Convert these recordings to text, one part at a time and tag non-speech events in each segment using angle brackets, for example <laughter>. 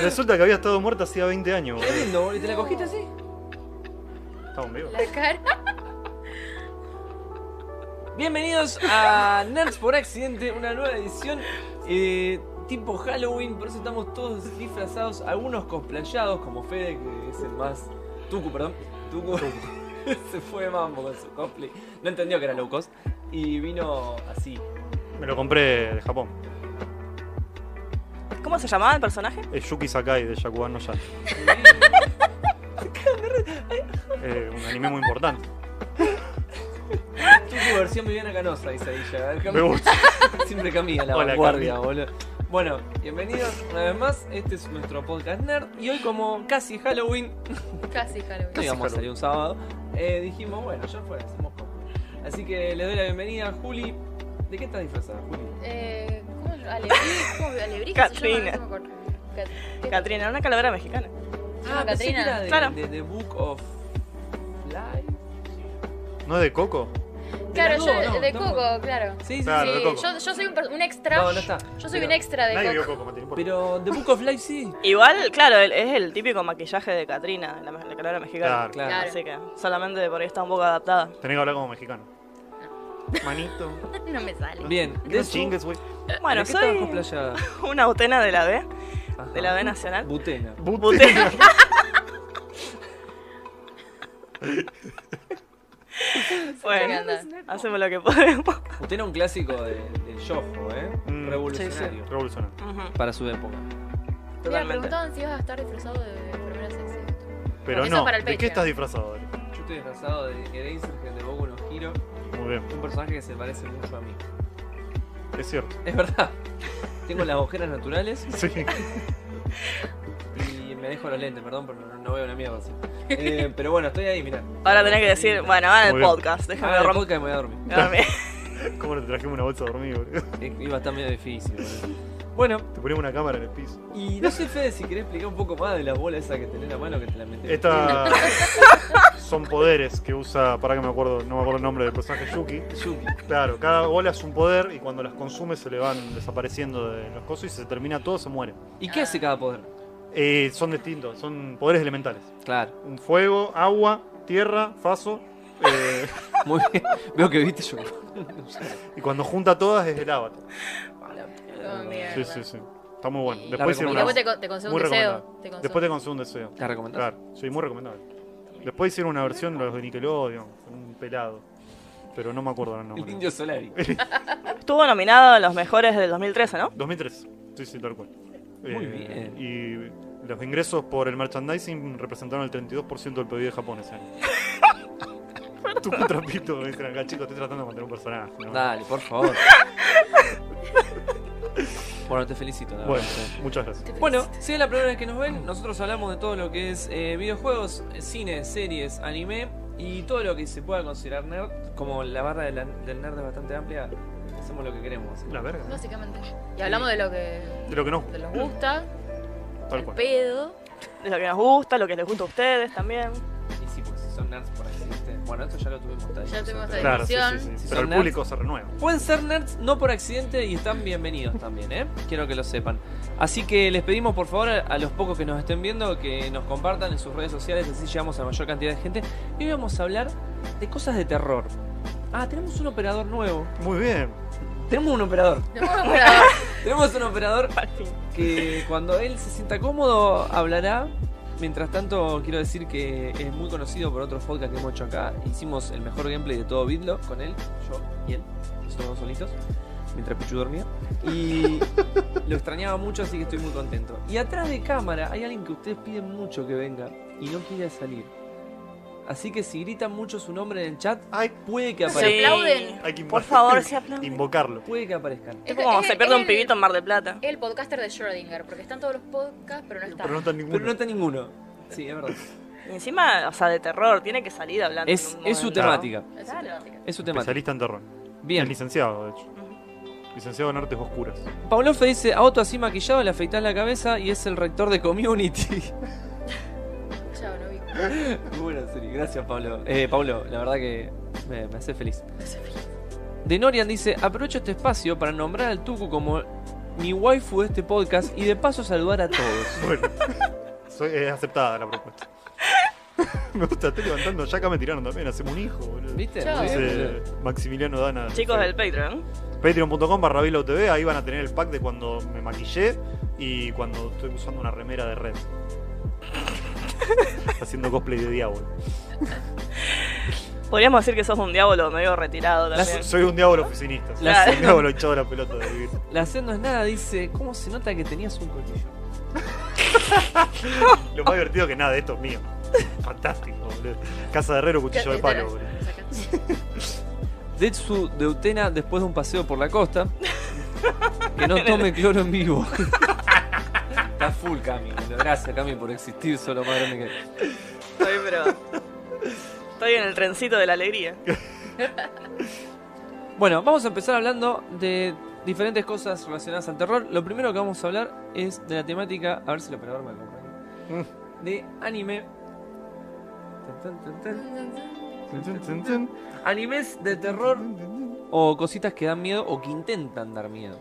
Resulta que había estado muerta hacía 20 años, Qué boludo. lindo, boludo. ¿Y te la cogiste así? Estamos vivos. La cara. <laughs> Bienvenidos a Nerds por Accidente, una nueva edición eh, tipo Halloween, por eso estamos todos disfrazados, algunos cosplayados, como Fede, que es el más. Tucu, perdón. Tucu <laughs> se fue de mambo con su cosplay. No entendió que era low cost. Y vino así. Me lo compré de Japón. ¿Cómo se llamaba el personaje? Es Eh, Yuki Sakai de Yakugan no Yai. Eh, un anime muy importante. Tucu versión Viviana Canosa, dice ella. El cam- Me gusta. Siempre camina la Hola, vanguardia, Cami. boludo. Bueno, bienvenidos una vez más. Este es nuestro podcast nerd. Y hoy, como casi Halloween, Casi Halloween. no íbamos a Halloween. salir un sábado, eh, dijimos, bueno, ya fue, hacemos cosplay. Así que le doy la bienvenida a Juli. ¿De qué estás disfrazada, Juli? Eh, ¿Cómo se llama? Alebrije. ¿Cómo alebrije se Catrina. llama? No me acuerdo. Cat- ¿qué- Catrina, una calavera mexicana. Ah, pensé que Catrina. era de, Claro. de The Book of Fly. ¿No es de Coco? Claro, las yo dos, no, de no. Coco, claro. Sí, sí, Claro, sí. de Coco. yo, yo soy un, per- un extra. No, no está. Yo soy Pero- un extra de Nadie vio Coco. Coco, Mati, no importa. Pero The Book of Fly sí. Igual, claro, el- es el típico maquillaje de Catrina, la, la calavera mexicana. Claro. Claro. Claro. Así que solamente por ahí está un poco adaptada. Eh, Tenés que hablar como mexicano. Manito. <laughs> No me sale. Bien, Que de No eso, chingues, güey. Bueno, ¿de qué estabas <laughs> soy cosplayada? una botena de la B, Ajá. de la B nacional. Butena. Butena. Bueno, Propaganda. hacemos lo que podemos. Butena un clásico de, de Yojo, ¿eh? Mm. Revolucionario. <laughs> Revolucionario. Ujú, Para su época. Me habían Totalmente. preguntaban si ibas a estar disfrazado de enfermera sexy. Pero Eso no, para el ¿de qué Patreon. estás disfrazado? Dani? Yo estoy disfrazado de Eraser de Boku no Hero, Muy bien, un personaje que se parece mucho a mí. es cierto. Es verdad. Tengo las ojeras naturales Sí. <laughs> y me dejo los lentes, perdón, pero no, no veo una mierda así. Eh, pero bueno, estoy ahí, mirá. Ahora tenés que decir, bueno, van Muy el bien. podcast, déjame Ah, la romper. boca y me voy a dormir. ¿Cómo no te trajimos una bolsa a dormir, boludo? Eh, Iba a estar medio difícil, boludo. Bueno, Te ponemos una cámara en el piso. y no sé, Fede, si querés explicar un poco más de las bolas esas que tenés en la mano que te la metes. Estas <laughs> son poderes que usa, para que me acuerdo, no me acuerdo el nombre del personaje Yuki. Yuki. Claro, cada bola es un poder y cuando las consume se le van desapareciendo de los cosos y se termina todo, se muere. ¿Y qué hace cada poder? Eh, son distintos, son poderes elementales. Claro, Un fuego, agua, tierra, faso. eh, <laughs> muy bien. <laughs> Veo que viste yo. y cuando junta todas es el avatar. Oh, mierda. Sí, sí, sí. Está muy bueno. Y- Después La tiene Y una- después te, con- te consigo Muy un deseo. recomendable. Te consigo- Después te consigo un deseo. ¿La recomendás? Claro, sí, muy recomendable. Después hicieron una versión los de Nickelodeon, con un pelado. Pero no me acuerdo ahora el El nombre. <laughs> indio Solari. <laughs> Estuvo nominado a los mejores del 2013, ¿no? 2003, sí, sí, tal cual. Eh, Muy bien. Y los ingresos por el merchandising representaron el 32% del PIB de Japón ese <laughs> año. Tu trapito, me dicen acá, chicos, estoy tratando de mantener un personaje. ¿no? Dale, por <laughs> favor. bueno, te felicito. la Bueno, verdad. muchas gracias. Bueno, si es la primera vez que nos ven, nosotros hablamos de todo lo que es eh, videojuegos, cine, series, anime y todo lo que se pueda considerar nerd. Como la barra de la- del nerd es bastante amplia, hacemos lo que queremos. La verga. ¿no? Básicamente. Y hablamos de lo que De lo que no, de los gusta, tal el cual. pedo. De lo que nos gusta, lo que les gusta a ustedes también. Y sí, pues si son nerds por ahí, ¿viste? Bueno, esto ya lo tuvimos. tal vez, Ya tuvimos pero- tal Claro, sí, sí, sí. Edición. Si Pero son el nerds. público se renueva. Pueden ser nerds no por accidente y están bienvenidos también, ¿eh? Quiero que lo sepan. Así que les pedimos por favor a los pocos que nos estén viendo que nos compartan en sus redes sociales, así llegamos a la mayor cantidad de gente. Y hoy vamos a hablar de cosas de terror. Ah, tenemos un operador nuevo. Muy bien. Tenemos un operador. Nos vamos <laughs> para- Tenemos un operador Al fin. que cuando él se sienta cómodo hablará. Mientras tanto, quiero decir que es muy conocido por otros podcasts que hemos hecho acá. Hicimos el mejor gameplay de todo Bitlock con él, yo y él, nosotros dos solitos, mientras Pichu dormía. Y lo extrañaba mucho, así que estoy muy contento. Y atrás de cámara hay alguien que ustedes piden mucho que venga y no quiere salir. Así que si gritan mucho su nombre en el chat, Ay, puede que Sí. aparezcan. aplauden. Hay que Por invo- favor, se aplauden. invocarlo. Puede que aparezcan. Es como cuando se pierde un pibito en Mar del Plata. El podcaster de Schrödinger, porque están todos los podcasts, pero no está. Pero no está ninguno. Pero no está ninguno. Sí, es verdad. Y encima, o sea, de terror, tiene que salir hablando. Es, en un es su momento. temática. Es Claro. automática. Es su temática. Especialista en terror. Es Bien. licenciado, de hecho. Licenciado en artes oscuras. Pablo te dice, auto así maquillado, le afeitás la cabeza y es el rector de community. <laughs> Chao, no vi. Muy buena serie, gracias Pablo. Eh, Pablo, la verdad que me, me hace feliz. De Norian dice, aprovecho este espacio para nombrar al Tucu como mi waifu de este podcast y de paso saludar a <laughs> todos. Bueno, soy, es aceptada la propuesta. <laughs> Me gusta, estoy levantando. Ya acá me tiraron también. Hacemos un hijo, boludo. ¿Viste? Chao. Muy bien, Dice boludo. Maximiliano Dana. Chicos del Patreon. Patreon.com barra Vilo TV, ahí van a tener el pack de cuando me maquillé y cuando estoy usando una remera de red. Haciendo cosplay de diablo. Podríamos decir que sos un diablo medio retirado también. Soy un diablo oficinista. Soy La- un diablo hinchado de la pelota de vivir. La sed no es nada, dice, ¿cómo se nota que tenías un colillo? Lo más divertido que nada, esto es mío. Fantástico, boludo. Casa de herrero, cuchillo de palo, boludo. Detsu Deutena después de un paseo por la <laughs> costa. Que no tome cloro en vivo. <laughs> Está full, Cami. Gracias, Cami, por existir. Solo más grande que. Estoy, pero. Estoy en el trencito de la <laughs> alegría. Bueno, vamos a empezar hablando de diferentes cosas relacionadas al terror. Lo primero que vamos a hablar es de la temática. A ver si el operador me acompaña. De anime. Tan, tan, tan, tan. Animes de terror o cositas que dan miedo o que intentan dar miedo.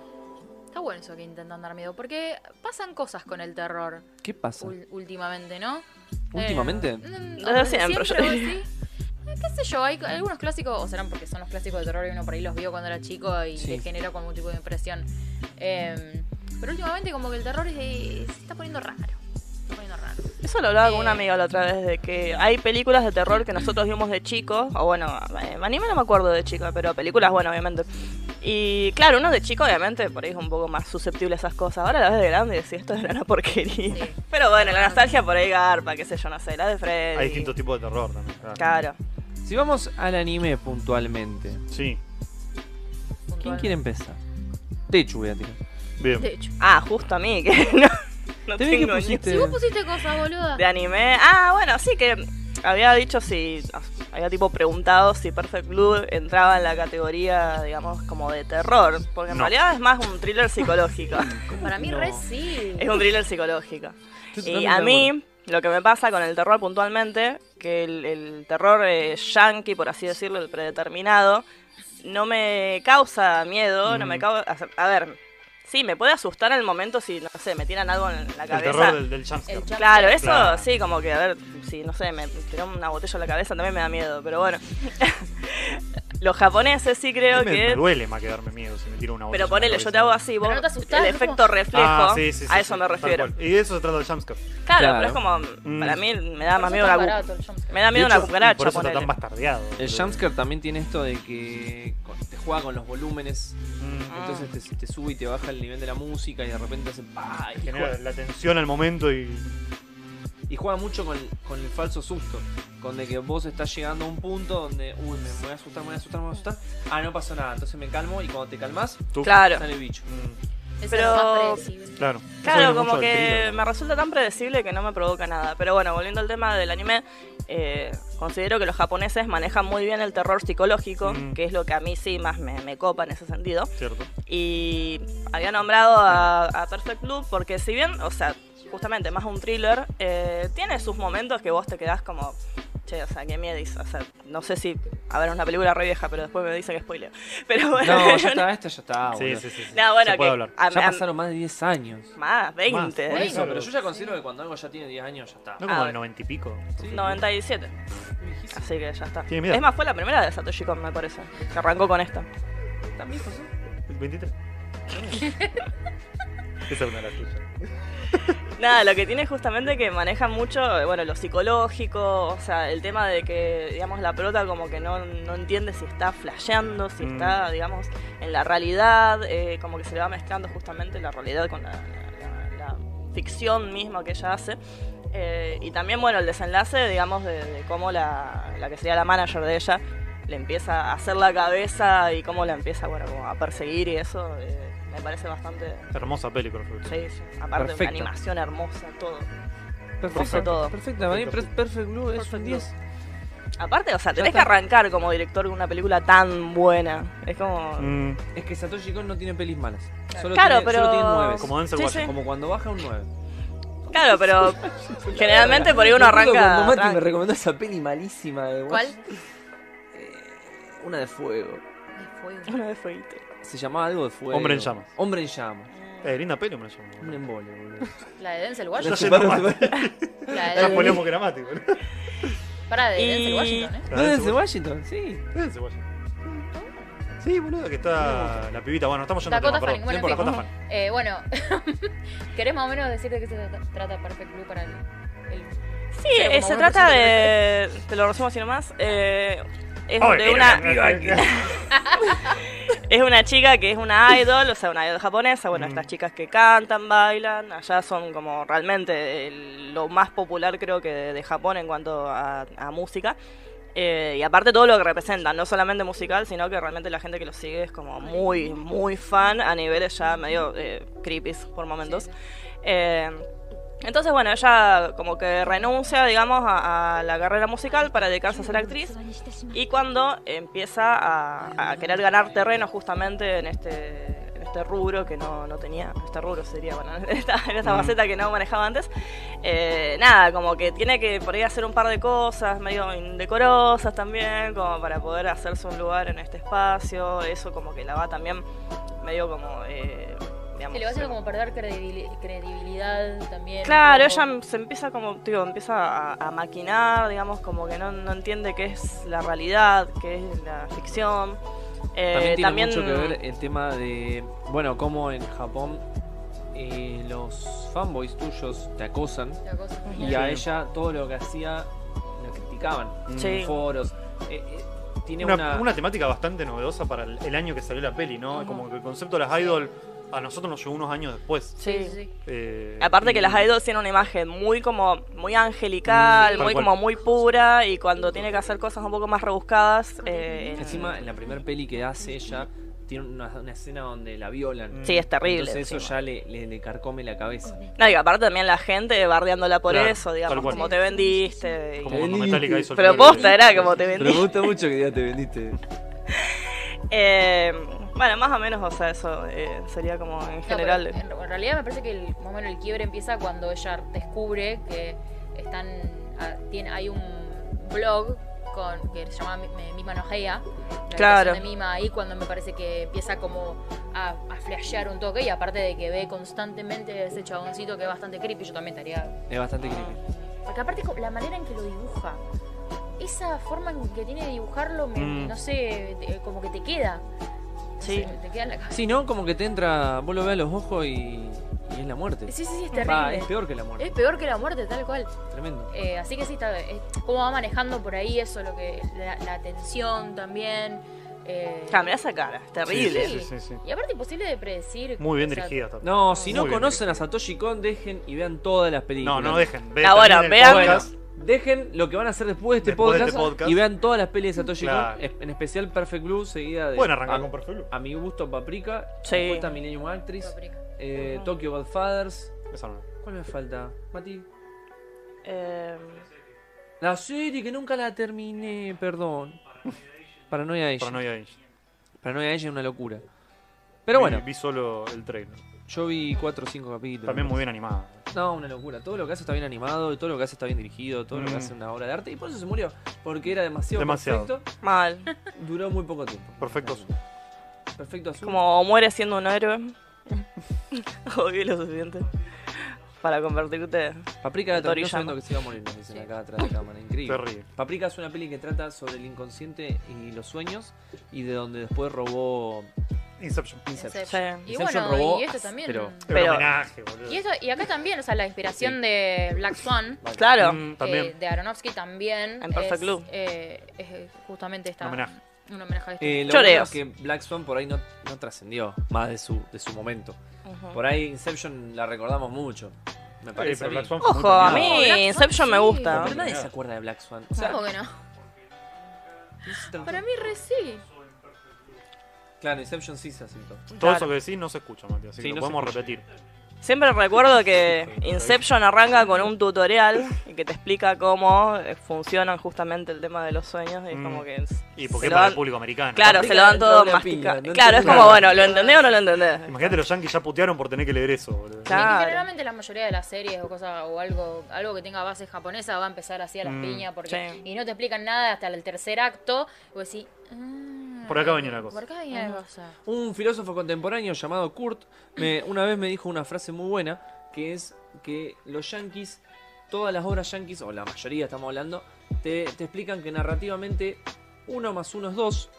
Está bueno eso que intentan dar miedo, porque pasan cosas con el terror ¿Qué pasa? ul- últimamente, ¿no? ¿Últimamente? Eh, mm, Desde o desde siempre, yo vos diría. decís. Eh, qué sé yo, hay algunos clásicos, o serán porque son los clásicos de terror y uno por ahí los vio cuando era chico y Sí. te generó como un tipo de impresión. Eh, pero últimamente como que el terror se, se está poniendo raro. Se está poniendo raro. Eso lo hablaba con una Eh. amiga la otra vez, de que hay películas de terror que nosotros vimos de chicos, o bueno, eh, anime no me acuerdo de chico, pero películas, bueno, obviamente. Y claro, uno de chico, obviamente, por ahí es un poco más susceptible a esas cosas. Ahora la ves de grande y decís, esto era una <laughs> porquería. Sí. Pero bueno, la nostalgia por ahí garpa, qué sé yo, no sé, la de Freddy. Hay distintos tipos de terror también. claro. Claro. Si vamos al anime puntualmente, Sí, ¿quién puntualmente. quiere empezar? Techu voy a tirar. bien. De hecho. Ah, justo a mí, que <laughs> no, no Te vi que tengo ni- pusiste. Si vos pusiste cosas, boluda. De anime. Ah, bueno, sí que había dicho si. ah, Había tipo preguntado si Perfect Blue entraba en la categoría, digamos, como de terror. Porque en No. realidad es más un thriller psicológico. <laughs> Para mí Eh, No. re sí. es un thriller psicológico. Estoy Y totalmente a de mí, lo que me pasa con el terror puntualmente, que el, el terror eh, yankee, por así decirlo, el predeterminado, no me causa miedo, no me Mm. causa. A ver, sí, me puede asustar en el momento si, no sé, me tiran algo en la El cabeza. terror del, del jumpscare. El jump Claro, eso Claro. sí, como que, a ver, si no sé, me tiró una botella a la cabeza también me da miedo, pero bueno. <laughs> Los japoneses sí A creo mí me, me que. duele más que darme miedo si me tiro una botella Pero en la ponele, yo te hago así, vos. no te asustás, el ¿no? efecto reflejo, Ah, sí, sí, sí, a eso sí, me tal refiero. cual. Y de eso se trata el jumpscare. Claro, pero es como. Para Mm. mí me da más Por miedo eso tan una cucaracha. barato el jumpscare. Me da miedo De una hecho, Por cucaracha, eso está ponele. tan bastardeado. El boludo. jumpscare también tiene esto de que con- te juega con los volúmenes, Mm. Ah. entonces te, te sube y te baja el nivel de la música y de repente hace pa y, Genera juega, la tensión al momento y. y juega mucho con, con el falso susto, con de que vos estás llegando a un punto donde, uy, me voy a asustar, me voy a asustar, me voy a asustar, ah, no pasó nada, entonces me calmo y cuando te calmas, tú- Claro. sale el bicho. Mm, Eso Pero- es más predecible. Claro. Eso Claro, viene como mucho del que thriller, me resulta tan predecible que no me provoca nada. Pero bueno, volviendo al tema del anime, eh, considero que los japoneses manejan muy bien el terror psicológico, Mm. que es lo que a mí sí más me, me copa en ese sentido. Cierto. Y había nombrado a, a Perfect Blue porque si bien, o sea, justamente más un thriller, eh, tiene sus momentos que vos te quedás como, che, o sea, qué miedo. O sea, no sé si, a ver, es una película re vieja, pero después me dice que spoiler. <laughs> Pero <laughs> bueno, No, ya está, esta ya está, sí, boludo. sí, sí, sí. <laughs> No, bueno, se puede que- hablar. a- Ya a- pasaron más de 10 años. más, 20. Más. Por ¿eh? eso, pero pero- yo ya considero que cuando algo ya tiene 10 años, ya está. No como Ah, el noventa y pico. Sí. 97. Así que ya está. Tiene miedo. Es más, fue la primera de Satoshi Kon, me parece. Que arrancó con esta. ¿Tan viejo, sí? <laughs> 23. Esa es una de las tuyas. Nada, lo que tiene es justamente que maneja mucho, eh, bueno, lo psicológico, o sea, el tema de que, digamos, la prota como que no, no entiende si está flasheando, si Mm. está, digamos, en la realidad, eh, como que se le va mezclando justamente la realidad con la, la- la- la ficción misma que ella hace. Eh, y también, bueno, el desenlace, digamos, de, de cómo la, la que sería la manager de ella le empieza a hacer la cabeza y cómo la empieza, bueno, como a perseguir y eso, eh, me parece bastante... Hermosa peli, por favor. Sí, sí. Aparte, una Perfecto. animación hermosa, todo. Perfecto, todo. Perfecto, para mí Perfecto. Perfect Blue es Perfect un Blue. 10. Aparte, o sea, Ya tenés que está. arrancar como director de una película tan buena. Es como. Mm, Es que Satoshi Kon no tiene pelis malas. Solo Claro, tiene, pero. Solo tiene 9. Como Denzel Sí, Washington. sí. Como cuando baja un 9. Claro, pero. generalmente por ahí uno arranca. Cuando Mati me arranca. recomendó esa peli malísima de eh, ¿Cuál? Una de fuego. Ay, fuego. Una de fueguito. <laughs> Se llamaba algo de fuego. Hombre en llamas. Hombre en llamas. Eh, linda peli me la llamo. Un embole, boludo. La de Denzel Está La Washington. yendo chuparon, mal. La Era de, poliamor gramático. <laughs> para de Y- Denzel Washington, ¿eh? ¿No es de Washington? Sí. Denzel Washington. Sí, boludo, Eh, que está la pibita. Bueno, estamos yendo a tema, Dakota perdón. Fanning. Bueno, Bien por en fin. Dakota Fanning. Eh, bueno, <laughs> ¿querés más o menos decir de qué se tra- trata Perfect Blue para el, el- Sí, Pero como eh, se vos trata no de. Te lo resumo así nomás. eh, es Ay, de mira, una. mira, mira. <laughs> Es una chica que es una idol, o sea, una idol japonesa. Bueno, Mm. estas chicas que cantan, bailan, allá son como realmente el- lo más popular, creo que, de, de Japón en cuanto a, a música. Eh, y aparte todo lo que representan, no solamente musical, sino que realmente la gente que los sigue es como muy, muy fan a niveles ya medio eh, creepies por momentos. Sí, sí. Eh, entonces, bueno, ella como que renuncia, digamos, a, a la carrera musical para dedicarse a ser actriz. Y cuando empieza a, a querer ganar terreno justamente en este, en este rubro que no, no tenía, este rubro sería, bueno, <laughs> en esta, en esta Mm. faceta que no manejaba antes, eh, nada, como que tiene que por ahí hacer un par de cosas medio indecorosas también, como para poder hacerse un lugar en este espacio. Eso como que la va también medio como... eh, digamos, Se le va haciendo como perder credibili- credibilidad también. Claro, un poco. ella se empieza como, tío, empieza a, a maquinar, digamos, como que no, no entiende qué es la realidad, qué es la ficción. Eh, También tiene mucho que ver el tema de, bueno, cómo en Japón eh, los fanboys tuyos te acosan La cosa. y a ella todo lo que hacía lo criticaban en Sí. foros. Eh, eh, tiene una, Una, una temática bastante novedosa para el, el año que salió la peli, ¿no? Ajá. Como que el concepto de las idol a nosotros nos llegó unos años después. Sí, Sí. sí, sí. Eh, Aparte y- que las idols tienen una imagen muy como muy angelical, Mm, tal muy cual. como muy pura y cuando tiene que hacer cosas un poco más rebuscadas. eh, en- encima en la primera peli que hace ella tiene una, una escena donde la violan. Mm. Sí, es terrible. Entonces eso encima. ya le, le- le carcome la cabeza. No, y aparte también la gente bardeándola por Claro, eso, tal digamos, cual. como te vendiste. y- Como cuando Metallica hizo el cover Pero de- ¿eh? posta era como te vendiste. gusta mucho que ya te vendiste. Eh, bueno, más o menos, o sea, eso eh, sería como en No, general. pero eh, en, en realidad me parece que el, más o menos el quiebre empieza cuando ella descubre que están a- tiene, hay un blog con, que se llama Mi- Me- Mima no Heia, la Claro. relación de Mima ahí cuando me parece que empieza como a, a flashear un toque y aparte de que ve constantemente a ese chaboncito que es bastante creepy, yo también estaría... Es bastante creepy. Porque aparte co- la manera en que lo dibuja, esa forma en que tiene de dibujarlo, me- Mm. no sé, te- como que te queda. No Sí. sé, te queda en la cabeza. Sí, ¿no? Como que te entra, vos lo ves a los ojos y, y es la muerte. Sí, sí, sí, es terrible. Va, es peor que la muerte. Eh. Es peor que la muerte, tal cual. Tremendo. Eh, así que sí, está, eh, cómo va manejando por ahí eso, lo que la, la tensión también. eh, Ah, mirá esa cara, es Sí, terrible. sí, sí, sí, sí. y aparte imposible de predecir. Muy bien o sea, dirigida. está. No, si no Muy bien conocen a dirigido. Satoshi Kon, dejen y vean todas las No, películas. no dejen. Ve, Ah, bueno, terminen el vean- podcast. Dejen lo que van a hacer después de este, Después de podcast, este podcast. y vean todas las pelis de Satoshi Claro. Kon, es- en especial Perfect Blue, seguida de Pueden Ah. arrancar a, con Perfect Blue. a mi gusto Paprika, Sí. después está Millennium Actress, eh, Ujú. Tokyo Godfathers, Esa no. ¿cuál me falta? Mati. Eh, La serie que nunca la terminé, perdón. Paranoia Age. Paranoia, Paranoia Age. Age es una locura. Pero bueno, Vi, vi solo el trailer. yo vi 4 o 5 capítulos. También muy bien animada. No, una locura. Todo lo que hace está bien animado, y todo lo que hace está bien dirigido, todo lo que Mm. hace es una obra de arte. Y por eso se murió. Porque era demasiado, Demasiado. perfecto. mal. Duró muy poco tiempo. Perfecto azul. Perfecto azul. Como o mueres siendo un héroe. <laughs> o vive lo suficiente. Para convertirte. Paprika la terminó Toriyama. sabiendo que se iba a morir, nos dicen acá atrás de cámara. Increíble. Terrible. Paprika es una peli que trata sobre el inconsciente y los sueños. Y de donde después robó Inception. Inception. Y Inception bueno, robó y esto as- también. Es pero- un Pero- homenaje, boludo. Y, esto, y acá también, o sea, la inspiración de Black Swan. Vale. Claro. Mm, <laughs> también. eh, de Aronofsky también. En Perfect es, Blue. eh, es justamente esta. Un homenaje. un homenaje a esto. Eh, lo Choreos. bueno es que Black Swan por ahí no, no trascendió más de su, de su momento. Ujú. Por ahí Inception la recordamos mucho. Me parece. Eh, pero a mí. Black Swan fue muy Ojo, a premiada. Black mí Swan Inception sí. me gusta. Pero nadie se acuerda de Black Swan. O sea, ¿Cómo que no? ¿qué se trató? Para mí, re sí. Claro, Inception sí se aceptó. Todo Claro. eso que decís no se escucha, Mati, así que Sí, no lo se podemos escucha. repetir. Siempre recuerdo que Inception arranca con un tutorial y que te explica cómo eh, funcionan justamente el tema de los sueños. Y es Mm. como que. Y porque se es lo para dan- el público americano. Claro, se lo dan todo Doble piña, masticado. no Claro, es entiendo. como, bueno, ¿lo entendés o no lo entendés? Imagínate, los yankees ya putearon por tener que leer eso, boludo. Claro. Y generalmente la mayoría de las series o cosas o algo, algo que tenga base japonesa va a empezar así a las Mm. piñas porque Sí. y no te explican nada hasta el tercer acto. Y vos decís, "Ah, Por acá venía la cosa. Por acá venía la cosa. Un filósofo contemporáneo llamado Kurt me- una vez me dijo una frase muy buena que es que los yankees, todas las obras yankees, o la mayoría estamos hablando, te, te explican que narrativamente uno más uno es dos,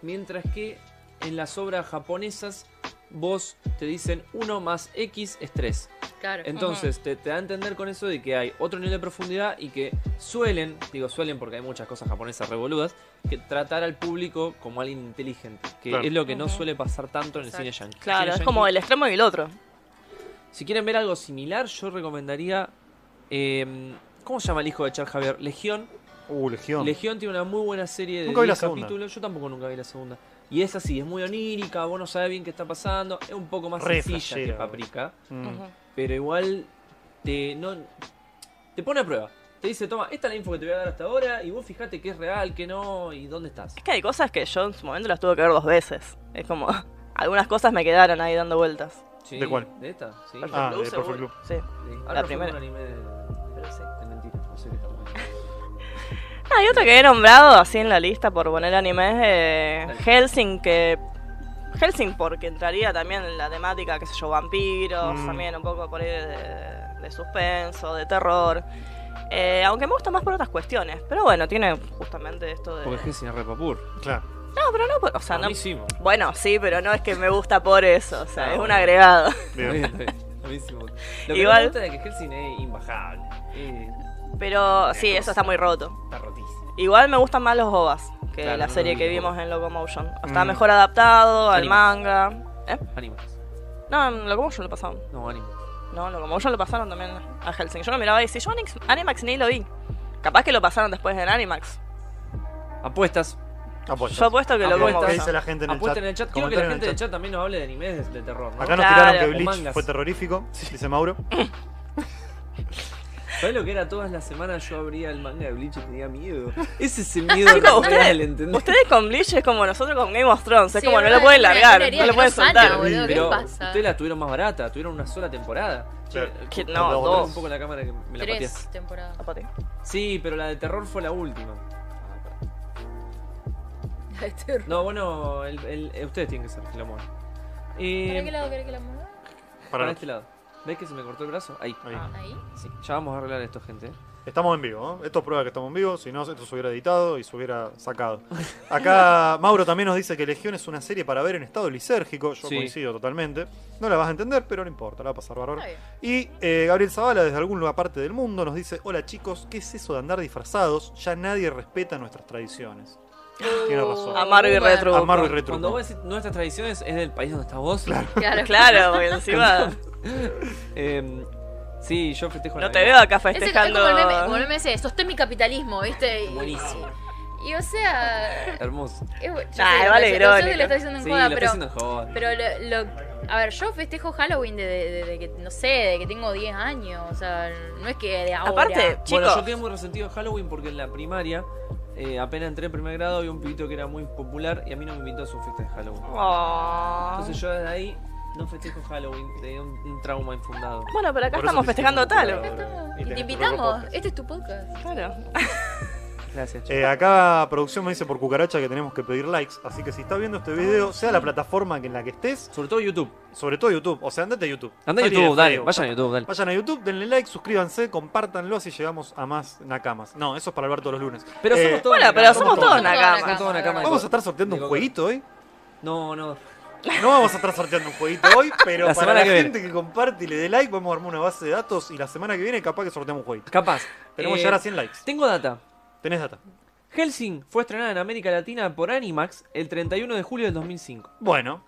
mientras que en las obras japonesas vos te dicen uno más X es 3. Claro. Entonces te, te da a entender con eso de que hay otro nivel de profundidad y que suelen, digo suelen porque hay muchas cosas japonesas revoludas, que tratar al público como alguien inteligente, que Claro. es lo que no Ujú. suele pasar tanto en el Exacto. cine yankee. Claro, El es cine como yankee- el extremo y el otro. Si quieren ver algo similar, yo recomendaría... eh, ¿Cómo se llama el hijo de Char Javier? Legión. Uh, Legión. Legión tiene una muy buena serie de Nunca vi la 10 segunda. capítulos. Yo tampoco nunca vi la segunda. Y es así, es muy onírica, vos no sabés bien qué está pasando. Es un poco más Re sencilla que flashera. Paprika. Mm. Ujú. pero igual te, no, te pone a prueba. Te dice, toma, esta es la info que te voy a dar hasta ahora y vos fijate que es real, que no y dónde estás. Es que hay cosas que yo en su momento las tuve que ver dos veces. Es como. <laughs> Algunas cosas me quedaron ahí dando vueltas. Sí, ¿De cuál? De esta, sí. Ah, de seguro. Perfect Blue. Sí. Sí, la Ahora no fue primera. un anime de, pero sí. de mentira, no sé qué está bueno. Ah, y otra que he nombrado así en la lista por poner animes, eh, Dale. Helsing, que... Helsing porque entraría también en la temática, qué sé yo, vampiros, Mm. también un poco por ahí de, de suspenso, de terror. Eh, aunque me gusta más por otras cuestiones, pero bueno, tiene justamente esto de... Porque Helsing es repapur. Claro. No, pero no, por- o sea, no... Buenísimo. Bueno, sí, pero no es que me gusta por eso, o sea, Ah, es un bueno. agregado. <laughs> Bien. Está bien, está bien. Buenísimo. Lo que Igual- me gusta es que Helsing es imbajable. Eh, Pero sí, cosa. eso está muy roto. está rotísimo. Igual me gustan más los OVAs que Claro, la no, serie no, que no. vimos en Locomotion. Está Mm. mejor adaptado al Anime. manga. ¿Eh? Animas. No, en Locomotion lo pasaron. No, anime. No, en Locomotion lo pasaron también a Helsing. Yo lo miraba y decía, yo Anix- Animax ni lo vi. Capaz que lo pasaron después en Animax. Apuestas. Apuestas. Yo apuesto que lo Apuestas. ¿Qué ¿Qué dice <laughs> Locomotion. la gente en el chat? Apuesten en el chat. Quiero que la Comentario en gente el del chat. chat también nos hable de animes de, de terror, ¿no? Acá nos Claro. tiraron que O Bleach mangas. fue terrorífico, dice Mauro. ¿Sabes lo que era? Todas las semanas yo abría el manga de Bleach y tenía miedo. <laughs> Ese es el miedo Chicos, real, ustedes- ¿entendés? Ustedes con Bleach es como nosotros con Game of Thrones. Es Sí, como no boludo, lo pueden es una largar, herida no lo que pueden no sana, soltar. boludo. ¿qué <laughs> Pero pasa? ustedes la tuvieron más barata, tuvieron una sola temporada. Claro. Que- Che, no, cortá dos. un poco la cámara que me la Tres pateás. temporadas. <laughs> Aparte. Sí, pero la de terror fue la última. No, bueno, el- el- eh, ustedes tienen que ser que la muevan. Eh, ¿Para qué lado querés que la mueva? para Para este lado. ¿Ves que se me cortó el brazo? Ahí. ahí. Ah. Ahí. Sí, ya vamos a arreglar esto, gente. Estamos en vivo, ¿no? Esto prueba que estamos en vivo, si no, esto se hubiera editado y se hubiera <laughs> sacado. Acá Mauro también nos dice que Legión es una serie para ver en estado lisérgico, yo Sí. coincido totalmente. No la vas a entender, pero no importa, la va a pasar bárbaro. Está Y bien. eh, Gabriel Zavala, desde alguna parte del mundo, nos dice: Hola chicos, ¿qué es eso de andar disfrazados? Ya nadie respeta nuestras tradiciones. Ah, Tiene Uh, razón. Amargo y Boomer. retro. Amargo y Cuando retro. vos decís nuestras tradiciones es del país donde estás vos. <laughs> Claro. <laughs> Claro, porque encima. Em, sí, yo festejo No Navidad. te veo acá Ese, es como el meme, como el festejando. meme ese, sostén mi capitalismo, ¿viste? Y, Buenísimo. y, o sea, <laughs> Hermoso. es, bu- yo Ah, sé que vale, lo- yo sé irónico. que lo estoy diciendo en Sí, joda, lo pero, estoy haciendo joven. pero lo, lo- a ver, yo festejo Halloween desde de, de que, no sé, de que tengo 10 años, o sea, no es que de ahora. Aparte, Bueno, chicos. yo quedé muy resentido en Halloween porque en la primaria, eh, apenas entré en primer grado, había un pibito que era muy popular y a mí no me invitó a su fiesta de Halloween. Oh. Entonces yo desde ahí no festejo Halloween, tenía un, un trauma infundado. Bueno, pero acá Por eso estamos te festejando hicimos tal. popular. Estamos- Y tenés y te tu propio invitamos, podcast. este es tu podcast. Claro. Ah, Gracias, chicos. Eh, acá producción me dice por cucaracha que tenemos que pedir likes, así que si estás viendo este video, sea la plataforma en la que estés, Sobre todo YouTube. sobre todo YouTube, o sea, andate a YouTube. Anda a Salí de YouTube, dale, Facebook. vayan a YouTube, dale. Vayan a YouTube, denle like, suscríbanse, compártanlo, así llegamos a más nakamas. No, eso es para hablar todos los lunes. Pero Eh, somos todos Bueno, una pero cama, somos todos una nakamas. cama. todos una cama. <laughs> Vamos a estar sorteando un Digo, jueguito hoy. No, no. No vamos a estar sorteando un jueguito hoy, pero La para semana la que viene. gente que comparte y le dé like, vamos a armar una base de datos y la semana que viene capaz que sorteamos un jueguito. Capaz. Tenemos Eh, que llegar a 100 likes. Tengo data. Tenés data. Helsing fue estrenada en América Latina por Animax el 31 de julio del 2005. Bueno,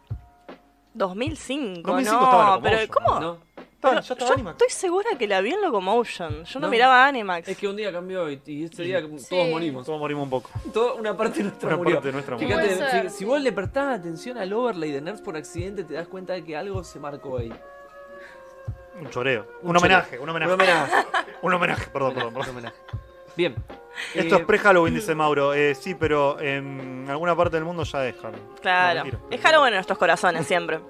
2005, 2005 estaba no, Locomotion, pero ¿cómo? ¿No? está, ya Pero yo está Animax. estoy segura que la vi en Locomotion. Yo no, No. miraba Animax. Es que un día cambió y, y ese día Sí. todos morimos. Todos morimos un poco. Toda una parte nuestra Una murió. parte nuestra murió. Fíjate, Puede si- ser, si, sí. vos le prestás atención al overlay de Nerds por accidente, te das cuenta de que algo se marcó ahí. Un choreo. Un, choreo. homenaje, un homenaje. Un <laughs> homenaje. Un homenaje, perdón, perdón. Un perdón. homenaje. Bien. Esto Eh, es pre-Halloween, dice Mauro. Eh, sí, pero en alguna parte del mundo ya es Halloween. Claro. No, mentira. es Halloween en nuestros corazones siempre.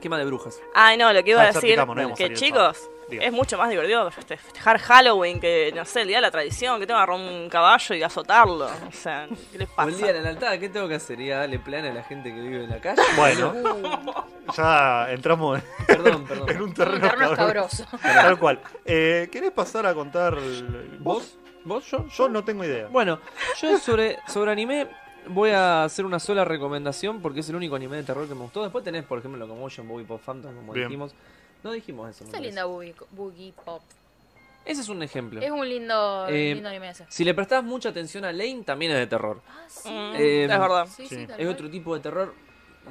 Quema de brujas. Ay, no, lo que iba Ah, a ya decir picamos, no íbamos a que salir el chicos, Diga. Es mucho más divertido feste- festejar Halloween que, no sé, el día de la tradición, que te agarrar un caballo y azotarlo. O sea, ¿qué les O el día de pasa? la lealtad, ¿qué tengo que hacer? ¿Ir a darle plana a la gente que vive en la calle? <laughs> Bueno. Uh, Ya entramos perdón, <laughs> en perdón. un Un terreno terreno escabroso. <laughs> escabroso. Tal cual. Eh, ¿Querés pasar a contar el- ¿Vos? ¿Vos? ¿Yo? Yo no tengo idea. Bueno, yo sobre, sobre anime voy a hacer una sola recomendación porque es el único anime de terror que me gustó. Después tenés, por ejemplo, Locomotion, Bobby Pop Phantom, como Bien. dijimos. No dijimos eso. me Esa parece. linda boogie, boogie pop. Ese es un ejemplo. Es un lindo, Eh, lindo anime ese. Si le prestás mucha atención a Lane, también es de terror. Ah, sí. Mm, Eh, es verdad. sí, sí. sí, tal Es cual. otro tipo de terror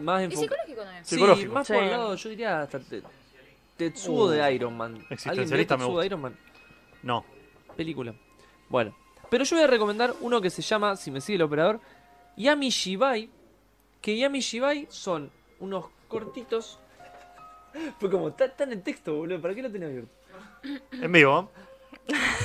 más Y enfocado. psicológico también. Sí, Psicológico. más por Sí. el lado, yo diría hasta te- Tetsuo Uh, de Iron Man. ¿Alguien vio existencialista me Tetsuo gusta. de Iron Man? No. Película. Bueno. Pero yo voy a recomendar uno que se llama, si me sigue el operador, Yami Shibai. Que Yami Shibai son unos cortitos. <laughs> Fue como, está está en el texto, boludo. ¿Para qué lo tenés abierto? En vivo.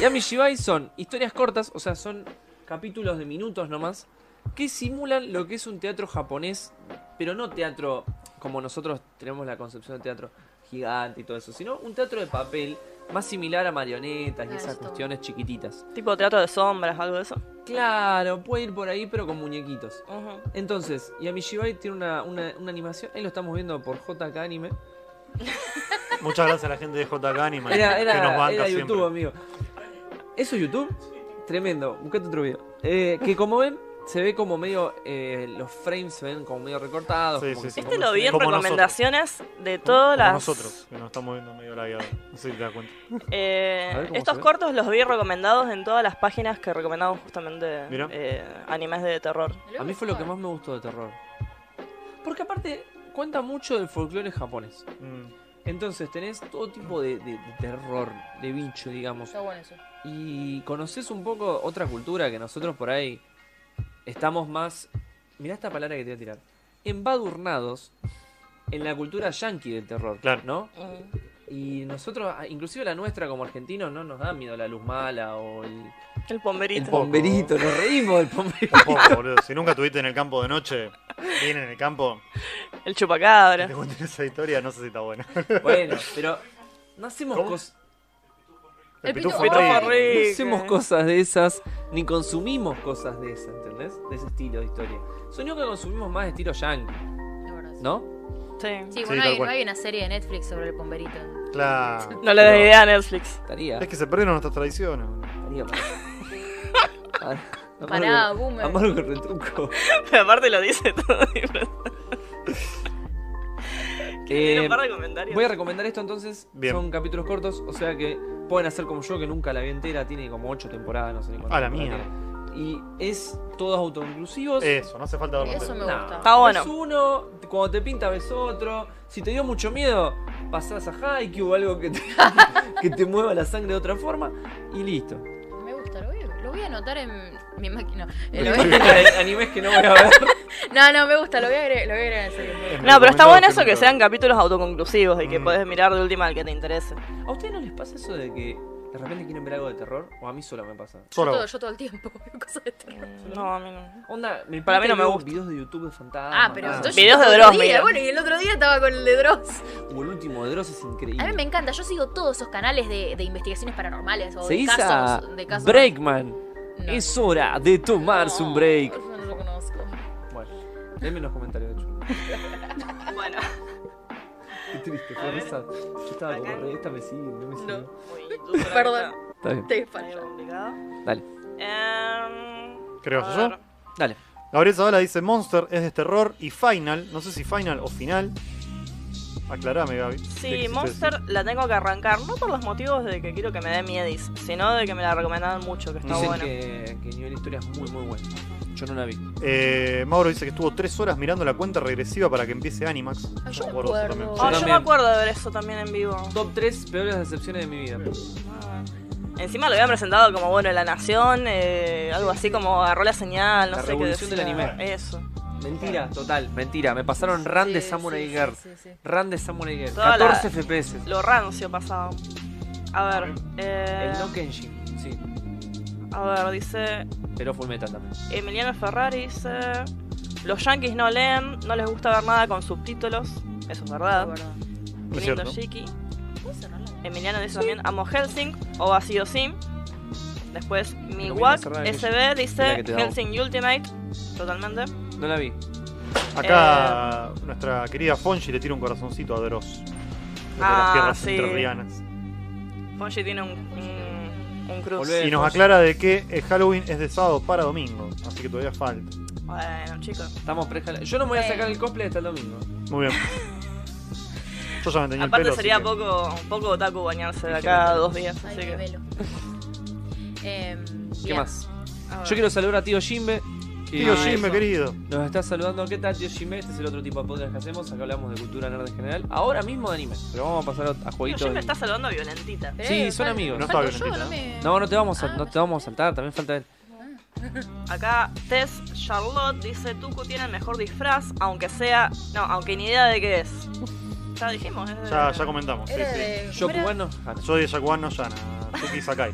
Yami Shibai son historias cortas, o sea, son capítulos de minutos nomás, que simulan lo que es un teatro japonés, pero no teatro como nosotros tenemos la concepción de teatro gigante y todo eso, sino un teatro de papel más similar a marionetas y Ah, esas esto. cuestiones chiquititas. Tipo teatro de sombras, algo de eso. Claro, puede ir por ahí, pero con muñequitos. Ujú. Entonces, Yami Shibai tiene una, una- una animación, ahí lo estamos viendo por JK Anime. Muchas gracias a la gente de JK Anime Era, era- <laughs> que nos banca era siempre. YouTube, amigo. ¿Eso es YouTube? Tremendo. Buscate otro video. Eh, que como ven, se ve como medio. eh, los frames se ven como medio recortados. Sí, como sí, que sí. se- Este lo vi en Como recomendaciones de Como todas las. Nosotros, que nos estamos viendo medio lagueados. No sé si te das cuenta. Eh, A ver cómo estos se ve. cortos los vi recomendados en todas las páginas que recomendamos justamente Mira. eh, animes de terror. A mí fue lo que más me gustó de terror. Porque aparte, cuenta mucho del folclore japonés. Mm. Entonces tenés todo tipo de, de- de terror, de bicho, digamos. Está bueno eso. Y conoces un poco otra cultura que nosotros por ahí estamos más. Mirá esta palabra que te voy a tirar. Embadurnados en la cultura yankee del terror. Claro. ¿No? Mm. Y nosotros, ah, inclusive la nuestra como argentinos, no nos da miedo la luz mala o el, El pomberito. poco. pomberito, Nos reímos <laughs> del pomberito. <laughs> Tampoco, boludo. Si nunca estuviste en el campo de noche, vienen en el campo, El que chupacabra. te cuenten esa historia, no sé si está buena. Bueno, pero no hacemos, ¿Cómo? cos- El pitufo pitufo rey. rey. no Sí, hacemos eh. que- cosas de esas, ni consumimos cosas de esas, ¿entendés? De ese estilo de historia. Soñó que consumimos más de estilo yankee, La verdad, sí. ¿no? Sí. Sí, Sí, bueno, tal hay, no cual. hay una serie de Netflix sobre el pomberito. Claro. No le Pero- des idea a Netflix. <laughs> Estaría. Es que se perdieron nuestras tradiciones. boludo. estaría para- Para- Pará, amargo- boomer. Amargo retruco. Pero aparte lo dice todo. Tiene Eh, un par de comentarios. Voy a recomendar esto entonces. Bien. Son capítulos cortos, o sea que pueden hacer como yo, que nunca la vi entera. Tiene como ocho temporadas, no sé ni cuántas. A Ah, la temporadas tiene. Y es todos autoinclusivos. Eso, no hace falta dormir. Eso me No. gusta. Está bueno. Ves uno, cuando te pinta ves otro. Si te dio mucho miedo, pasás a Haikyuu o algo que te, <laughs> que te mueva la sangre de otra forma. Y listo. <laughs> Me gusta, lo voy, a- lo voy a anotar en <laughs> mi máquina. No, eh, lo voy a- Animes que no voy a ver. no, no, me gusta, lo voy a agregar, lo voy a agregar en serio. No, pero está Recomendado bueno eso que primero. sean capítulos autoconclusivos y que Mm. podés mirar de última al que te interese. ¿A ustedes no les pasa eso de que de repente quieren ver algo de terror? O a mí solo me pasa. Yo Solo. todo, yo todo el tiempo <laughs> veo cosas de este terror. No, a mí no. Onda, me Para mí pinta no me y veo gusta. videos de YouTube de fantasmas. Ah, pero Ah. entonces Videos de todo el Dross, día. mira. Bueno, y el otro día estaba con el de Dross. O el último de Dross es increíble. A mí me encanta, yo sigo todos esos canales de, de investigaciones paranormales o de Seguís a casos, de casos. Breakman. No. Es hora de tomarse un break. No, no lo conozco. <laughs> Bueno, denme en los comentarios, de hecho. Bueno, Qué triste, A fue ver. esa. Yo estaba como re, esta me sigue, no me sigue. No. Perdón. <laughs> Perdón. Está bien. Te falla. Dale, Em, Creo yo. dale. Gabriel Zavala dice Monster es de terror y Final, no sé si Final o final. Aclarame, Gaby. ¿Qué Sí, quisiste Monster la tengo que arrancar, no por los motivos de que quiero que me dé miedis, sino de que me la recomendaron mucho, que está Dicen buena. que, que nivel de historia es muy, muy bueno. Yo no la vi. decir? Eh, Mauro dice que estuvo tres horas mirando la cuenta regresiva para que empiece Animax. Yo Ah, yo me me acuerdo de eso acuerdo. también. Ah, Yo yo me también. acuerdo de ver eso también en vivo. Top 3 peores decepciones de mi vida. Ah. Encima lo habían presentado como, bueno, La Nación, eh, algo así como agarró la señal, no La sé qué revolución del decía. anime. Eso. Mentira, total, mentira. Me pasaron Run de Sí, Samurai sí, Girl. sí, sí, sí. Run de Samurai Girl. Toda la- 14 FPS. Lo rancio pasado. A ver, eh, El No Kenshin, sí. a ver, dice Pero full metal también. Emiliano Ferrari dice los yankees no leen, no les gusta ver nada con subtítulos, eso es Me Ah. verdad. acuerdo. Es Lindo cierto. Shiki. ¿Puedo cerrar la Emiliano dice también Amo Helsing o así o sí. Después vamos Miwak a cerrar en SB Mira dice que te damos. Helsing Ultimate. Totalmente. No la vi. Acá Eh. nuestra querida Fonji le tira un corazoncito a Dross. Desde Ah, las tierras sí. entrerrianas. Fonji tiene un, un, un cruz. Volvé. Y nos Fonji. aclara de que el Halloween es de sábado para domingo. Así que todavía falta. Bueno, chicos. Estamos pre Yo no me voy a sacar el cosplay hasta el domingo. Muy <laughs> bien. Yo ya me tenía el Aparte pelo. así sería que- poco, poco otaku bañarse de acá a dos días. Ay, Así qué <laughs> que, velo. Em, ¿Qué bien. más? a ver. Yo quiero saludar a tío Jimbe. que Tío Ah, Jimmy, eso. querido. Nos está saludando. ¿Qué tal, tío Jimbe? Este es el otro tipo de podcast que hacemos. Acá hablamos de cultura nerd en general. Ahora mismo de anime. Pero vamos a pasar a, a Yo jueguitos. me de- está saludando violentita. Pero, Sí, eh, son fal- amigos. No falto está yo, violentita, me- No, no te vamos a, Ah, no te vamos a saltar. También falta él. Acá Tess Charlotte dice Tuku tiene el mejor disfraz, aunque sea. No, aunque ni idea de qué es. Ya dijimos, es de- Ya, ya comentamos. Sí, Era sí. de- Yo ¿cómo era? cubano. Ah, no. Soy de Yakuan no Yana, Tuki <laughs> Sakai.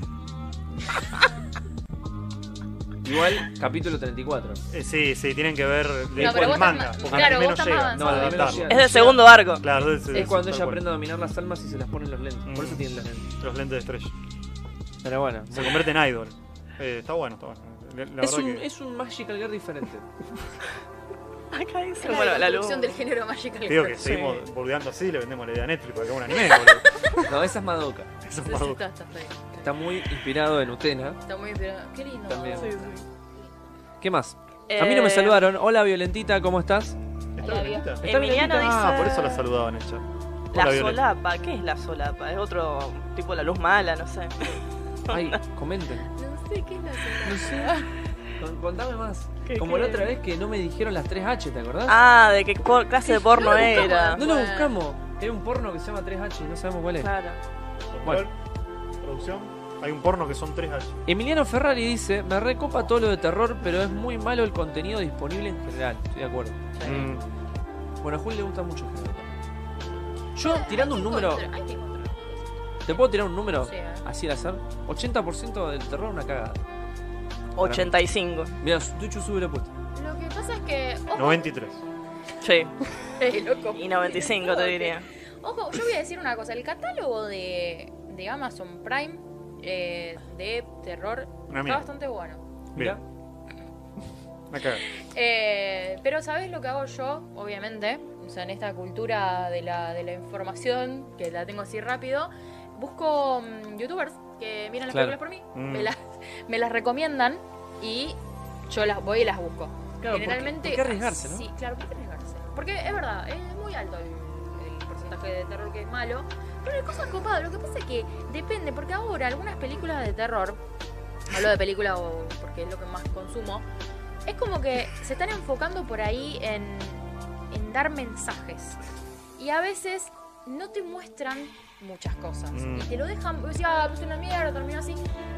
Igual, capítulo 34. Eh, sí, sí, tienen que ver de- No, pero el vos manga. estás ma- Porque claro, al anime vos no estás llega. más No, al anime no adaptarlo. llega. Es del segundo arco. Claro, es, Es cuando ella tal aprende a dominar las almas y se las pone en los lentes. Por eso Mm. tiene los lentes. cual. Los lentes de estrella. Pero bueno. Se convierte en idol. Eh, está bueno, está bueno. La, la Es verdad un, que. es un Magical Girl diferente. <laughs> Acá dice. Era de Bueno, la luz. construcción del género Magical Te digo Girl. <laughs> que seguimos bordeando así, le vendemos la idea a Netflix para que haga un anime, boludo. No, esa es Madoka. Es un Sí, sí, bardo. está, está, está bien. Está muy inspirado en Utena. Está muy bien. Qué lindo. También. Sí, ¿Qué más? A mí no me Eh, saludaron. Hola Violentita, ¿cómo estás? ¿Está Ahí Violentita? había. Emiliano Ah, dice- por eso la saludaban en el chat. La Hola, Violeta. solapa, ¿qué es la solapa? Es otro tipo la luz mala, no sé. Ay, comenten. No sé qué es la sola. No sé. <laughs> Con- Contame más. ¿Qué Como la quieren? otra vez que no me dijeron las 3H, ¿te acordás? Ah, de qué por- clase de porno era. no lo bueno. buscamos. Hay un porno que se llama 3H y no sabemos cuál es. Claro. Bueno. Producción. Hay un porno que son 3H. Emiliano Ferrari dice, me recopa todo lo de terror, pero es muy malo el contenido disponible en general. Estoy de acuerdo. Mm, Bueno, a Juli le gusta mucho el género. Yo Hay que tirando un número, encontrar- hay que encontrar cosas. ¿te puedo tirar un número? Sí, ¿eh? a ver. Así al azar. 80% del terror una cagada. 85. Mira, Tuchu sube la apuesta. Lo que pasa es que. Ojo, <laughs> 93. Sí. Eh, loco. Y 95 te diría. Ojo, yo voy a decir una cosa. El catálogo de, de Amazon Prime eh, de terror Una está mierda. bastante bueno. Mira. Bien. Una cagada. Eh, pero ¿sabés lo que hago yo? Obviamente. O sea, en esta cultura de la, de la información, que la tengo así rápido, busco mm, youtubers que miran las Claro. películas por mí. Mm. Me, las, me las recomiendan y yo las voy y las busco. Claro, ¿por qué- Generalmente. por qué arriesgarse, no? Sí, claro, ¿por qué arriesgarse? Porque es verdad, es muy alto el, el porcentaje de terror que es malo. Pero hay cosas copadas. Lo que pasa es que depende, porque ahora algunas películas de terror, hablo de película o- porque es lo que más consumo, es como que se están enfocando por ahí en, en dar mensajes. Y a veces no te muestran muchas cosas. Mm. Y te lo dejan, vos decís, ah, pues una mierda, terminó así.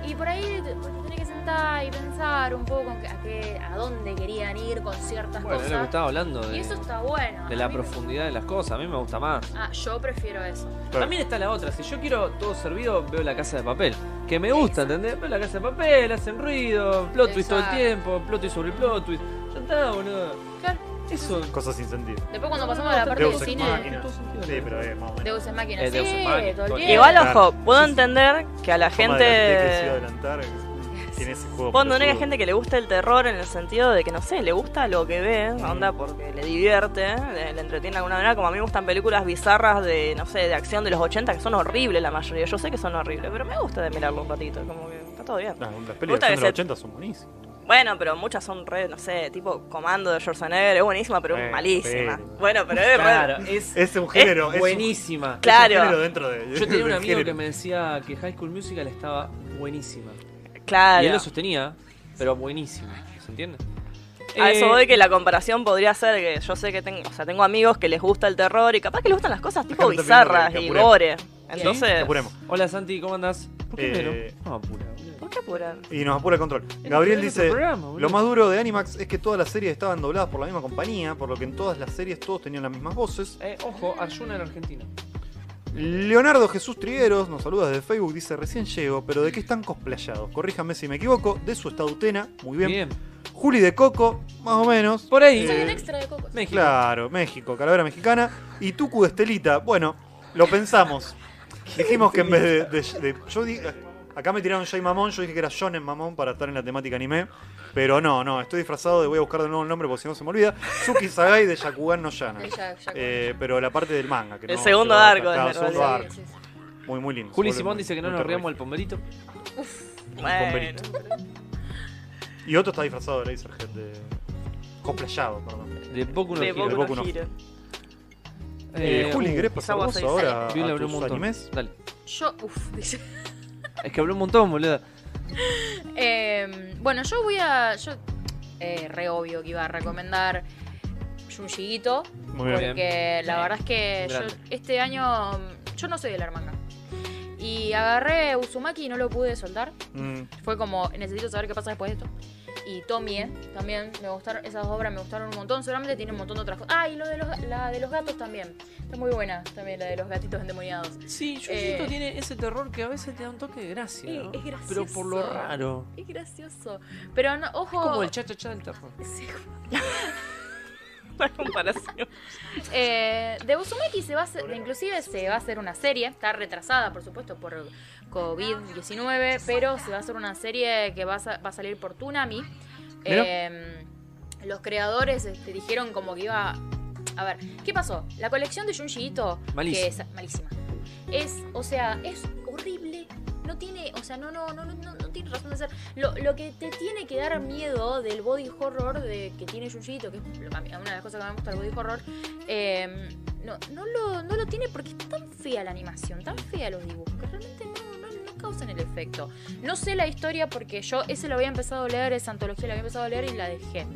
Y por ahí te, vos te tenés que sentar y pensar un poco en que- a, qué- a dónde querían ir con ciertas Bueno, era lo que cosas. estaba hablando de, Y eso está bueno. de A la mí- profundidad de las cosas. A mí me gusta más. Ah, yo prefiero eso. Claro. También está la otra. Si yo quiero todo servido, veo la casa de papel. Que me gusta, ¿entendés? Veo la casa de papel, hacen ruido, plot twist todo el Exacto. tiempo, plot twist sobre plot twist. Ya está, boludo. Claro. Eso. Cosas sin sentido. Después cuando pasamos a la parte Deus Ex de cine, Machina. Todo sentido. Sí, pero es más o menos. Deus Ex Machina, Eh, sí, Deus Ex Machina, todo el todo el tiempo. Igual, Claro. ojo, puedo entender que a la Forma de la gente que se iba a gente. adelantar. eh, Tiene ese juego. Puedo entender que hay pelotudo. gente que le gusta el terror en el sentido de que, no sé, le gusta lo que ve, Mm. onda, porque le divierte, le le entretiene de alguna manera. Como a mí me gustan películas bizarras de, no sé, de acción de los 80 que son horribles la mayoría. Yo sé que son horribles, pero me gusta de mirarlo un ratito, como que está todo bien. Las, las pelis gusta de que los se- 80 son buenísimas. Bueno, pero muchas son re, no sé, tipo Comando de Schwarzenegger, es buenísima, pero es Bueno, malísima. pero- Bueno, pero es re- Claro, es, Es un género. es buenísima. un- Es un, Claro. género dentro de. Yo tenía un <laughs> del amigo que género. me decía que High School Musical estaba buenísima. Claro. Y él lo sostenía, pero buenísima. ¿Se entiende? A eso Eh, voy que la comparación podría ser que yo sé que tengo, o sea, tengo amigos que les gusta el terror y capaz que les gustan las cosas tipo Déjame terminar de- bizarras que y apuremos. gore. Entonces, Apuremos. Hola Santi, ¿cómo andás? ¿Por qué Eh, mero? No, apura. boludo. ¿por qué apuran? Y nos apura el control. Gabriel Era otro dice: programa, boludo. Lo más duro de Animax es que todas las series estaban dobladas por la misma compañía, por lo que en todas las series todos tenían las mismas voces. Eh, ojo, Ayuna en Argentina. Leonardo Jesús Trigueros nos saluda desde Facebook, dice: Recién llego, pero ¿de qué están cosplayados? Corríjame si me equivoco. De su estadutena, muy bien. Juli de Coco, más o menos. Por ahí. Soy un Eh, extra de cocos. México. <laughs> Claro, México, calavera mexicana. Y Tucu de Estelita, bueno, lo pensamos. Dijimos que en vez de. de- de- yo di- acá me tiraron Jay Mamón, yo dije que era Shonen Mamón para estar en la temática anime. Pero no, no, estoy disfrazado de voy a buscar de nuevo el nombre porque si no se me olvida. Suki Sagai de Yakugan no Yana. De Yak- Yakugan. Eh, pero la parte del manga. Que El no- segundo que va- arco, claro, de el segundo verdad. arco. Sí, sí, sí. Muy, muy lindo. Se Juli vuelve Simón muy- dice que no muy nos riamos el terrorista. pomberito. pomberito. Y otro está disfrazado de Razorhead, de. cosplayado, perdón. De Boku no de Hero. Boku Boku no no Hero. Eh, Eh, Juli, uh, ¿querés pasar Isawa vos Seisei. ahora a Viola habló tus un montón. animes? Dale. Yo, uff, <laughs> dice. Es que habló un montón, boludo. Eh, bueno, yo voy a. Yo, eh, re obvio que iba a recomendar Junjiito. Muy bien. Porque la Sí. verdad es que yo Grande. este año. Yo no soy del manga. Y agarré Uzumaki y no lo pude soltar. Mm, Fue como, necesito saber qué pasa después de esto. Y Tomie también, me gustaron, esas dos obras me gustaron un montón. Seguramente tiene un montón de otras cosas. Ah, y lo de los, la de los gatos también. Está muy buena también la de los gatitos endemoniados. Sí, Jujutsu Eh. tiene ese terror que a veces te da un toque de gracia. Eh, ¿no? es Pero por lo gracioso. raro. Es gracioso. Pero no, ojo. Como el cha-cha-cha del <laughs> terror. Sí. La comparación. Eh, de Uzumaki se va a hacer- inclusive se va a hacer una serie, está retrasada por supuesto por COVID-19, pero se va a hacer una serie que va a, sa- va a salir por Toonami. Mira. Eh, los creadores este, dijeron como que iba... A ver, ¿qué pasó? La colección de Junji Ito, Malísima. que es malísima, es, o sea, es horrible. No tiene, o sea, no, no, no, no, no no tiene razón de ser. Lo, lo que te tiene que dar miedo del body horror de, que tiene Junji Ito, que es lo que a mí- una de las cosas que me gusta del body horror, eh, no, no, lo, no lo tiene porque es tan fea la animación, tan fea los dibujos, que realmente no, no, no causan el efecto. No sé la historia porque yo ese lo había empezado a leer, esa antología la había empezado a leer y la dejé.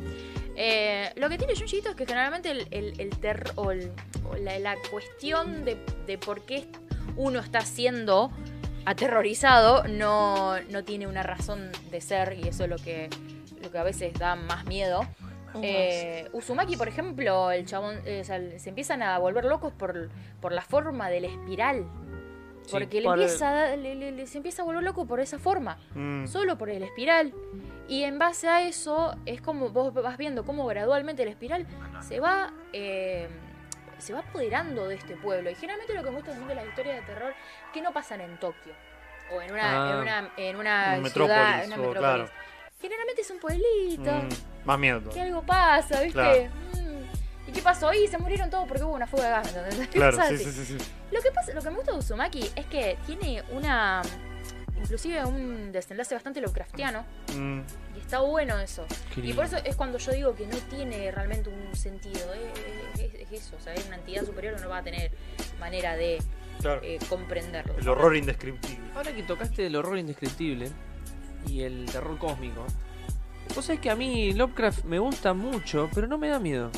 Eh, lo que tiene Junji Ito es que generalmente el, el, el ter- o el- o la, la cuestión de, de por qué uno está siendo aterrorizado no, no tiene una razón de ser y eso es lo que, lo que a veces da más miedo. Eh, Uzumaki, por ejemplo, el chabón, eh, o sea, se empiezan a volver locos por, por la forma del espiral. Sí, Porque le por el- empieza a dar- le- le- le- se empieza a volver loco por esa forma mm. solo por el espiral. Y en base a eso es como vos vas viendo cómo gradualmente el espiral se va eh, se va apoderando de este pueblo. Y generalmente lo que me gusta también de las historias de terror es que no pasan en Tokio o en una, Ah. en una, en una En ciudad, metrópolis, en una o, metrópolis. claro. Generalmente es un pueblito, Mm, Más miedo. que algo pasa, ¿viste? Claro. Mm. ¿Y qué pasó? Y se murieron todos porque hubo una fuga de gas, ¿entendés? <laughs> Claro, Cosas sí, así. sí, sí, sí. Lo que, pasa, lo que me gusta de Uzumaki es que tiene una. Inclusive un desenlace bastante Lovecraftiano. Mm, Y está bueno eso. Qué Y lindo. por eso es cuando yo digo que no tiene realmente un sentido. eh, Es, es eso. O sea, es una entidad superior que no va a tener manera de claro. eh, comprenderlo. El horror indescriptible. Ahora que tocaste el horror indescriptible y el terror cósmico, vos sabés que a mí Lovecraft me gusta mucho, pero no me da miedo.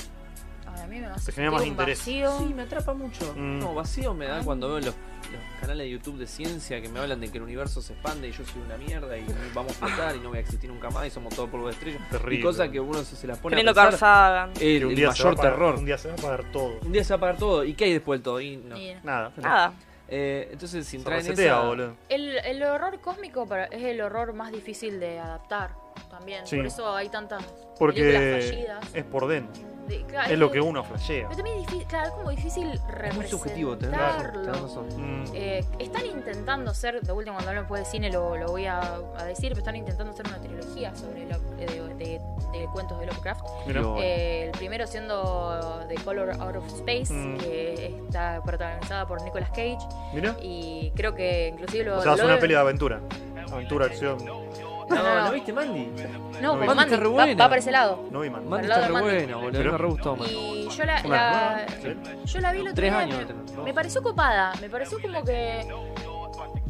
Ahora, a mí me va a Te sentir genera más un interés. vacío. Sí, me atrapa mucho. Mm. No, vacío me da Ah. cuando veo los, los canales de YouTube de ciencia que me hablan de que el universo se expande y yo soy una mierda y <laughs> vamos a flotar y no voy a existir nunca más y somos todo polvo de estrellas. Terrible. Y cosas que uno se, se las pone Queriendo a Carl pensar. Sagan. El, Que el día se va a mayor apagar- terror. Un día se va a pagar todo. Un día se va a apagar todo. ¿Y qué hay después del todo? Y no. Y Nada. Nada. Eh, entonces, sin Se entrar en resetea, esa... boludo. El, el horror cósmico para- es el horror más difícil de adaptar también. Sí. Por eso hay tantas películas Porque fallidas. es por dentro. De- claro, Es lo que uno flashea. Pero también es difícil, claro, es como difícil representarlo. Es muy subjetivo, tenés razón, tenés razón. Mm, Eh, están intentando ser, de último cuando hablamos después de cine lo, lo voy a, a decir, pero están intentando hacer una trilogía sobre Love- eh, de, de- de cuentos de Lovecraft. mirá. Lo- Bueno. Eh, el primero siendo The Color Out of Space, Mm. que está protagonizada por Nicolas Cage. Mirá. Y creo que inclusive lo... O sea, es lo- una peli de aventura. Aventura, acción. No, ¿no viste Mandy? No, pero Mandy Mandy está re va- va, buena. para ese lado. No vi man. Mandy Al está re lado de Mandy. buena, boludo. Pero- Me re gustó Mandy. Y yo la, Una- la- ¿sí? yo la vi el otro Tres día, años me- de tener. Me pareció copada, me pareció como que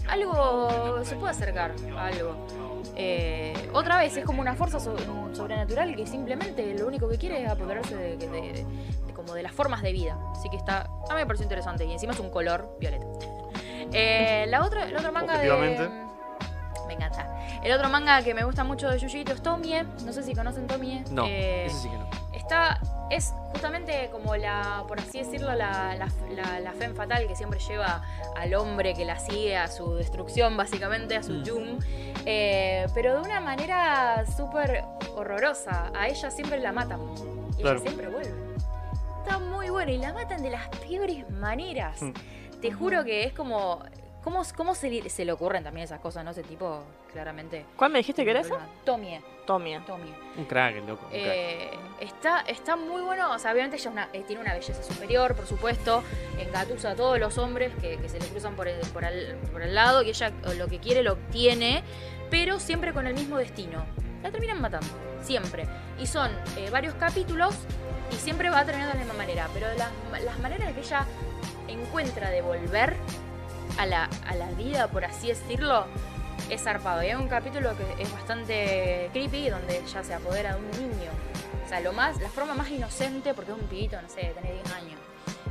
algo se puede acercar a algo. Eh, otra vez, es como una fuerza so- sobrenatural que simplemente lo único que quiere es apoderarse de, de- de- de- como de las formas de vida. Así que está, a mí me pareció interesante y encima es un color violeta. Eh, la otra, el otro manga de... Objetivamente. Me encanta. El otro manga que me gusta mucho de Yujito es Tomie. No sé si conocen Tomie. No, Eh, ese sí que no. Está, es justamente como la, por así decirlo, la, la, la, la femme fatal que siempre lleva al hombre que la sigue a su destrucción, básicamente, a su Mm. doom, eh, pero de una manera súper horrorosa. A ella siempre la matan y Claro. ella siempre vuelve. Está muy bueno y la matan de las peores maneras. Mm. Te juro que es como ¿Cómo, cómo se, le- se le ocurren también esas cosas, no? Ese tipo, claramente. ¿Cuál me dijiste que era esa? Tomie, Tomie. Tomie. Un crack, el loco. un crack. Eh, está, está muy bueno, o sea, obviamente ella es una- eh, tiene una belleza superior, por supuesto, engatusa a todos los hombres que, que se le cruzan por el, por, al- por el lado y ella eh, lo que quiere lo obtiene, pero siempre con el mismo destino. La terminan matando, siempre. Y son eh, varios capítulos y siempre va a terminar de la misma manera, pero las, las maneras que ella encuentra de volver a la, a la vida, por así decirlo, es zarpado. Y hay un capítulo que es bastante creepy, donde ella se apodera de un niño. O sea, lo más, la forma más inocente, porque es un pibito, no sé, tiene 10 años.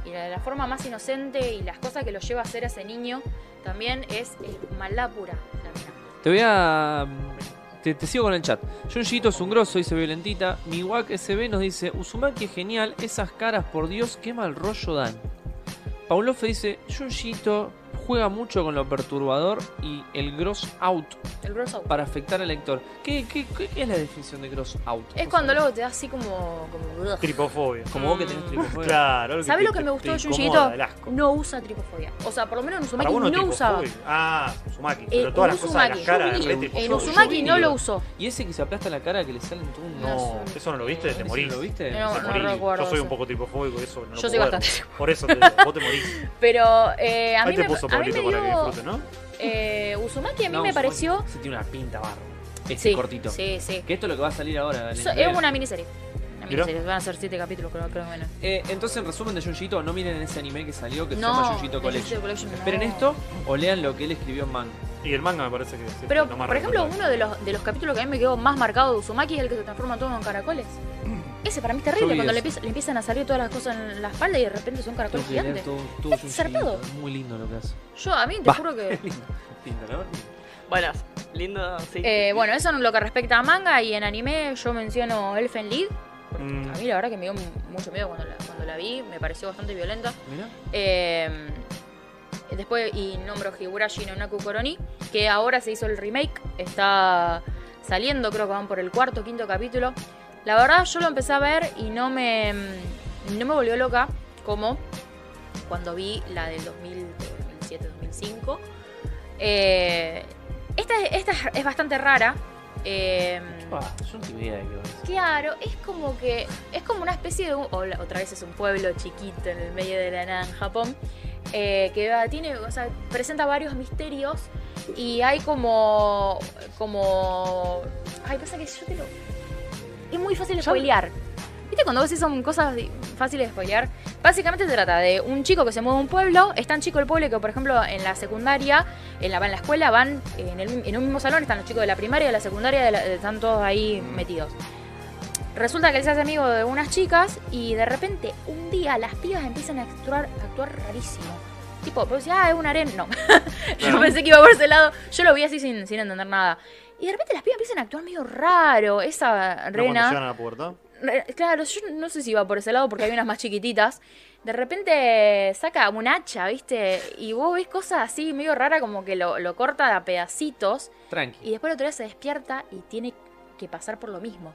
Y la, la forma más inocente y las cosas que lo lleva a hacer a ese niño también es eh, maldad pura. la mina. Te voy a. Te, te sigo con el chat. Junjiito es un grosso, dice Violentita. Miwak SB nos dice: Uzumaki es genial, esas caras, por Dios, qué mal rollo dan. Paulofe dice: Junjiito juega mucho con lo perturbador y el gross out El gross out. para afectar al lector. ¿Qué, qué, qué- qué es la definición de gross out? Es cuando luego te da así como. como Tripofobia. Como vos que tenés tripofobia. Mm. Claro. algo ¿Sabés te- lo que me gustó de te Junjiito? incomoda, el asco. No usa tripofobia. O sea, por lo menos en Para Uzumaki vos no, no es usaba. tripofobia. Ah, Uzumaki. Eh, Pero todas las cosas de Uzumaki. las caras. Yo re vi- tripofobia. En Yo- yo vi Uzumaki no digo- lo usó. Y ese que se aplasta la cara que le salen todo un. No, eso no lo viste, te ¿Ese morís. ¿Lo viste? No, Te no morís. recuerdo Yo soy un eso. poco tripofóbico, eso no lo Yo soy puedo ver. bastante. Por eso te digo, vos te <laughs> morís. Pero eh, a, Ahí mí te me, puso a mí me Pablito para que dio. disfrutes, ¿no? Eh, Uzumaki a mí No, me Uzumaki pareció. Se tiene una pinta barro. Este Sí, cortito. sí, sí. Que esto es lo que va a salir ahora. en So- enero. es una miniserie. Una Mirá. miniserie. Van a ser siete capítulos, creo, creo que menos. Eh, entonces, en resumen de Junjito, no miren ese anime que salió que se No, este llama Junjito de Collection. Jujutsu Collection no. Esperen esto o lean lo que él escribió en manga. Y el manga me parece que es Pero, lo más por ejemplo, recomendable. uno de los, de los capítulos que a mí me quedó más marcado de Uzumaki es el que se transforma todo <clears throat> en caracoles. Ese para mí es Yo terrible, vi cuando le, eso. empieza- le empiezan a salir todas las cosas en la espalda y de repente Tengo son caracoles que leer gigantes. todo, todo Es zarpado. Junjito. Es muy lindo lo que hace. Yo, a mí te Bah. juro <laughs> que... Lindo, ¿no? Bueno, lindo, sí. Eh, bueno, eso en lo que respecta a manga y en anime yo menciono Elfen Lied. porque Mm. A mí la verdad que me dio mu- mucho miedo cuando la, cuando la vi, me pareció bastante violenta. Mirá. Eh, después, y nombro Higurashi no Naku Koroni, que ahora se hizo el remake, está saliendo, creo que van por el cuarto, quinto capítulo. La verdad, yo lo empecé a ver y no me, mm, no me volvió loca como cuando vi la del 2000, 2007, 2005. Eh, esta, esta es bastante rara. Eh, Ah, yo no tengo idea de qué va a ser. Claro, es como que. Es como una especie de. un- o la- otra vez es un pueblo chiquito en el medio de la nada en Japón. eh, que va- tiene. O sea, presenta varios misterios. Y hay como. Como. Ay, pasa que yo te lo. Es muy fácil de spoilear. ¿Viste cuando vos decís son cosas di- fáciles de spoilear? Básicamente se trata de un chico que se mueve a un pueblo. Es tan chico el pueblo que, por ejemplo, en la secundaria, en la, en la escuela, van en, el- en un mismo salón. Están los chicos de la primaria, de la secundaria, de la- están todos ahí metidos. Resulta que él se hace amigo de unas chicas y de repente un día las pibas empiezan a actuar, a actuar rarísimo. Tipo, pues ah, es un arena. No. <laughs> Yo pensé que iba por ese lado. Yo lo vi así sin, sin entender nada. Y de repente las pibas empiezan a actuar medio raro. Esa ¿No cuando rena. llegan a la puerta? Re- Claro, yo no sé si va por ese lado porque hay unas más chiquititas. De repente saca un hacha, ¿viste? Y vos ves cosas así medio rara como que lo, lo corta a pedacitos. Tranqui. Y después el otro día se despierta y tiene que pasar por lo mismo.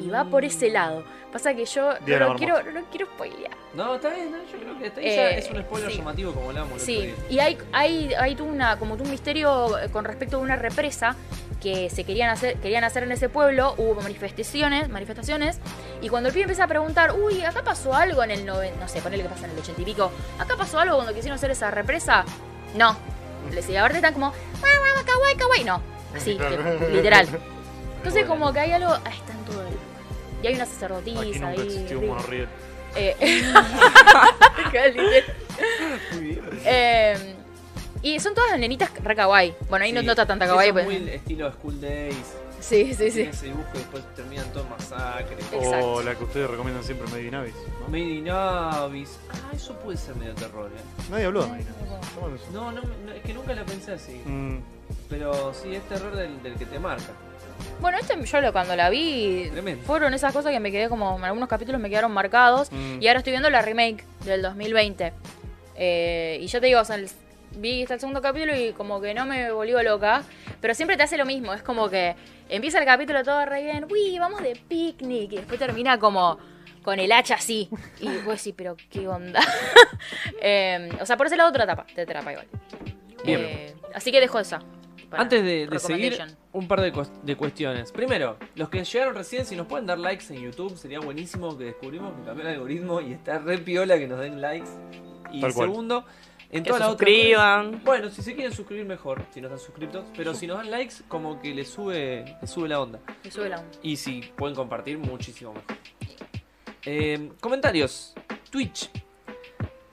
Y va por ese lado. Pasa que yo no Diana lo quiero, Barbosa. no lo quiero spoilear. No, está bien, no, yo creo que hasta ahí ya Eh, es un spoiler sí. llamativo como hablábamos el Sí, otro día. y hay, hay, hay tú una, como tú un misterio eh, con respecto a una represa que se querían hacer, querían hacer en ese pueblo, hubo manifestaciones, manifestaciones, y cuando el pibe empieza a preguntar, uy, acá pasó algo en el 90, no sé, ponele que pasa en el 80 y pico, acá pasó algo cuando quisieron hacer esa represa, no, le decía, ahorita están como, "Guau, guau, kawaii, kawaii", no, <laughs> así, te- literal. Entonces como que hay algo, ahí están todo el- y hay una sacerdotisa Aquí nunca ahí. existió un monorriel. Eh, <laughs> Qué literal. Eh, y son todas nenitas re kawaii. Bueno, ahí no Sí. nota tanta Eso kawaii. es pues. muy estilo School Days. Sí, sí, sí. Tiene ese dibujo y después terminan todo en masacre. Exacto. O la que ustedes recomiendan siempre, Medinavis. ¿no? Made in Abyss. Ah, eso puede ser medio terror, eh. Nadie habló de Medinavis. ¿Cómo es eso? No, no, no, es que nunca la pensé así. Mm, Pero sí, es terror del, del que te marca. Bueno, esta yo lo- cuando la vi, Tremendo. fueron esas cosas que me quedé como, en algunos capítulos me quedaron marcados. mm. Y ahora estoy viendo la remake del 2020. Eh, y ya te digo, o sea, el- vi hasta el segundo capítulo y como que no me volvió loca. Pero siempre te hace lo mismo. Es como que empieza el capítulo todo re bien. Uy, vamos de picnic. Y después termina como con el hacha así. Y <laughs> Em, vos decís, pero qué onda. Eh, o sea, por ese lado otra tapa, te atrapa igual. Bien. Eh, así que dejo esa. para Antes de, de seguir, recommendation. un par de, cues- de cuestiones. Primero, los que llegaron recién, si nos pueden dar likes en YouTube, sería buenísimo que descubrimos que cambió el algoritmo y está re piola que nos den likes. Y Tal cual. segundo, en Que se todas las otras suscriban. Bueno, si se quieren suscribir mejor, si no están suscritos, pero si nos dan likes, como que les sube, les sube la onda. Me sube la onda. Y si pueden compartir, muchísimo mejor. Eh, comentarios. Twitch.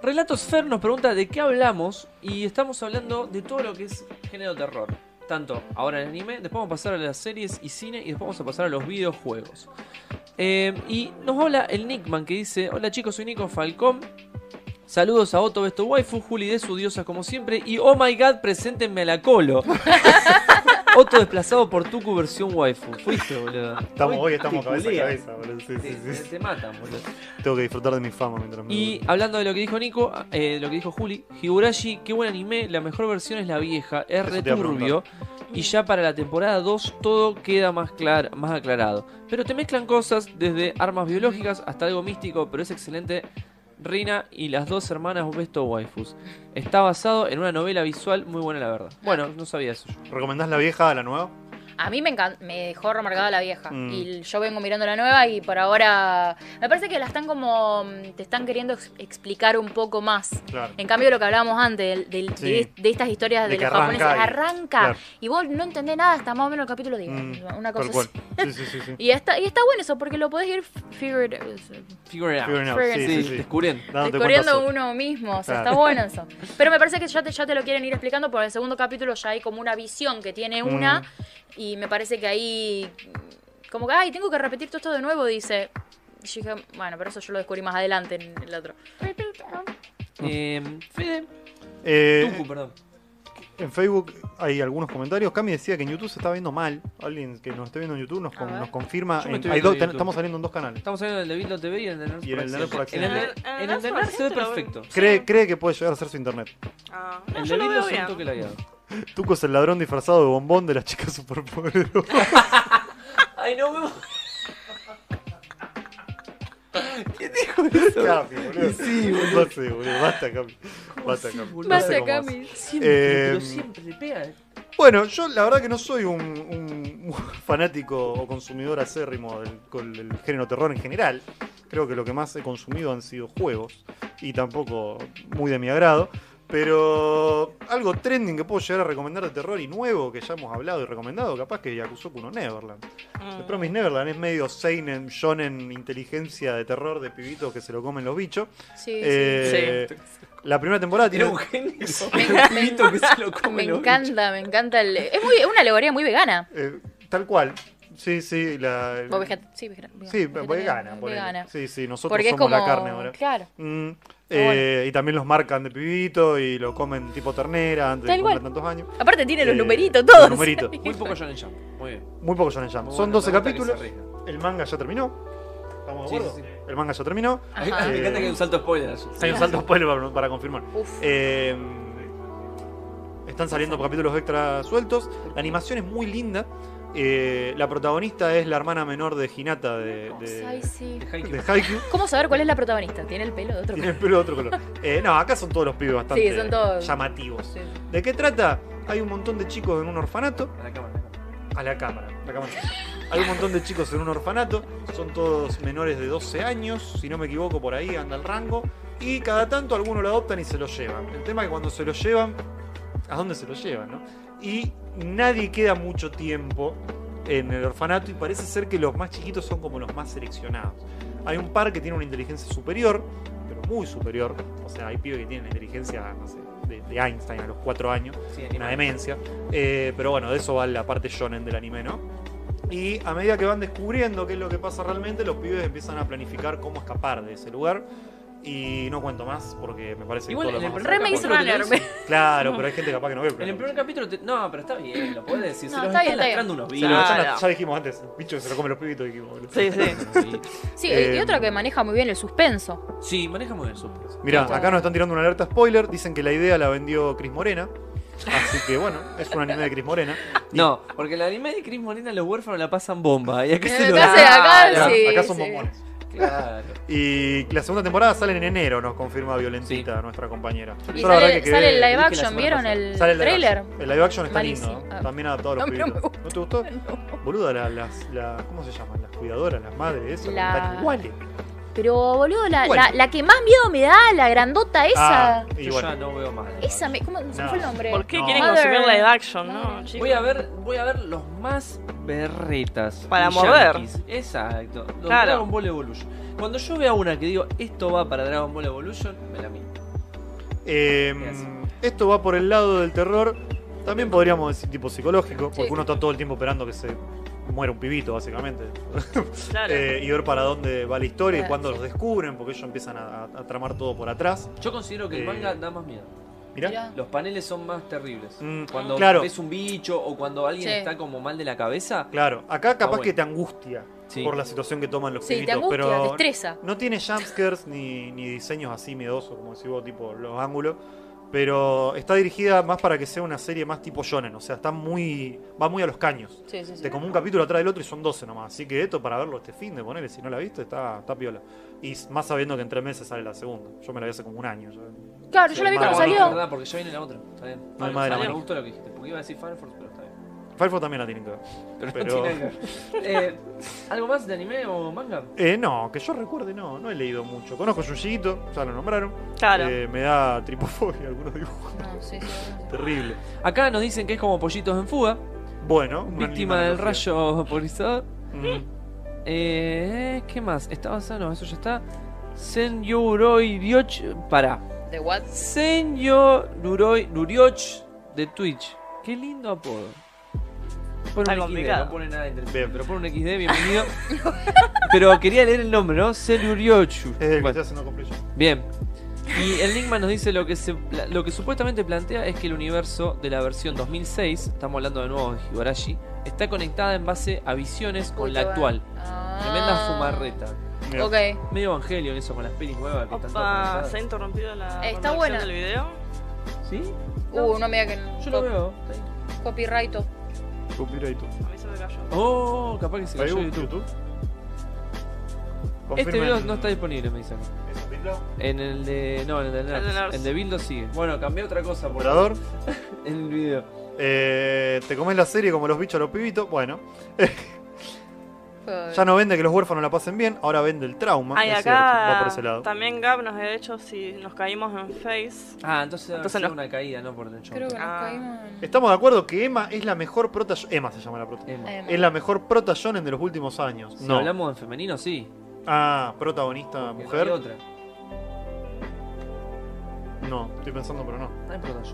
Relatos Fer nos pregunta de qué hablamos y estamos hablando de todo lo que es género terror. Tanto ahora en anime, después vamos a pasar a las series y cine y después vamos a pasar a los videojuegos. Eh, y nos habla el Nickman que dice, hola chicos, soy Nico Falcón. Saludos a Otto Besto Waifu, Juli de su diosa como siempre y oh my god, preséntenme a la colo. Otto desplazado por Tuku versión waifu. Fuiste, boludo. Estamos, hoy estamos te cabeza a culeas. cabeza, boludo. Sí, sí, Te, sí, sí. te matan, boludo. Tengo que disfrutar de mi fama mientras me. Y hablando de lo que dijo Nico, eh, de lo que dijo Juli, Higurashi, qué buen anime, la mejor versión es la vieja, es Eso te re iba a turbio. Y ya para la temporada 2 todo queda más, clar- más aclarado. Pero te mezclan cosas desde armas biológicas hasta algo místico, pero es excelente. Rina y las dos hermanas Besto Waifus. Está basado en una novela visual muy buena, la verdad. Bueno, no sabía eso yo. ¿Recomendás la vieja a la nueva? A mí me, encan- me dejó remarcada la vieja. Mm. Y yo vengo mirando la nueva y por ahora. Me parece que la están como. mm, Te están queriendo ex- explicar un poco más. Claro. En cambio, lo que hablábamos antes, del- del- Sí. de, de estas historias de, De que los arranca japoneses, y- arranca claro. y vos no entendés nada hasta más o menos el capítulo 10. Mm, una Tal cosa cual. así. Sí, sí, sí. sí. <laughs> Y está, y está bueno eso, porque lo podés ir figured, eh, Figure it out. Figuring out, Sí, Sí, sí, sí. descubren. Dándote cuenta descubriendo sobre- uno mismo. O Claro. sea, está bueno eso. Pero me parece que ya te, ya te lo quieren ir explicando, porque en el segundo capítulo ya hay como una visión que tiene una, Mm. y me parece que ahí. Como que, ay, tengo que repetir todo esto de nuevo, dice. Y yo dije, bueno, pero eso yo lo descubrí más adelante en el otro. Eh, Fede, Eh, Tuku, perdón. En Facebook hay algunos comentarios. Cami decía que en YouTube se está viendo mal. Alguien que nos esté viendo en YouTube nos, A con- ver. nos confirma. Yo me En- estoy hay viendo dos- en ten- YouTube. estamos saliendo en dos canales. Estamos hablando del de Bildo TV y en el Y en el Nerd por En el, accidente. en el de Nerd se ve Accidente, perfecto. Cree, cree que puede llegar a ser su internet. Ah, no, El yo de lo Bildo veo es un bien. toque lagueado. Tuco es el ladrón disfrazado de bombón de las chicas superpoderosas. <laughs> Ay, no me. Cami, boludo. Sí, boludo. Basta, boludo. Basta, Cami. Basta, Cami. boludo? No Basta, sé cómo hace. Siempre, Eh, pero siempre le pega. Bueno, yo la verdad que no soy un, un <laughs> fanático o consumidor acérrimo del, con el género terror en general. Creo que lo que más he consumido han sido juegos y tampoco muy de mi agrado. Pero algo trending que puedo llegar a recomendar de terror y nuevo que ya hemos hablado y recomendado, capaz que Yakusoku no Neverland. Ah. Mm. The Promise Neverland es medio seinen, shonen, inteligencia de terror de pibitos que se lo comen los bichos. Sí, Eh, La primera temporada tiene... <laughs> Tiene un genio. me- Un pito que se lo sí. Me come los encanta, me encanta. El, es, muy, es una alegoría muy vegana. eh, tal cual. Sí, sí. La, O veget- sí, vegana. Sí, vegana, ponele. Vegana. Sí, sí, nosotros Porque es somos como. la carne ahora. Claro. Mm, eh, Y también los marcan de pibito y lo comen tipo ternera antes Tal de cual. cumplir tantos años. Aparte tiene los Eh, numeritos los todos. <laughs> numeritos. Muy poco John Jump. Muy bien. Muy poco Shonen Jump. Muy Son 12 bueno, me gusta que se capítulos. arriesga. El manga ya terminó. ¿Estamos de Sí, acuerdo? sí, El manga ya terminó. A Ah. mí- a mí Me Eh, encanta que hay un salto spoiler. Hay un salto spoiler para, para confirmar. Uf. Eh, están saliendo capítulos extra sueltos. La animación es muy linda. Eh, la protagonista es la hermana menor de Hinata de, Ay, de, sí. De Haikyuu. de Haikyuu. ¿Cómo saber cuál es la protagonista? Tiene el pelo de otro Tiene el pelo de otro color. Eh, no, acá son todos los pibes bastante Sí, son todos. llamativos. color. ¿De qué trata? Hay un montón de chicos en un orfanato. A la cámara. A la cámara. la cámara. Hay un montón de chicos en un orfanato. Son todos menores de 12 años. Si no me equivoco, por ahí anda el rango. Y cada tanto algunos lo adoptan y se lo llevan. El tema es que cuando se lo llevan, ¿a dónde se lo llevan? No? Y nadie queda mucho tiempo en el orfanato y parece ser que los más chiquitos son como los más seleccionados. Hay un par que tiene una inteligencia superior, pero muy superior. O sea, hay pibes que tienen la inteligencia, no sé, de, de Einstein a los 4 años Sí, una animal. demencia. Eh, pero bueno, de eso va la parte shonen del anime, ¿no? Y a medida que van descubriendo qué es lo que pasa realmente, los pibes empiezan a planificar cómo escapar de ese lugar. Y no cuento más porque me parece Igual que todo en lo el demás primer es Re Maze capítulo te Runner, dicen- Claro, pero hay gente capaz que no ve. En el primer capítulo te... No, pero está bien, lo podés decir. No, se los están está bien, está bien. lastrando unos Se lo bichos. Ah, están- no. Ya dijimos antes, bicho que se lo comen los pibitos dijimos, boludo. Sí, sí. Sí, Eh, y otro que maneja muy bien el suspenso. Sí, maneja muy bien el suspense. Mirá, Está acá nos están tirando una alerta spoiler, dicen que la idea la vendió Cris Morena. Así que bueno, es un anime de Cris <laughs> Morena. No, <laughs> Eh, porque el anime de Chris Morena los huérfanos la pasan bomba. Y acá se lo Acá, se- acá Claro, Ah, sí, Ah, acá son sí. bombones. Claro. Y la segunda temporada sale en enero, nos confirma Violentita, Sí. nuestra compañera. Y Yo la verdad sale, que sale quedé- el live dije la action, semana ¿vieron pasada. el Sale el live trailer? action. El live action está Malísimo. lindo, ¿no? Ah. También adaptado a los No, no pibitos. me gusta. ¿No te gustó? Boluda, la- las, la- ¿cómo se llaman? Las cuidadoras, las madres, esas. La- están iguales. Pero boludo, la, Bueno. la, la que más miedo me da, la grandota esa. Ah, Yo igual. ya no veo más. la Esa me. ¿Cómo se me No. fue el nombre? ¿Por qué No. quieren Mother. consumir live action? No. No, chicos. Voy a ver, voy a ver los más berretas. Para y mover. yankees. Exacto. Los Claro. Dragon Ball Evolution. Cuando yo vea una que digo, esto va para Dragon Ball Evolution, me la miro. Eh, Gracias. esto va por el lado del terror. También podríamos decir tipo psicológico, porque uno está todo el tiempo esperando que se muera un pibito, básicamente. <laughs> Claro. Eh, y ver para dónde va la historia y Ah, cuándo sí. los descubren, porque ellos empiezan a, a- a tramar todo por atrás. Yo considero que Eh. el manga da más miedo. Mirá. Mirá. Los paneles son más terribles. Mm, Cuando claro. ves un bicho o cuando alguien Sí. está como mal de la cabeza. Claro, acá capaz bueno. que te angustia Sí. por la situación que toman los Sí, te pibitos, angustia, pero te estresa. no tiene jumpscares ni, ni diseños así miedosos, como decís vos, tipo los ángulos. Pero está dirigida más para que sea una serie más tipo shonen, o sea, está muy va muy a los caños. Sí, sí, sí. Te como un capítulo atrás del otro y son 12 nomás. Así que esto para verlo este fin de ponerle, si no la viste, está, está piola. Y más sabiendo que en tres meses sale la segunda. Yo me la vi hace como un año. ya. Claro, yo la vi Mal, cuando mal, Es salió. verdad, porque ya viene la otra. Está bien. No hay más de la Salió, mano. Me gustó lo que dijiste. Porque iba a decir Final Force, pero está bien. Firefox también la tienen que ver. Pero, Pero- no tiene nada que ver. Eh, ¿Algo más de anime o manga? Eh, no, que yo recuerde, no, no he leído mucho. Conozco Yuyito, ya lo nombraron. Claro. Eh, me da tripofobia <laughs> algunos dibujos. No, sí, sí, sí. Terrible. Acá nos dicen que es como pollitos en fuga. Bueno, una Víctima del analogía. rayo polarizador. Mm, Eh, ¿Qué más? Está basado, no, eso ya está. Senyuroi Ryoch. Pará. ¿De what? Senyoruroi Rurioch de Twitch. Qué lindo apodo. Pone Está un complicado. XD, no pone nada interesante. Bien. Pero pone un XD, bienvenido. pero quería leer el nombre, ¿no? Senyoruriochu. Es el que Bueno. está haciendo completion. Bien. Y el Ligma nos dice lo que se pla- lo que supuestamente plantea es que el universo de la versión 2006, estamos hablando de nuevo de Higurashi, está conectada en base a visiones con la actual. Tremenda Ah. fumarreta. Mira, Ok. Medio evangelio en eso con las pelis nuevas que están Opa, todas se ha conectadas. interrumpido la Está reproducción buena. del video. ¿Sí? Uh, no me diga que. Yo lo veo. está ahí. Copyright. copyright. A mí se me cayó. Oh, capaz que se cayó Facebook, YouTube. YouTube. Este Confirmen- video no está disponible, me dicen. ¿Es un título? En el de. No, en el de El de Nerds. Nerds. El de Bildo sigue. Bueno, cambié otra cosa por Operador. en el video. Eh, te comes la serie como los bichos a los pibitos. Bueno, eh, ya no vende que los huérfanos la pasen bien, ahora vende el trauma. Ay, es acá cierto, va por ese lado. también Gab nos ha hecho si nos caímos en Face. Ah, entonces, Entonces entonces no. una caída, no por el chongo. Creo que nos Ah. caímos en. Estamos de acuerdo que Emma es la mejor prota. Emma se llama la prota. Emma. Emma. Es la mejor prota shonen de los últimos años. Si no. hablamos en femenino, sí. Ah, protagonista Porque no mujer. hay otra. No, estoy pensando, pero no. No importa yo.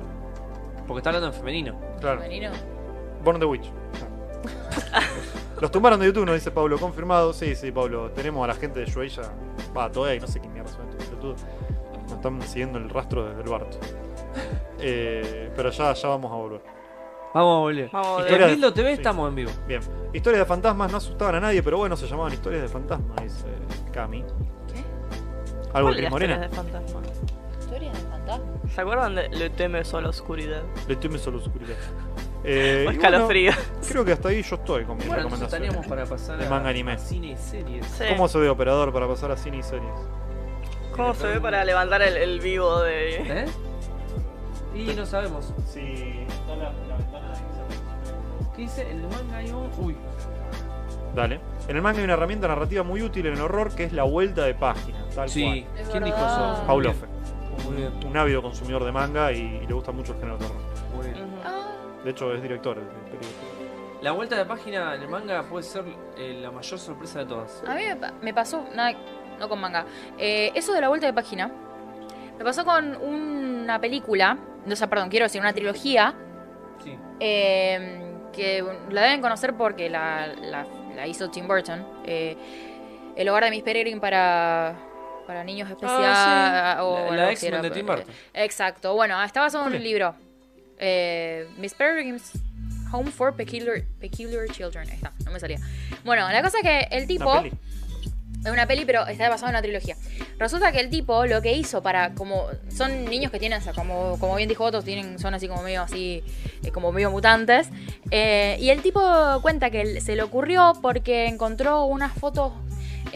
Porque está hablando en femenino. Claro. Menino. Born the Witch. Los tumbaron de YouTube, nos dice Pablo. Confirmado. Sí, sí, Pablo. Tenemos a la gente de Shueisha. Va, todavía y no sé quién mierda son estos pelotudos. Nos están siguiendo el rastro desde el Barto. Eh, pero ya, ya vamos a volver. Vamos a volver. Vamos a En volver. Historia de- Bildo TV sí. estamos en vivo. Bien. Historias de fantasmas no asustaban a nadie, pero bueno, se llamaban historias de fantasmas, dice Cami. ¿Qué? Algo de ¿Cuál de Cris las Morena. tres de fantasma? Historia de fantasma. ¿Se acuerdan de Le temes a la oscuridad? Le teme solo oscuridad. Eh, o y bueno, escalofrío. creo que hasta ahí yo estoy con mis Bueno, entonces recomendaciones. estaríamos para pasar De a, manga anime. a cine y series. Sí. ¿Cómo se ve operador para pasar a cine y series? ¿Cómo se ve para levantar el, el vivo de.? ¿Eh? Y no sabemos. Sí, está la, ventana ¿Qué dice? El manga hay un... Uy. Dale. En el manga hay una herramienta narrativa muy útil en el horror que es la vuelta de página. Tal Sí. cual. Es ¿Quién dijo verdad. eso? Paulo Fe, Muy bien. un ávido consumidor de manga y, y le gusta mucho el género de horror. Muy bien. Ujú. Ah, De hecho, es director. del periódico. La vuelta de página en el manga puede ser eh, la mayor sorpresa de todas. a mí me, pa- me pasó. Nada, no con manga. Eh, eso de la vuelta de página. Me pasó con una película. O sea, perdón, quiero decir, una trilogía. Sí. eh, que la deben conocer porque la, la- la hizo Tim Burton. eh, el hogar de Miss Peregrine para, para niños especiales. Ah, o La- algo la así X-Men era, de Tim pero- Burton. Exacto. Bueno, está basado en ¿Cuál un libro. Eh, Miss Peregrine's Home for Peculiar, Peculiar Children. Ahí está, no me salía. Bueno, la cosa es que el tipo... Una peli. Es una peli, pero está basada en una trilogía. Resulta que el tipo lo que hizo para, como, son niños que tienen, o sea, como, como bien dijo otros, tienen, son así como medio así, eh, como medio mutantes. Eh, y el tipo cuenta que se le ocurrió porque encontró unas fotos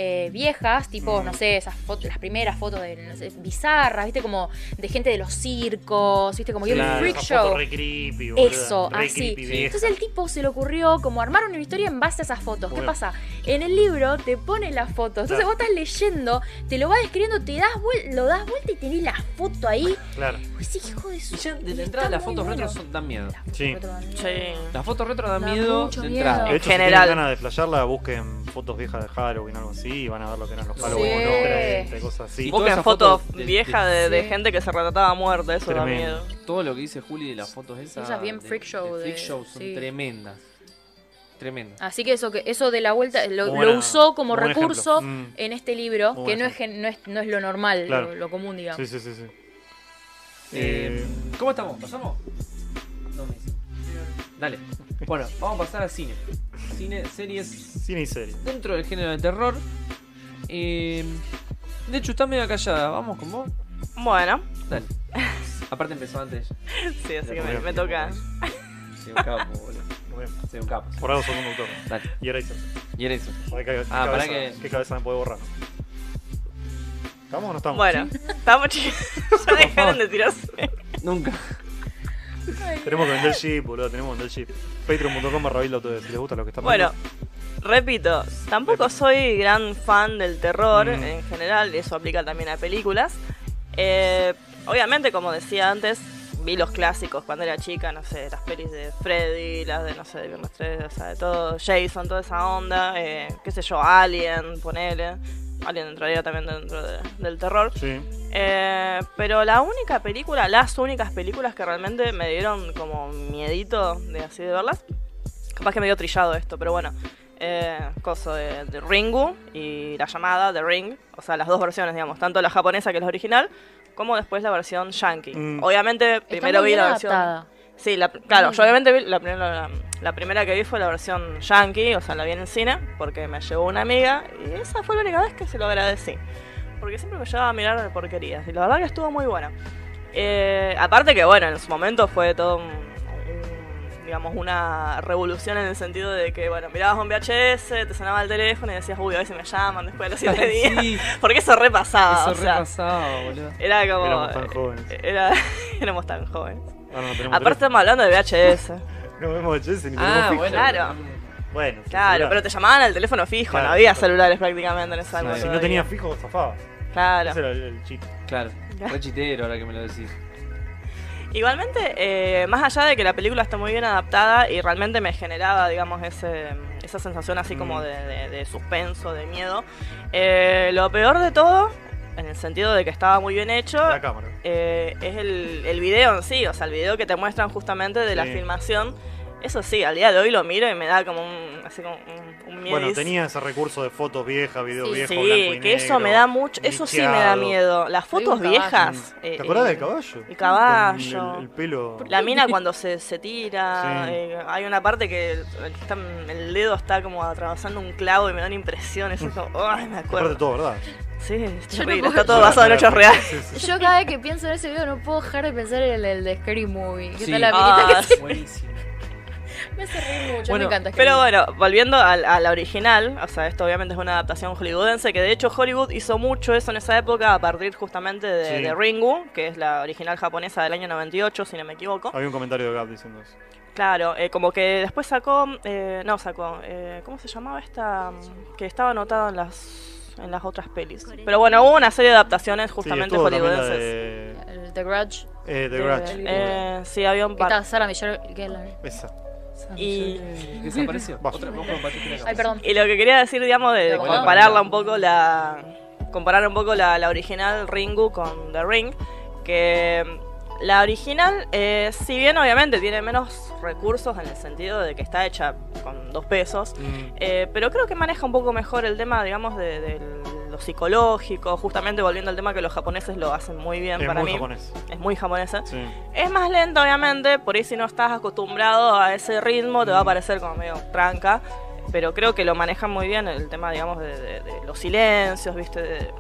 eh, viejas, tipo, Mm. no sé, esas fotos, las primeras fotos de, no sé, bizarras, viste, como de gente de los circos, viste, como que Claro, un freak esa show. foto re creepy, boluda, Eso, ah, re así. creepy, vieja. Entonces el tipo se le ocurrió como armar una historia en base a esas fotos. ¿Qué Bueno. pasa? En el libro te pone las fotos. Entonces Claro. vos estás leyendo, te lo vas describiendo, te das vuel- lo das vuelta y tenés la foto ahí. Claro, Uy, sí, hijo de su. Y ya y desde está entrada las muy fotos retro bueno. son- dan miedo. Las fotos Sí. retro dan miedo. Sí. Las fotos retro dan Da miedo mucho de miedo. entrada. De hecho, si general. tienen ganas de flashearla, busquen fotos viejas de Halloween o algo así y van a ver lo que eran los Halloween Sí. no creyentes, cosas así. Y Busquen todas esas fotos fotos de- viejas de, de Sí. gente que se retrataba muerta, eso Tremendo. da miedo. Todo lo que dice Juli de las fotos esas. Esas bien de- freak de Ah. show freak de- show son sí. tremendas. Tremendas. Así que eso, que eso de la vuelta lo, lo Buena- usó como buen recurso ejemplo. Mm. en este libro, Muy que buen no es, gen- no es no es lo normal, Claro. lo, lo común, digamos. Sí, sí, sí, sí. Eh, Eh, ¿Cómo estamos? ¿Pasamos? No me dice. Dale. Bueno, vamos a pasar a cine. Cine, series, Cine y serie. dentro del género de terror. Eh, de hecho, está medio callada. Vamos con vos. Bueno, <laughs> Dale. Aparte empezó antes. sí, así que me, me toca. Soy un capo, boludo. Muy bien. Soy un capo. Por algo son conductor. Dale. Y Eraser. Y era eso. A ver qué, Ah, qué pará cabeza, que- qué cabeza me puede borrar. ¿Estamos o no estamos? <laughs> Bueno, estamos chicos. Ya dejaron de tirarse. <laughs> Nunca. Tenemos que vender chip, boludo. Tenemos que vender chip. Patreon.com barra Bill Autodesk, Si les gusta lo que estamos Bueno, repito, tampoco soy gran fan del terror Mm. en general, eso aplica también a películas. Eh, obviamente, como decía antes, vi los clásicos cuando era chica, no sé, las pelis de Freddy, las de, no sé, de Viernes 13, o sea, de todo, Jason, toda esa onda, eh, qué sé yo, Alien, ponele. Alien entraría también dentro de- del terror. Sí. Eh, pero la única película, las únicas películas que realmente me dieron como miedito de así de verlas, capaz que me dio trillado esto, pero bueno, eh, coso de, de Ringu y la llamada de Ring, o sea, las dos versiones, digamos, tanto la japonesa que es la original, como después la versión yankee. Mm. Obviamente, Está primero muy vi bien la versión. adaptada. Sí, la, claro, Mm. yo obviamente vi la, primera- la, la primera que vi fue la versión yankee, o sea, la vi en el cine, porque me llevó una amiga, y esa fue la única vez que se lo agradecí. Porque siempre me llevaba a mirar porquerías, y la verdad que estuvo muy buena. Eh, aparte que, bueno, en su momento fue todo un- un- digamos, una revolución en el sentido de que, bueno, mirabas un VHS, te sonaba el teléfono y decías, uy, hoy se me llaman después de <laughs> los siete días. Sí, Porque eso repasaba, eso o sea, repasado, boludo. era como... eh, Éramos tan jóvenes. era- <laughs> éramos tan jóvenes. Ahora no tenemos Aparte teléfono. estamos hablando de VHS. No vemos Jesse ni Ah, tenemos bueno. Claro. fijo. Bueno, Claro, celular. pero te llamaban al teléfono fijo, Claro. no había celulares prácticamente en esa Sí, época. Si no todavía. tenías fijo, zafabas. Ese Claro. era el, el chip. Claro. Re chitero ahora que me lo decís. Igualmente, eh, más allá de que la película está muy bien adaptada y realmente me generaba, digamos, ese, esa sensación así como Mm. de, de- de suspenso, de miedo, eh, lo peor de todo, en el sentido de que estaba muy bien hecho, La cámara. eh, es el, el video en sí, o sea, el video que te muestran justamente de la Sí. filmación. Eso sí, al día de hoy lo miro y me da como un, así como un, un Bueno, miedis. tenía ese recurso de fotos viejas, videos Sí. viejos, Sí, blanco y negro. que eso me da mucho, eso sí me da licheado. miedo. Las Soy fotos un caballo. viejas. eh, Mm. ¿Te acordás eh, del caballo? El caballo. Con El, el pelo. La mina cuando se, se tira, Sí. eh, hay una parte que el, el- está- el dedo está como atravesando un clavo y me da una impresión, eso es como, ay, "Oh, me Aparte acuerdo. todo, ¿verdad? Sí, es Yo no terrible, puedo- está todo basado en hechos reales. Sí, sí, sí. Yo cada vez que pienso en ese video no puedo dejar de pensar en el, el de Scary Movie. Que Sí. está la Ah, minita sí. <laughs> Buenísimo. que me hace reír mucho. Bueno, me encanta Scary Pero Movie. bueno, volviendo a, a la original, o sea, esto obviamente es una adaptación hollywoodense, que de hecho Hollywood hizo mucho eso en esa época a partir justamente de, Sí. de Ringu, que es la original japonesa del año 98, si no me equivoco. Había un comentario de Gab diciendo eso. Claro, eh, como que después sacó, eh, no sacó, eh, ¿cómo se llamaba esta? mm, Que estaba anotado en las, en las otras pelis. Pero bueno, hubo una serie de adaptaciones justamente sí, estuvo también la hollywoodenses. de, El The Grudge. eh, The De- Grudge. eh, sí, había un Que par. está Sarah Michelle Gellar. Esa. Y, eh, Desapareció. Vas. Otra, vos compartiste la Ay, cabeza. perdón. y lo que quería decir, digamos, de Pero bueno. compararla un poco la... Comparar un poco la, la original Ringu con The Ring, que mm, la original, eh, si bien obviamente tiene menos recursos en el sentido de que está hecha con dos pesos, Mm. Eh, pero creo que maneja un poco mejor el tema, digamos, de, de lo psicológico, justamente volviendo al tema que los japoneses lo hacen muy bien Es para muy mí. japonés. Es muy japonesa. Sí. Es más lenta, obviamente, por ahí si no estás acostumbrado a ese ritmo te va a parecer como medio tranca, pero creo que lo manejan muy bien el tema, digamos, de, de- de los silencios, ¿viste? De-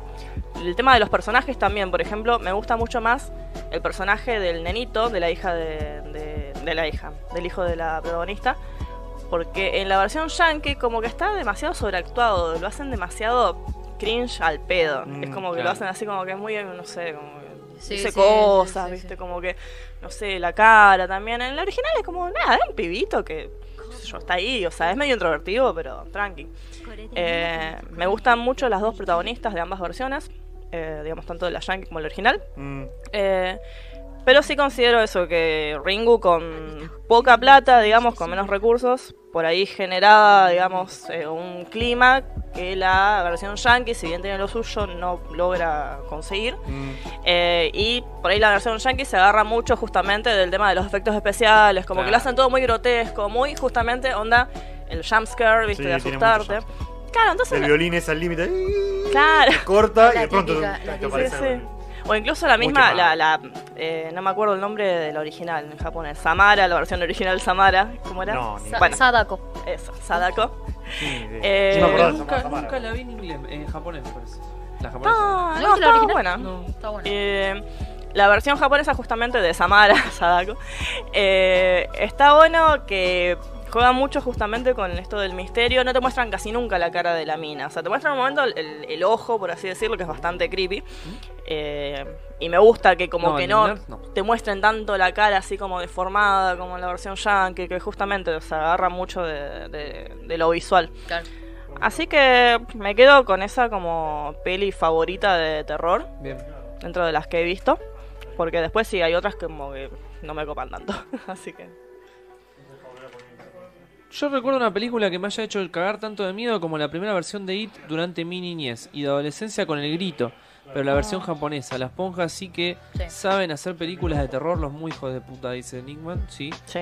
el tema de los personajes también, por ejemplo, me gusta mucho más el personaje del nenito, de la hija de, de- de la hija, del hijo de la protagonista, Porque en la versión yankee como que está demasiado sobreactuado, lo hacen demasiado cringe al pedo. Mm, es como que claro. lo hacen así como que es muy, no sé, como que Sí, dice sí, cosas, sí, sí, viste, sí. como que, no sé, la cara también. En la original es como, nada, es un pibito que, qué sé yo, está ahí, o sea, es medio introvertido, pero tranqui. Eh, me gustan mucho las dos protagonistas de ambas versiones, eh, digamos, tanto de la yankee como la original. Mm, Eh, pero sí considero eso, que Ringu con poca plata, digamos, con menos recursos, por ahí generaba, digamos, eh, un clima que la versión yankee, si bien tiene lo suyo, no logra conseguir. mm. Eh, y por ahí la versión yankee se agarra mucho justamente del tema de los efectos especiales, como que lo Claro. hacen todo muy grotesco, muy justamente onda el jumpscare, viste, Sí, de tiene mucho asustarte. Claro, entonces... El violín es al límite. ¡ih! Claro. Corta y La de pronto típica, la te- te típica. aparece Sí, el- O incluso la Mucho misma, más. la, la, eh, no me acuerdo el nombre de la original en japonés, Samara, la versión original Samara, ¿cómo era? No, ni Sa- Bueno. Sadako. Eso, Sadako. ni idea. Eh, Sí me acordaba de Samara, nunca, Samara. nunca la vi en inglés, en japonés me parece. La japonesa. No, ¿No no, viste la Ah, estaba original? buena. No. Está bueno. Eh, la versión japonesa justamente de Samara, <laughs> Sadako, eh, está bueno que juega mucho justamente con esto del misterio. No te muestran casi nunca la cara de la mina. O sea, te muestran un momento el, el- el ojo, por así decirlo, que es bastante creepy. Eh, y me gusta que como No, que en no, inglés no. te muestren tanto la cara así como deformada, como en la versión yankee, que justamente se agarra mucho de, de- de lo visual. Claro. Así que me quedo con esa como peli favorita de terror Bien. dentro de las que he visto. Porque después sí hay otras que como que no me copan tanto. <laughs> Así que. Yo recuerdo una película que me haya hecho cagar tanto de miedo como la primera versión de It durante mi niñez y de adolescencia con El Grito. Pero la versión japonesa, las ponjas sí que Ah. Sí. saben hacer películas de terror, los muy hijos de puta, dice Nickman, sí. Sí.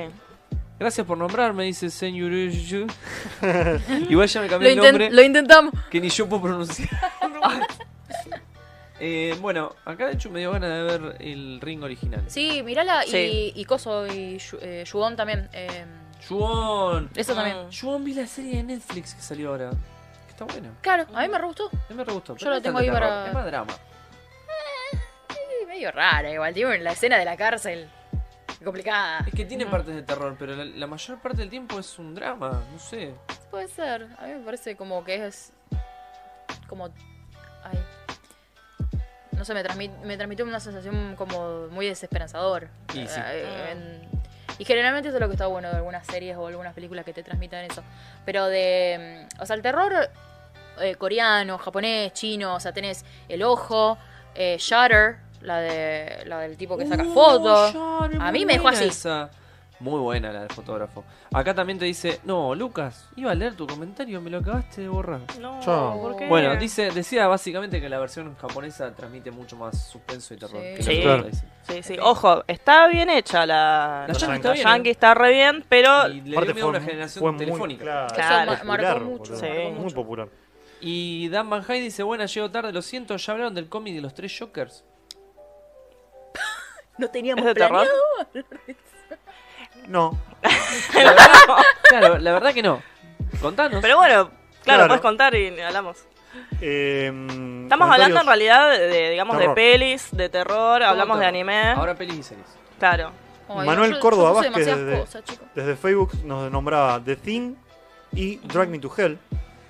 Gracias por nombrarme, dice Señor <laughs> Igual ya me Lo, cambié el inten- nombre. lo intentamos. que ni yo puedo pronunciar. <laughs> Eh, bueno, acá de hecho me dio ganas de ver el ring original. Sí, mirala Sí. y, y Coso y Yu- eh, Yugon también. Eh, Juon. eso también. Mm. Juon vi la serie de Netflix que salió ahora. Que está buena. Claro, a mí me re gustó. A mí me re gustó. Yo pero la no es tengo tanto ahí terror, para- Es más drama. Sí, medio rara igual, tío, en la escena de la cárcel. Complicada. Es que tiene partes de terror, pero la, la mayor parte del tiempo es un drama. No sé. Puede ser. A mí me parece como que es. Como. Ay. No sé, me, transmit- me transmitió una sensación como muy desesperanzadora. Y sí. Eh, en- y generalmente eso es lo que está bueno de algunas series o algunas películas que te transmitan eso. Pero de. mm, O sea, el terror eh, coreano, japonés, chino, o sea, tenés El Ojo, eh, Shutter, la, de, la del tipo que saca Uh, fotos. Sean, es A muy mí me dejó buena así. esa. Muy buena la del fotógrafo. Acá también te dice, no, Lucas, iba a leer tu comentario, me lo acabaste de borrar. No, Chao. ¿por qué? Bueno, dice, decía básicamente que la versión japonesa transmite mucho más suspenso y terror. que Sí. la Sí. otra, dice. Sí, sí. Ojo, está bien hecha la. La La, Yankee está bien, Yankee está re bien, pero. Y le dio Aparte miedo a una muy- generación fue muy- telefónica. claro, Claro. popular, Marcó mucho, boludo. marcó Muy mucho. popular. Y Dan Van Hyde dice, bueno, llego tarde, lo siento, ya hablaron del cómic de los tres Jokers. No teníamos ¿Es de terror? planeado. No, La verdad- claro, la verdad que no. Contanos. Pero bueno, claro, Claro. puedes contar y hablamos. eh, Estamos comentarios- hablando en realidad de, de, digamos, Terror. de pelis, de terror, hablamos de terror. anime. Ahora pelis y series. Claro. Manuel Córdoba puse Vázquez demasiadas desde- cosas, chicos. Desde Facebook nos nombraba The Thing y Drag Me to Hell.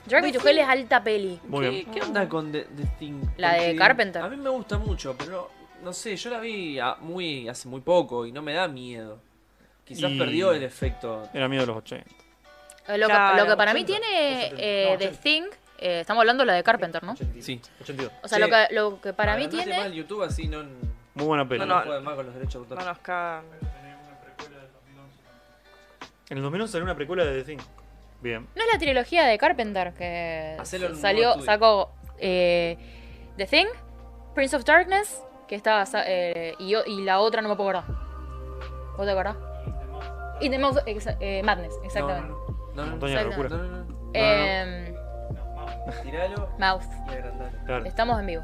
Drag Me to Hell es alta peli. Muy ¿Qué, bien. qué onda con The, The Thing? La de Porque Carpenter. A mí me gusta mucho, pero no sé, yo la vi a- muy hace muy poco y no me da miedo. Quizás Y- perdió el efecto. Era miedo de los 80. Eh, Lo, Claro, que, lo que para mí 80, o tiene 70, eh, no, The 80. Thing, eh, estamos hablando de la de Carpenter, ¿no? 82. Sí. 82. O sea, Sí. lo, que, lo que para mí Agrandate más tiene... el YouTube así no, Muy buena peli. No, no. no juegan más con los derechos de autor. No nos cagan. En el 2011 salió una precuela de The Thing. Bien. No es la trilogía de Carpenter que Hacelo en un salió, modo sacó eh, The Thing, Prince of Darkness, que está basa- eh, y, o- y la otra no me puedo acordar. ¿Vos te acordás? In the Mouth, exa- eh, Madness, exactamente. No, no, no. Montaña de Exactamente. locura. No, no, no. Em, Tiralo Mouth, y agrandalo. Claro. estamos en vivo.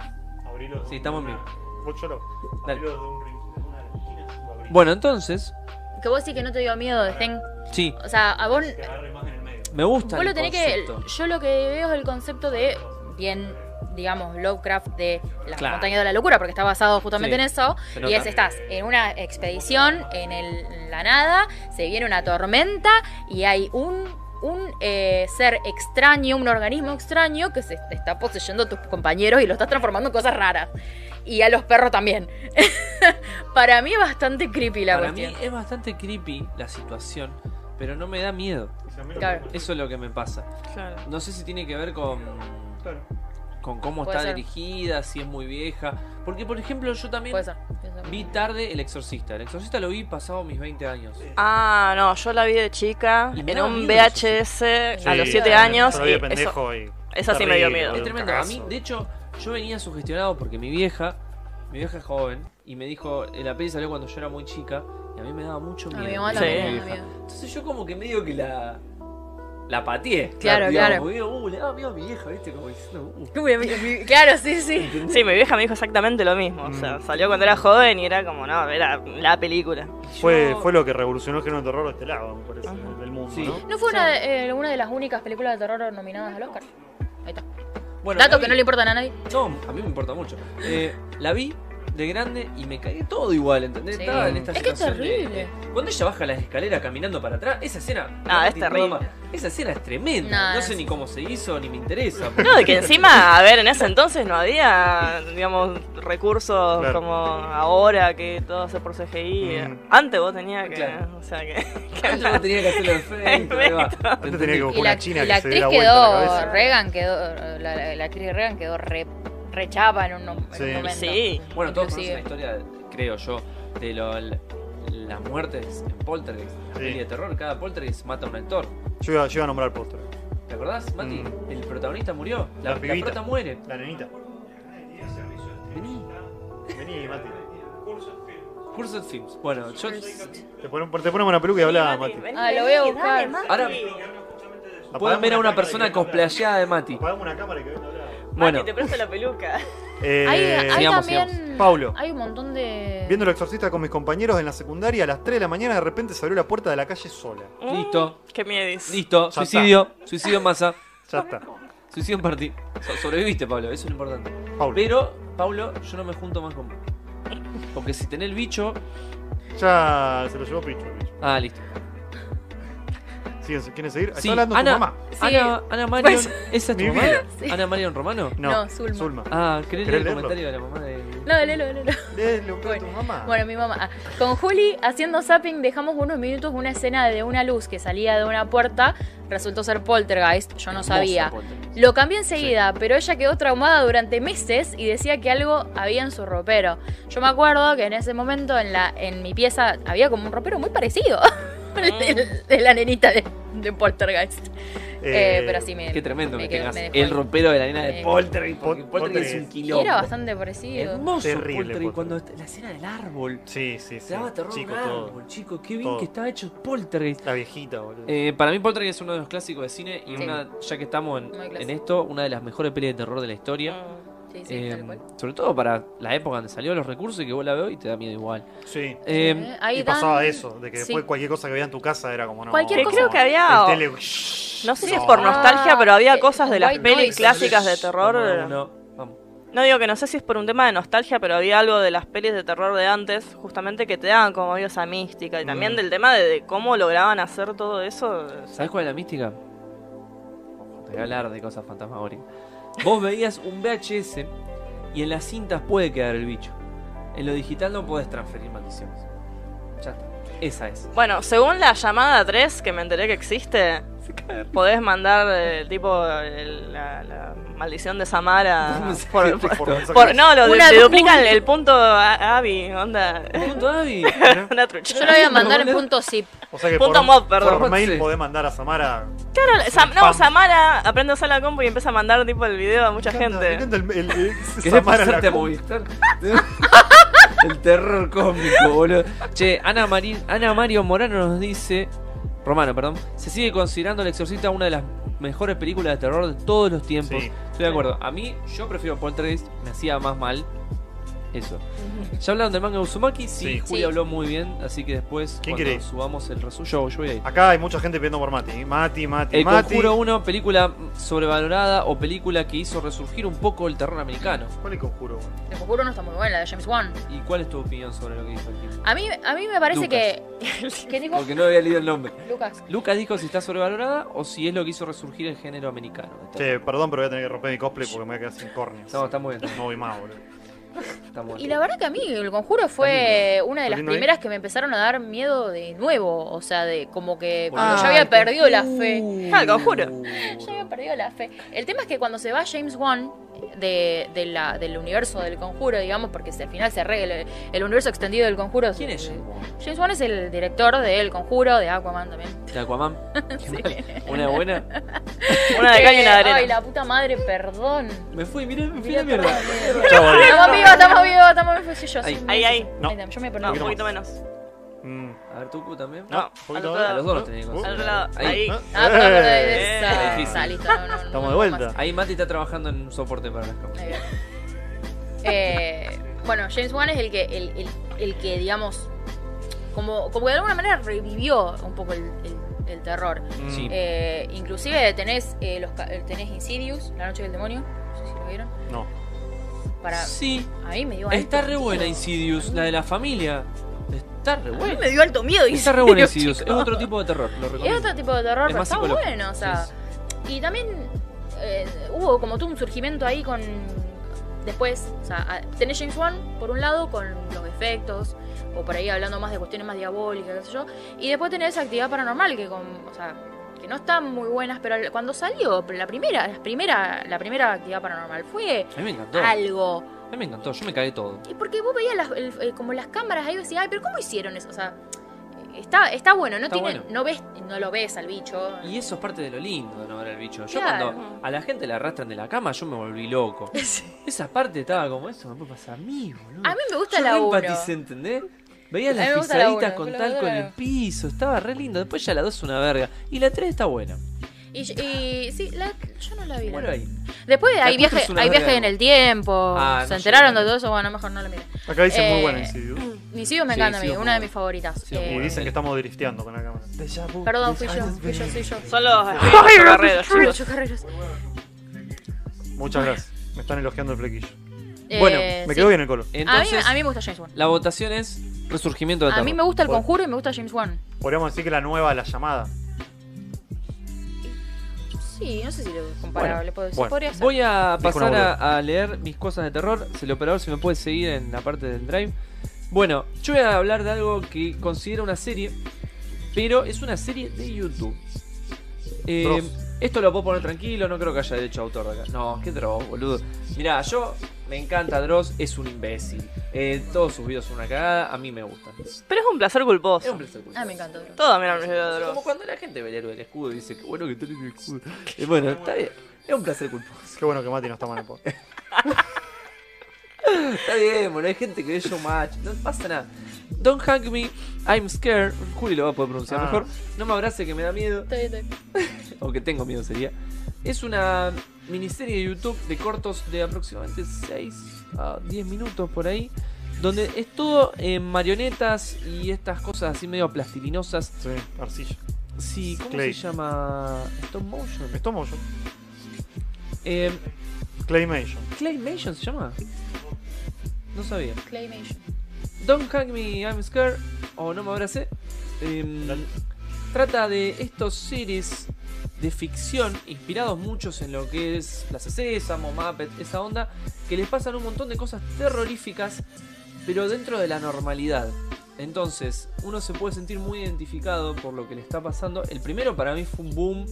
Abrilo. Sí, estamos bien. Vos cholo. Dale. Abrilo de un rincón, de una esquina, lo abrís. Bueno, entonces, Que vos sí que no te dio miedo The Thing. sí, O sea, a vos Que agarre más en el medio. me gusta. Vos el lo tenés concepto. que. Yo lo que veo es el concepto de. Bien, digamos, Lovecraft de las Claro. montañas de la locura, porque está basado justamente Sí, en eso. se Y nota. es: estás en una expedición, en, el- en la nada, se viene una tormenta y hay un un eh, ser extraño, un organismo extraño que se te está poseyendo a tus compañeros y lo estás transformando en cosas raras. Y a los perros también. <laughs> Para mí es bastante creepy la Para mí cuestión. es bastante creepy la situación, pero no me da miedo. Claro. Eso es lo que me pasa. Claro. No sé si tiene que ver con Claro. con cómo Puede está ser. dirigida, si es muy vieja. Porque, por ejemplo, yo también Puede ser. Puede ser. vi tarde El Exorcista. El Exorcista lo vi pasado mis 20 años. Ah, no, yo la vi de chica Y me en daba un miedo eso, sí. VHS a Sí, los 7 yo años. Yo lo y vi de eso, pendejo y eso sí me dio terrible, miedo. boludo, es un tremendo. A mí, cagazo. de hecho, yo venía sugestionado porque mi vieja, mi vieja es joven, y me dijo, eh, la peli salió cuando yo era muy chica, y a mí me daba mucho A miedo. mi mamá mi también, vieja. a mi mamá. Entonces yo como que medio que la... La pateé. Claro, La- claro. como digo, uh, le daba miedo a mi vieja, ¿viste? Como diciendo, uh. Uy, a mí- a mí- Claro, sí, sí. Sí, mi vieja me dijo exactamente lo mismo. O Mm. sea, salió cuando era joven y era como, no, era la película. Fue, Yo- fue lo que revolucionó el género de terror de este lado, me parece, Ajá. del mundo, Sí. ¿no? ¿No fue una de, eh, una de las únicas películas de terror nominadas al Oscar? Ahí está. Bueno, Dato la que vi- no le importan a nadie. No, a mí me importa mucho. Eh, la vi de grande y me cagué todo igual, ¿entendés? Sí. Estaba en esta Es que es situación de- terrible. cuando ella baja las escaleras caminando para atrás, esa escena. Ah, es tiene terrible. nada más. Esa escena es tremenda. No, no es- sé ni cómo se hizo, ni me interesa. <laughs> No, de que encima, a ver, en ese entonces no había, digamos, recursos Claro. como ahora que todo hace por CGI. Mm. Antes vos tenías que. Claro. O sea que. <laughs> Antes no tenía que hacerlo en Facebook, ahí va. Antes tenía que Y buscar la, una china y la que se dé actriz la vuelta a la quedó, cabeza. Reagan quedó, la, la- la actriz Reagan quedó re, re chapa en un, en un Sí. momento. Sí. Bueno, todos Inclusive. conocen la historia, creo yo, de lo- l- las muertes en Poltergeist. La Sí. peli de terror, cada Poltergeist mata a un actor. Yo iba, yo iba a nombrar póster. ¿Te acordás, Mati? Mm. El protagonista murió. La La, la, pibita. prota muere. La nenita. Vení. Vení, Mati. Cursed Films. Bueno, yo. Te ponemos, te ponemos una peluca y hablá, Mati. Ah, lo voy a buscar. Ahora pueden ver a una persona cosplayada de Mati. Apagamos una cámara y que venga a hablar. Bueno, te presto la peluca. Eh, hay hay sigamos, también. sigamos. Paulo. Hay un montón de. Viendo el exorcista con mis compañeros en la secundaria, a las 3 de la mañana de repente se abrió la puerta de la calle sola. Listo. Mm, Qué miedis. listo. Ya está. Suicidio. Suicidio en masa. Ya está. Suicidio en partida. sobreviviste, Pablo. Eso es lo importante. Paulo. Pero, Pablo, yo no me junto más con vos. Porque si tenés el bicho. Ya se lo llevó Picho. el bicho. Ah, listo. Siguen, ¿Quieren seguir? Está Sí, hablando Ana- tu mamá. Sí. Ana, Ana Marion. Pues- ¿Esa es tu Mi mamá? vida. Sí. ¿Ana Marion Romano? No, No, Zulma. <laughs> Ah, ¿querés ¿Querés leer el leerlo? comentario de la mamá de.? No, léelo, léelo. Léelo, que Bueno. Eh, tu mamá. <laughs> Bueno, mi mamá. Ah, Con Juli, haciendo zapping, dejamos unos minutos una escena de una luz que salía de una puerta. Resultó ser poltergeist, yo no Hermosa sabía. Poltergeist. Lo cambié enseguida, pero ella quedó traumada durante meses y decía que algo había en su ropero. Yo me acuerdo que en ese momento en, la, en mi pieza había como un ropero muy parecido <laughs> al de, de la nenita de, de Poltergeist. Eh, pero sí me. Qué tremendo me que quedó- tengas me dejó el ahí. rompero de la nena de Me- Poltergeist. Pol- Porque Poltergeist es un Poltergeist. Y quilombo. Era bastante parecido. Hermoso Terrible, Poltergeist. Poltergeist, cuando est- la escena del árbol. Sí, sí, sí. Se daba terror Chico, un todo. árbol, chicos. Qué bien Todo. que estaba hecho Poltergeist. La viejita, boludo. Eh, para mí Poltergeist es uno de los clásicos de cine y Sí. una, ya que estamos en, Muy clásico. en esto, una de las mejores pelis de terror de la historia. Sí, sí, Eh, tal cual. sobre todo para la época donde salió los recursos y que vos la veo y te da miedo igual. Sí. Eh, Ahí y dan- pasaba eso, de que sí. después cualquier cosa que veía en tu casa era como no. Cualquier no, cosa- Creo que había- el tele- No sé si No. es <laughs> por nostalgia, pero Ah, había eh, cosas de las White pelis Noise. clásicas de terror. Vamos, vamos, vamos. No digo que no sé si es por un tema de nostalgia, pero había algo de las pelis de terror de antes, justamente que te daban como medio esa mística. Y también Mm. del tema de, de cómo lograban hacer todo eso. ¿Sabes cuál es la mística? Te voy a hablar de cosas fantasmagóricas. Vos veías un VHS y en las cintas puede quedar el bicho. En lo digital no podés transferir maldiciones. Ya está. Esa es. Bueno, según la llamada 3, que me enteré que existe, podés mandar eh, tipo el- la, la maldición <laughs> de Samara. <laughs> por, por- por mensaje. por- no, lo de- Una- te duplican el punto a- Abby, onda. <laughs> Punto Abby. Una trucha. Yo lo voy a mandar en punto zip. O sea que Punto por, mod, perdón. por mail Sí. podés mandar a Samara. Claro, Sam- no, Pam. Samara aprende a usar la compu y empieza a mandar tipo el video a mucha Me encanta- gente. me encanta el- el- <laughs> el- ¿Querés Samara pasarte a la cu- <laughs> Movistar? el terror cómico, boludo. Che, Ana, Marín, Ana Mario Morano nos dice. Romano, perdón. Se sigue considerando El Exorcista una de las mejores películas de terror de todos los tiempos. Sí. Estoy de acuerdo. A mí, yo prefiero Poltergeist. Me hacía más mal. Eso. ¿Ya hablaron del manga de Uzumaki? Sí, Sí. Juli Sí. habló muy bien, así que después ¿Quién cuando querés? subamos el resumen, yo, yo voy a ir. Acá hay mucha gente pidiendo por Mati. Mati, Mati, El Mati. Conjuro 1, película sobrevalorada o película que hizo resurgir un poco el terror americano. ¿Cuál es Conjuro? Te conjuro no está muy buena, la de James Wan. ¿Y cuál es tu opinión sobre lo que dijo el tipo? A mí, a mí me parece que. <laughs> ¿Qué dijo? Porque no había leído el nombre. Lucas. Lucas dijo si está sobrevalorada o si es lo que hizo resurgir el género americano. Está- Che, perdón, pero voy a tener que romper mi cosplay porque me voy a quedar sin córneas. No, está muy bien. No voy más, boludo. Está muy Y bien. la verdad que a mí el conjuro fue una de las lindo, ¿eh? primeras que me empezaron a dar miedo de nuevo. O sea, de como que Bueno, como Ah, ya había el perdido la fe. Ah, el conjuro. Ya había perdido la fe. El tema es que cuando se va James Wan de, de la, del universo del conjuro, digamos, porque se- al final se arregla el, el universo extendido del conjuro. ¿Quién es se- <laughs> James Bond? James Wan es el director de El Conjuro, de Aquaman también. ¿De Aquaman? Qué mal. ¿Una buena? Una de cal y Ah, una Ay, de arena. la puta madre, perdón. Me fui, mirá, me fui Mirá, a la mierda. Chau, boludo. Estamos vivos, estamos vivos, estamos vivos. Sí, yo, Ahí. sí, Ahí, sí, ahí. sí. No. está, Yo me No, perdí. un poquito menos. Mm, A ver, Tucu también. No, No, un poquito al otro más. lado. A los dos los tenés que Uh, Al considerar. otro lado. Ahí. Ahí. ¿Eh? Ah, está, pero Eh. de Eh, esa. difícil. Ah, listo, no, no, no, Estamos de no, vuelta. más. Ahí Mati está trabajando en un soporte para las cámaras. Ahí va. Eh, bueno, James Wan es el que, el, el, el que digamos, como, como que de alguna manera revivió un poco el, el- el terror. Mm. Sí. Eh, inclusive tenés, eh, los, ca- tenés Insidious, La Noche del Demonio, no sé si lo vieron. No. Para, Sí, a mí me dio está alto re buena miedo. Insidious, la de la familia. Está re A mí buena. me dio alto miedo Está re buena Insidious. Es chicos. otro tipo de terror, lo Es recomiendo. otro tipo de terror, Es pero más está psicológico. bueno, o sea. Sí, Y también eh, hubo como todo un surgimiento ahí con. Después, o sea, a- tenés James Wan por un lado con los efectos, o por ahí hablando más de cuestiones más diabólicas, qué sé yo. Y después tenés actividad paranormal, que con. O sea, que no están muy buenas, pero al- cuando salió, la primera, la primera, la primera actividad paranormal fue A mí me encantó. A algo. mí me encantó, yo me cagué todo. Y porque vos veías las- el- el- como las cámaras ahí y decías, ay, pero ¿cómo hicieron eso? O sea, está, está bueno, no Está tiene, bueno. no ves, no lo ves al bicho. Y eso es parte de lo lindo de no ver al bicho. Yo Claro. cuando a la gente la arrastran de la cama, yo me volví <laughs> loco. Esa parte estaba como, eso me puede pasar a mí, boludo. <laughs> A mí me gusta yo la re 1. empaticé, ¿entendés? Veía A mí las me gusta la pisaditas uno, con la talco en verdad. el piso, estaba re lindo. Después ya la 2 es una verga. Y la 3 está buena. Y, y- sí, la- yo no la vi. la Bueno, verdad. ahí. Después La hay cuatro viaje, es una hay verga. viaje en el tiempo. Ah, no se llegué enteraron de también. todo eso, bueno, mejor no la miren. Acá dicen Eh, muy buena Insidious. Insidious me Sí, encanta a mí, Insidious una de muy mis favoritas. Sí, muy Y Eh, buena. dicen que estamos drifteando con la cámara. perdón, fui yo, fui yo, soy yo. Son los espíritus carreros, Ay, chicos. Nacho Carreras. Muchas gracias. Me están elogiando el flequillo. Eh, Bueno, Me sí. quedó bien el Eh. color. a, Entonces, mí, a mí me gusta James Wan. la votación es resurgimiento de A terror. mí me gusta el Bueno. conjuro y me gusta James Wan. Podríamos decir que la nueva, la llamada. Sí, no sé si lo es comparable. puedo decir, bueno. podría ser. Voy a Dijo pasar una a, a leer mis cosas de terror. Si el operador se me puede seguir en la parte del drive. Bueno, yo voy a hablar de algo que considero una serie, pero es una serie de YouTube. Eh, Dross. esto lo puedo poner tranquilo, no creo que haya derecho de autor de acá. No, qué Dross, boludo. Mirá, yo me encanta Dross, es un imbécil. Eh, todos sus videos son una cagada, a mí me gustan. Es Pero es un placer un culposo. placer culpable. Ah, me encanta. bro. Todos miran los videos de Dross. Como cuando la gente ve el héroe del escudo y dice, qué bueno que tenés el escudo. Eh, bueno, está bien, es un placer culposo. Qué bueno que Mati no está mal en pod. <laughs> Está bien, bueno, hay gente que ve Showmatch, no pasa nada. Don't hug me, I'm scared. Juli lo va a poder pronunciar Ah. mejor. No me abrace que me da miedo, Está bien, está bien. o que tengo miedo sería. Es una miniserie de YouTube de cortos de aproximadamente 6 a 10 minutos por ahí. Donde es todo en marionetas y estas cosas así medio plastilinosas. Sí, arcilla. Sí, ¿cómo Clay. se llama? Stop motion. Stop motion. Eh, Claymation. Claymation se llama. No sabía. Claymation. Don't Hug Me, I'm Scared o No Me Abracé. em, Dale. trata de estos series de ficción inspirados muchos en lo que es Plaza Sésamo, Muppet, esa onda, que les pasan un montón de cosas terroríficas, pero dentro de la normalidad. Entonces, uno se puede sentir muy identificado por lo que le está pasando. El primero para mí fue un boom.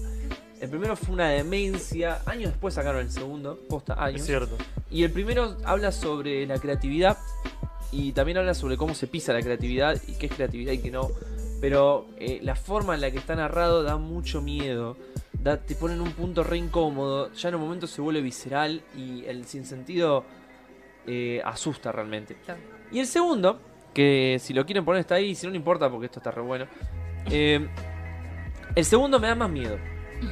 El primero fue una demencia. Años después sacaron el segundo. Posta, años. Es cierto. Y el primero habla sobre la creatividad y también habla sobre cómo se pisa la creatividad y qué es creatividad y qué no. Pero eh, la forma en la que está narrado da mucho miedo. Da- te pone en un punto re incómodo. Ya en un momento se vuelve visceral y el sinsentido eh, asusta realmente. Claro. Y el segundo, que si lo quieren poner está ahí, si no, no importa porque esto está re bueno. Eh, el segundo me da más miedo.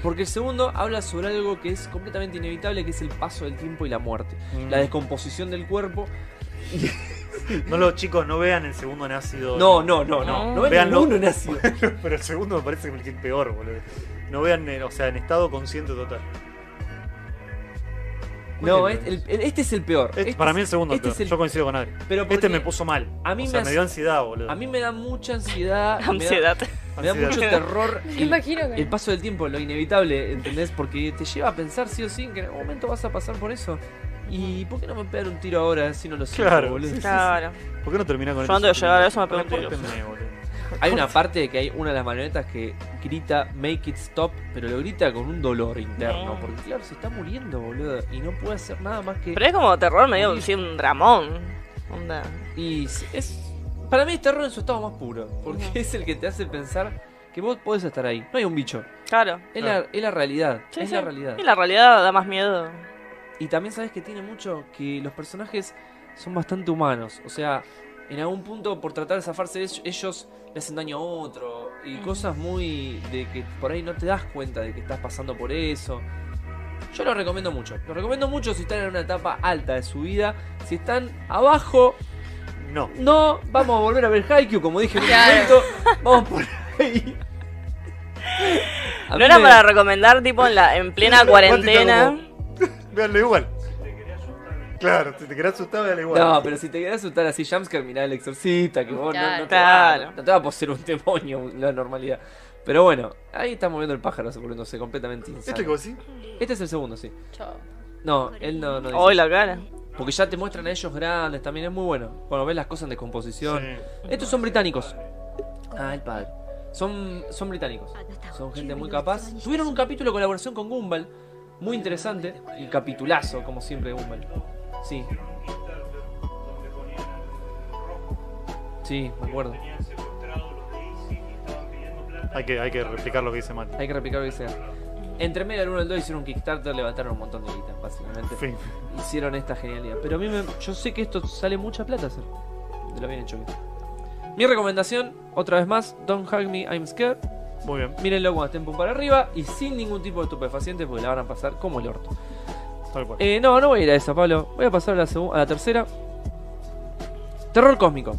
Porque el segundo habla sobre algo que es completamente inevitable, que es el paso del tiempo y la muerte Mm. la descomposición del cuerpo No los chicos, no vean el segundo en ácido. No, no, no, Ah. no. No vean Véanlo. ninguno en ácido. <laughs> Pero el segundo me parece que es el peor, boludo. No vean, eh, o sea, en estado consciente total. No, ¿Cuál es este, el- este es el peor. Este- Este para es- mí el segundo este es es peor. el- Yo coincido con Adri. Pero porque Este me puso mal. a mí o me sea, me, hace- dio ansiedad, boludo. A mí me da mucha ansiedad. y me da- <laughs> Ansiedad. Me da, mucho Ansiedad. <laughs> terror. Me el- <laughs> imagino que. El paso del tiempo, lo inevitable, ¿entendés? Porque te lleva a pensar sí o sí que en algún momento vas a pasar por eso. ¿Y por qué no me pegar un tiro ahora si no lo siento, Claro. boludo? Claro. ¿Por qué no termina con Yo antes de llegar a eso me pego un tiro. Recórtenme, boludo. Hay una parte que hay una de las marionetas que grita Make it stop, pero lo grita con un dolor interno. No. Porque claro, se está muriendo, boludo. Y no puede hacer nada más que. Pero es como terror medio sí, un dramón. Onda. Y es- es. Para mí es terror en su estado más puro. Porque <laughs> es el que te hace pensar que vos podés estar ahí. No hay un bicho. Claro. Es, la, es la realidad. Sí, es sí. la realidad. Y la realidad da más miedo. Y también sabes que tiene mucho que los personajes son bastante humanos. O sea, en algún punto por tratar de zafarse de ellos, ellos le hacen daño a otro. Y Ujú. cosas muy de que por ahí no te das cuenta de que estás pasando por eso. Yo lo recomiendo mucho. Lo recomiendo mucho si están en una etapa alta de su vida. Si están abajo, No. no vamos a volver a ver Haikyuu, como dije en un Claro. momento. Vamos por <laughs> ahí. A No mí era me- para recomendar, tipo, en, la, <laughs> en plena cuarentena. Mati está como, Véanlo igual. Claro, si te querés asustar, véanlo igual. No, pero si te querés asustar así, Jumpscare, mirá el exorcista, que vos no- no, Claro. te va- Claro. no te va a poseer un demonio la normalidad. Pero bueno, ahí está moviendo el pájaro, se volviéndose completamente insano. ¿Este como así? Este es el segundo, sí. Chao. No, él no, no dice. Hoy la cara. Porque ya te muestran a ellos grandes, también es muy bueno. Cuando ves las cosas en descomposición. Estos son británicos. Ah, el padre. Son, son británicos. Son gente muy capaz. Tuvieron un capítulo de colaboración con Gumball. Muy interesante. Y capitulazo, como siempre, Gumball. Sí. Sí, me acuerdo. Hay que, hay que replicar lo que dice Mati. Hay que replicar lo que sea. Entre medio del 1 y el 2 hicieron un Kickstarter, levantaron un montón de guitas, básicamente. En fin. Hicieron esta genialidad. Pero a mí me, yo sé que esto sale mucha plata hacer. De lo bien hecho que está. Mi recomendación, otra vez más, Don't Hug Me, I'm Scared. Muy bien. Mírenlo cuando estén pum para arriba y sin ningún tipo de estupefacientes porque la van a pasar como el orto. Tal cual. Eh, no, no voy a ir a esa, Pablo. Voy a pasar a la, segu- a la tercera. Terror cósmico.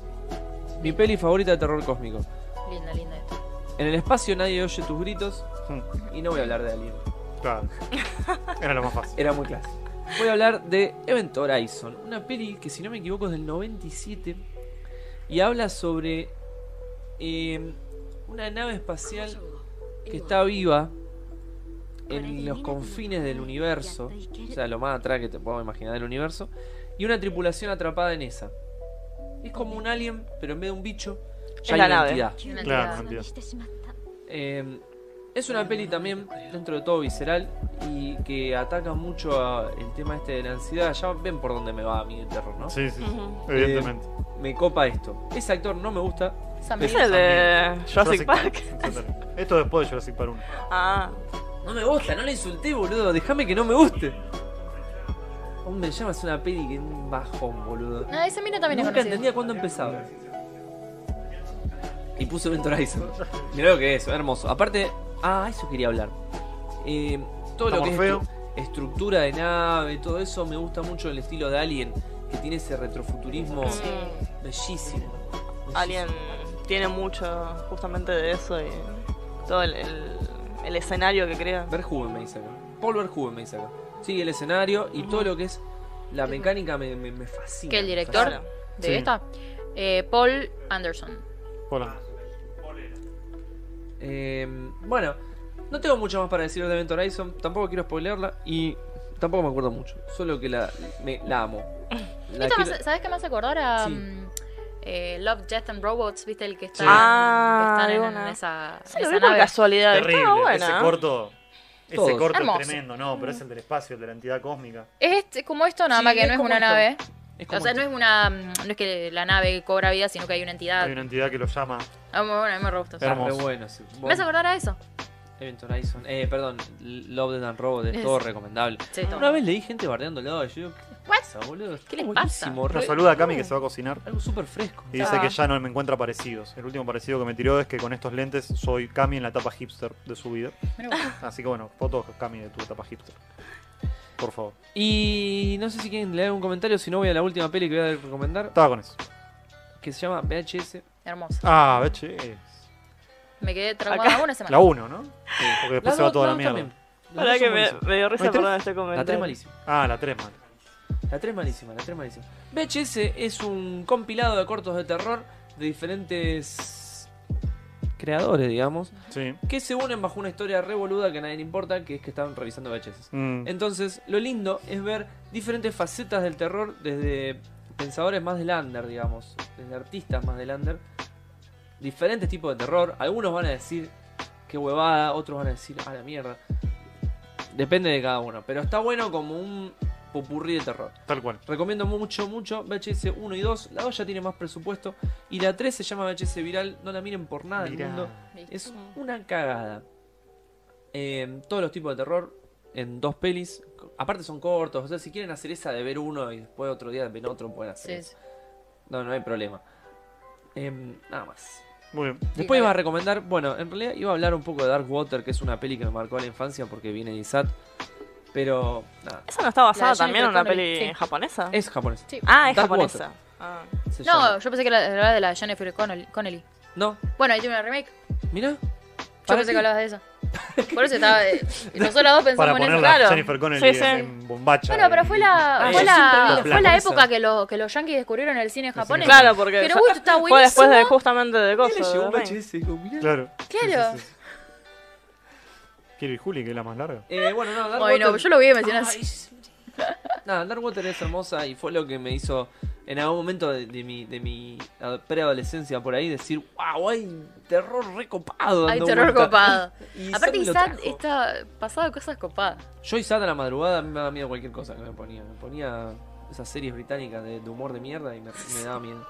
Mi peli favorita de terror cósmico. Linda, linda esto. En el espacio nadie oye tus gritos Mm, y no voy a hablar de Alien. Claro. Era lo más fácil. Era muy clase. Voy a hablar de Event Horizon, una peli que si no me equivoco es del 97 y habla sobre eh, una nave espacial que está viva en los confines del universo, o sea, lo más atrás que te puedo imaginar del universo, y una tripulación atrapada en esa. Es como un alien, pero en vez de un bicho, ya Es la hay una nave. entidad. Una Claro, entidad. entiendo. Eh, es una peli también, dentro de todo, visceral y que ataca mucho a el tema este de la ansiedad. Ya ven por dónde me va a mí el terror, ¿no? Sí, sí, sí. Ujú. Evidentemente. Me copa esto. Ese actor no me gusta. Sam Es Neill. el de <laughs> Jurassic Park. Total. Esto después de Jurassic Park 1. Ah. No me gusta, no le insulté, boludo. Déjame que no me guste. Hombre, llama es una peli que es un bajón, boludo. Ah, ese mino también Nunca es conocido. entendía cuándo empezaba. Y puso Event Horizon. Mirá lo que es, hermoso. Aparte, ah, eso quería hablar. Eh, todo lo Está que es Morfeo. estru- estructura de nave, todo eso, me gusta mucho el estilo de Alien, que tiene ese retrofuturismo bellísimo. Mm. Bellísimo. Alien tiene mucho justamente de eso y todo el, el- el escenario que crea. Verhoeven me dice acá. Paul Verhoeven me dice acá. Sí, el escenario y todo lo que es la mecánica me, me, me fascina. Que el director- Fascina. ¿De Sí. esta? Eh, Paul Anderson. Hola. Eh, bueno, no tengo mucho más para decir de Event Horizon. Tampoco quiero spoilearla y tampoco me acuerdo mucho. Solo que la, me- la <laughs> amo. La Esta me quiero- hace- ¿Sabes qué me hace acordar a Sí. mm, eh, Love, Jet and Robots? ¿Viste el que está Sí. Ah, que están de en, una. esa, Se en lo esa vi por nave? casualidad. ¿eh? Terrible. Estaba buena. Ese corto. Ese Todos. corto Hermoso. es tremendo, no, pero es el del espacio, el de la entidad cósmica. Es este- como esto, nada Sí, más que es no es como una esto. nave. Es como O sea, no es una. mm, No es que la nave cobra vida, sino que hay una entidad. Hay una entidad que lo llama. Ah, bueno, a mí me re gustó. Está re hermoso. bueno, sí. Me hace acordar a eso. Event Horizon. Eh, perdón, Love Dead and Robot es Es- todo recomendable. Sí, todo. Una vez leí gente bardeándolo y yo digo, ¿qué What? pasa, boludo? ¿Qué les Está pasa? buenísimo, Nos re- saluda a Cami que se va a cocinar. Algo súper fresco. Y dice Ah. que ya no me encuentra parecidos. El último parecido que me tiró es que con estos lentes soy Cami en la etapa hipster de su vida. Mirá vos. Así que bueno, fotos Cami de tu etapa hipster. por favor. Y no sé si quieren leer un comentario, si no voy a la última peli que voy a recomendar, Estaba con eso. que se llama VHS. Hermoso. Ah, che. Me quedé traumada una semana. La 1, ¿no? Porque después Las se va dos- toda la no, mierda. también. Las Pará dos que son me, buenísimas. me dio risa, ¿No hay tres? perdón, este La 3 comentario. malísima. Ah, la 3, man. La 3 malísima, la 3 malísima. VHS es un compilado de cortos de terror de diferentes creadores, digamos, Sí. que se unen bajo una historia revoluda que a nadie le importa, que es que están revisando VHS. Mm. Entonces, lo lindo es ver diferentes facetas del terror desde pensadores más del under, digamos, desde artistas más del under, diferentes tipos de terror. Algunos van a decir qué huevada, otros van a decir a la mierda. Depende de cada uno, pero está bueno como un popurrí de terror. Tal cual. Recomiendo mucho, mucho VHS 1 y 2. La 2 ya tiene más presupuesto. Y la 3 se llama VHS Viral. No la miren por nada Mirá. del mundo. ¿Viste? Es una cagada. Eh, todos los tipos de terror en dos pelis. Aparte son cortos. O sea, si quieren hacer esa de ver uno y después otro día ven otro, pueden hacer Sí, eso. sí. No, no hay problema. Em, nada más. Muy bien. Después dale. iba a recomendar, bueno, en realidad iba a hablar un poco de Dark Water, que es una peli que me marcó a la infancia porque viene de Isat. Pero nada, ¿Esa no está basada La de también en una Jennifer peli Connelly, sí. japonesa? es japonés. Sí. Ah, es Dark japonesa. Ah. Se No, llama- yo pensé que era era de la Jennifer Connelly. Connelly. no, Bueno, ahí tiene una remake. Mira. Yo pensé que hablabas de eso. Por eso estaba. eh, y nosotras dos Para pensamos en eso. ponerla claro. Jennifer Connelly Sí, sí. en bombacha. Bueno, pero fue la, Ah, fue yo la, siempre vi fue la la época japonesa. que, lo- que los yankees descubrieron el cine japonés. Claro, porque Pero ya- uy, está fue después de buenísimo. justamente de cosas. llegó un ¿verdad? VHS? Digo, mirá. Claro. Claro. Sí, sí, sí. Quiero ir Juli, que es la más larga. Eh, bueno, no, Dark Ay, no, Water- yo lo vi y me decían Ay, sí. <laughs> Nada, Dark Water es hermosa y fue lo que me hizo en algún momento de, de mi, de mi ah, preadolescencia por ahí decir, wow, hay terror recopado. Hay dando terror vuelta". copado. <laughs> Y Isaac me Aparte, lo Isaac trajo. está pasado de cosas copadas. Yo Isaac a la madrugada a mí me daba miedo cualquier cosa que me ponía. Me ponía esas series británicas de, de humor de mierda y me, me daba miedo.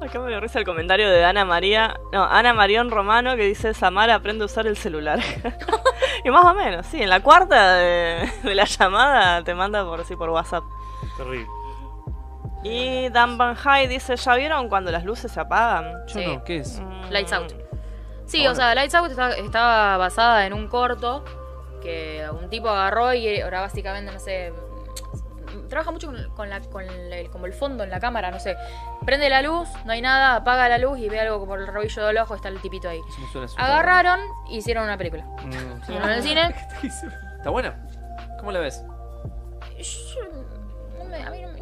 Acá me dio risa el comentario de Ana María. No, Ana Marión Romano que dice: Samara aprende a usar el celular. <laughs> y más o menos, sí. En la cuarta de, de la llamada te manda por sí por WhatsApp. Terrible. Y Dan Van High dice: ¿Ya vieron cuando las luces se apagan? Yo Sí. no, ¿qué es? Mm. Lights out. Sí, Ah, bueno. o sea, Lights Out está- estaba basada en un corto que un tipo agarró y ahora básicamente, no sé, trabaja mucho con, con la, con el, como el fondo en la cámara, no sé. Prende la luz, no hay nada, apaga la luz y ve algo como el rabillo del ojo, está el tipito ahí. Eso me suena súper Agarraron e hicieron una película. Mm. Hicieron en el cine. raro. ¿Está buena? ¿Cómo la ves? Yo- no me- a mí no me...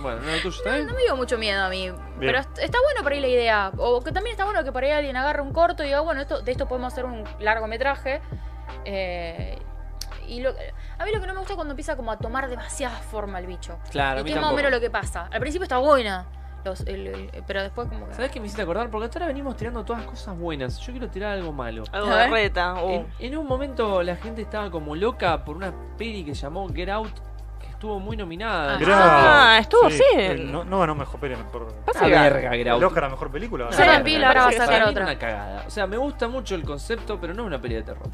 Bueno, ¿no la tuya está bien? No me dio mucho miedo a mí. Pero est- está bueno por ahí la idea. O que también está bueno que por ahí alguien agarre un corto y diga, bueno, esto, de esto podemos hacer un largometraje. Eh, y lo- a mí lo que no me gusta es cuando empieza como a tomar demasiada forma el bicho. Claro, a Y mí que es más o tampoco. menos lo que pasa. Al principio está buena. los- el- el- pero después como que... ¿Sabes qué me hiciste acordar? Porque hasta ahora venimos tirando todas cosas buenas. Yo quiero tirar algo malo. Algo A de ver. reta. uh. En, en un momento la gente estaba como loca por una peli que llamó Get Out, que estuvo muy nominada. Ah. Yo- Ah, estuvo, sí. eh, No, no ganó mejor película. Por... Pasa Una que- verga, Get Out. El Oscar a mejor película. Una Sarah verga. Bill ahora va a Para sacar mí otra. una cagada. O sea, me gusta mucho el concepto, pero no es una peli de terror.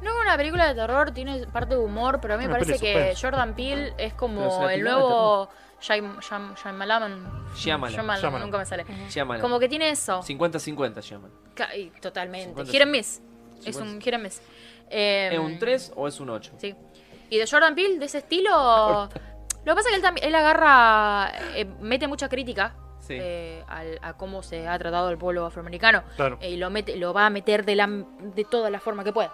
No, una película de terror tiene parte de humor, pero a mí me Una peli parece de que suspenso. Jordan Peele es Pero es como una el película de nuevo... Shyam- Shyam- Shyamalan. Shyamalan. Shyamalan, Shyamalan. nunca me sale. Llaman. Como que tiene eso. 50-50 llaman. Ca- y Totalmente. 50. Hit and miss. Es 50. un hit and miss. Eh, ¿Es un 3 o es un 8? Sí. Y de Jordan Peele, de ese estilo. Lo que pasa es que él, también, él agarra. eh, mete mucha crítica Sí. eh, al- a cómo se ha tratado el pueblo afroamericano. Claro. Eh, y lo, mete, lo va a meter de, la, de toda la forma que pueda.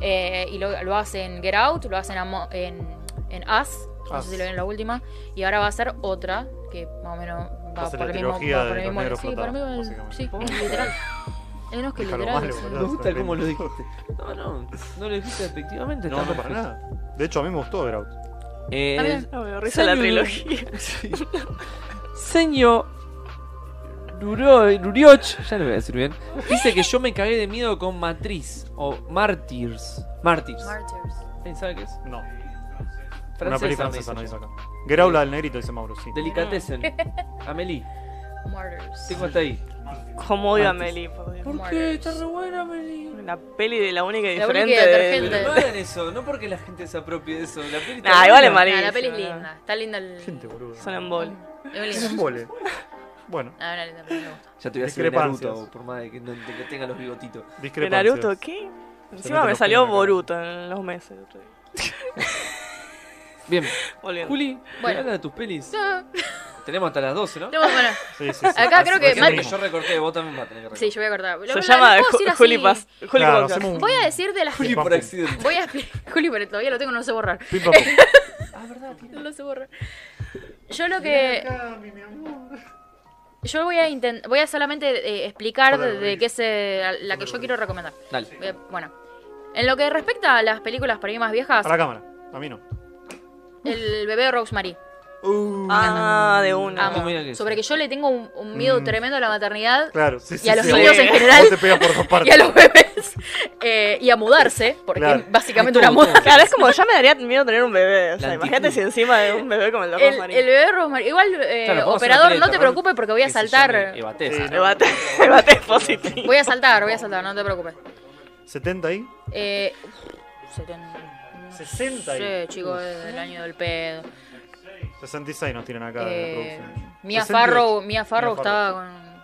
Eh, y lo, lo hace en Get Out, lo hacen en, en Us. No Us. sé si lo ven en la última. Y ahora va a ser otra que más o menos Va va a ser por la el mismo. trilogía va de por el los mismo- negros sí, para mí, flotados, va- básicamente. <laughs> sí, literal. Es unos que Deja lo literal. malo, es un- Me gusta cómo lo dijiste. No, no, no lo dijiste efectivamente. No, está no, para perfecto. nada. De hecho, a mí me gustó Grout. Eh, Está bien. No, me dio risa la Señor- <laughs> trilogía. Sí. Señor Ruro- Rurioch, ya no voy a decir bien, dice que yo me cagué de miedo con Matriz o Martyrs. Martyrs. Martyrs. Eh, ¿Sabe qué es? No, una Francesa, peli me dice francesa no yo. hizo acá. Grout, la del negrito, dice Mauro, sí. Delicatessen. Amelie, Martyrs. tengo hasta ahí. Cómo odio a Antes. Meli, por Dios. ¿Por qué? Martyrs. Está re buena, Amelie. La peli de la única La única diferente. detergente. de- Pero no hagan eso, no porque la gente se apropie de eso. La peli está Nah, buena. igual es malísima. Ah, la peli es ¿no? linda. Está linda el. Gente, boludo. <laughs> Son en bol. Es muy Un linda. vole. Bueno, Ah, una linda peli, me gusta. Ya te voy a hacer de Naruto, Discrepancias. por más de que, no- de que tenga los bigotitos. ¿De discrepancias. Naruto qué? Encima me los salió pelos de Boruto en los meses. el otro día. Bien. Volviendo. Juli, Bueno. habla de tus pelis. No, Tenemos hasta las 12, ¿no? no, bueno, Sí, sí, sí. Acá creo que Así Siempre mismo. Yo recorté, vos también vas a tener que Eh, sí, recortar. yo voy a cortar. Se llama puedo decir Ju- así. Juli Pas- Juli Claro, Podcast. hacemos un- Voy a decir de las Juli Pam, por pum. accidente. Voy a <laughs> Juli, pero todavía lo tengo, no se borrar. Pim, <laughs> pam, pum. Ah, verdad. No lo sé borrar. Yo lo que. Yo voy a intentar. Voy a solamente eh, explicar de, de qué se. a la que yo quiero recomendar. Dale. Eh, bueno. En lo que respecta a las películas para mí más viejas, A la cámara. A mí no. el bebé Rosemary. Ah, de una. Amo. mira que Sobre sí. que yo le tengo un, un miedo Mm. tremendo a la maternidad Claro, sí, sí. y a los sí. niños Sí. en general Vos te pegas por dos <laughs> y partes. a los bebés <laughs> eh, y a mudarse, porque Claro. es básicamente Hay una todo, muda. Claro, es como ya me daría miedo tener un bebé. O sea, La imagínate antitud. si encima de un bebé como el de El, el Rosemary. bebé Rosemary. Igual, eh, Claro, vamos a hacer una operador, peli no de te terror preocupes porque voy a que se llame saltar. Eva Tess. Sí, El <laughs> bate, el bate es positivo. Voy a saltar, voy a saltar, no te preocupes. 70 ahí. Eh, uf, 70, no 60 y- sé, chicos, del año del pedo. 66 nos tiran acá de Eh, producción. Mia 68. Farrow, Mia Farrow Mia estaba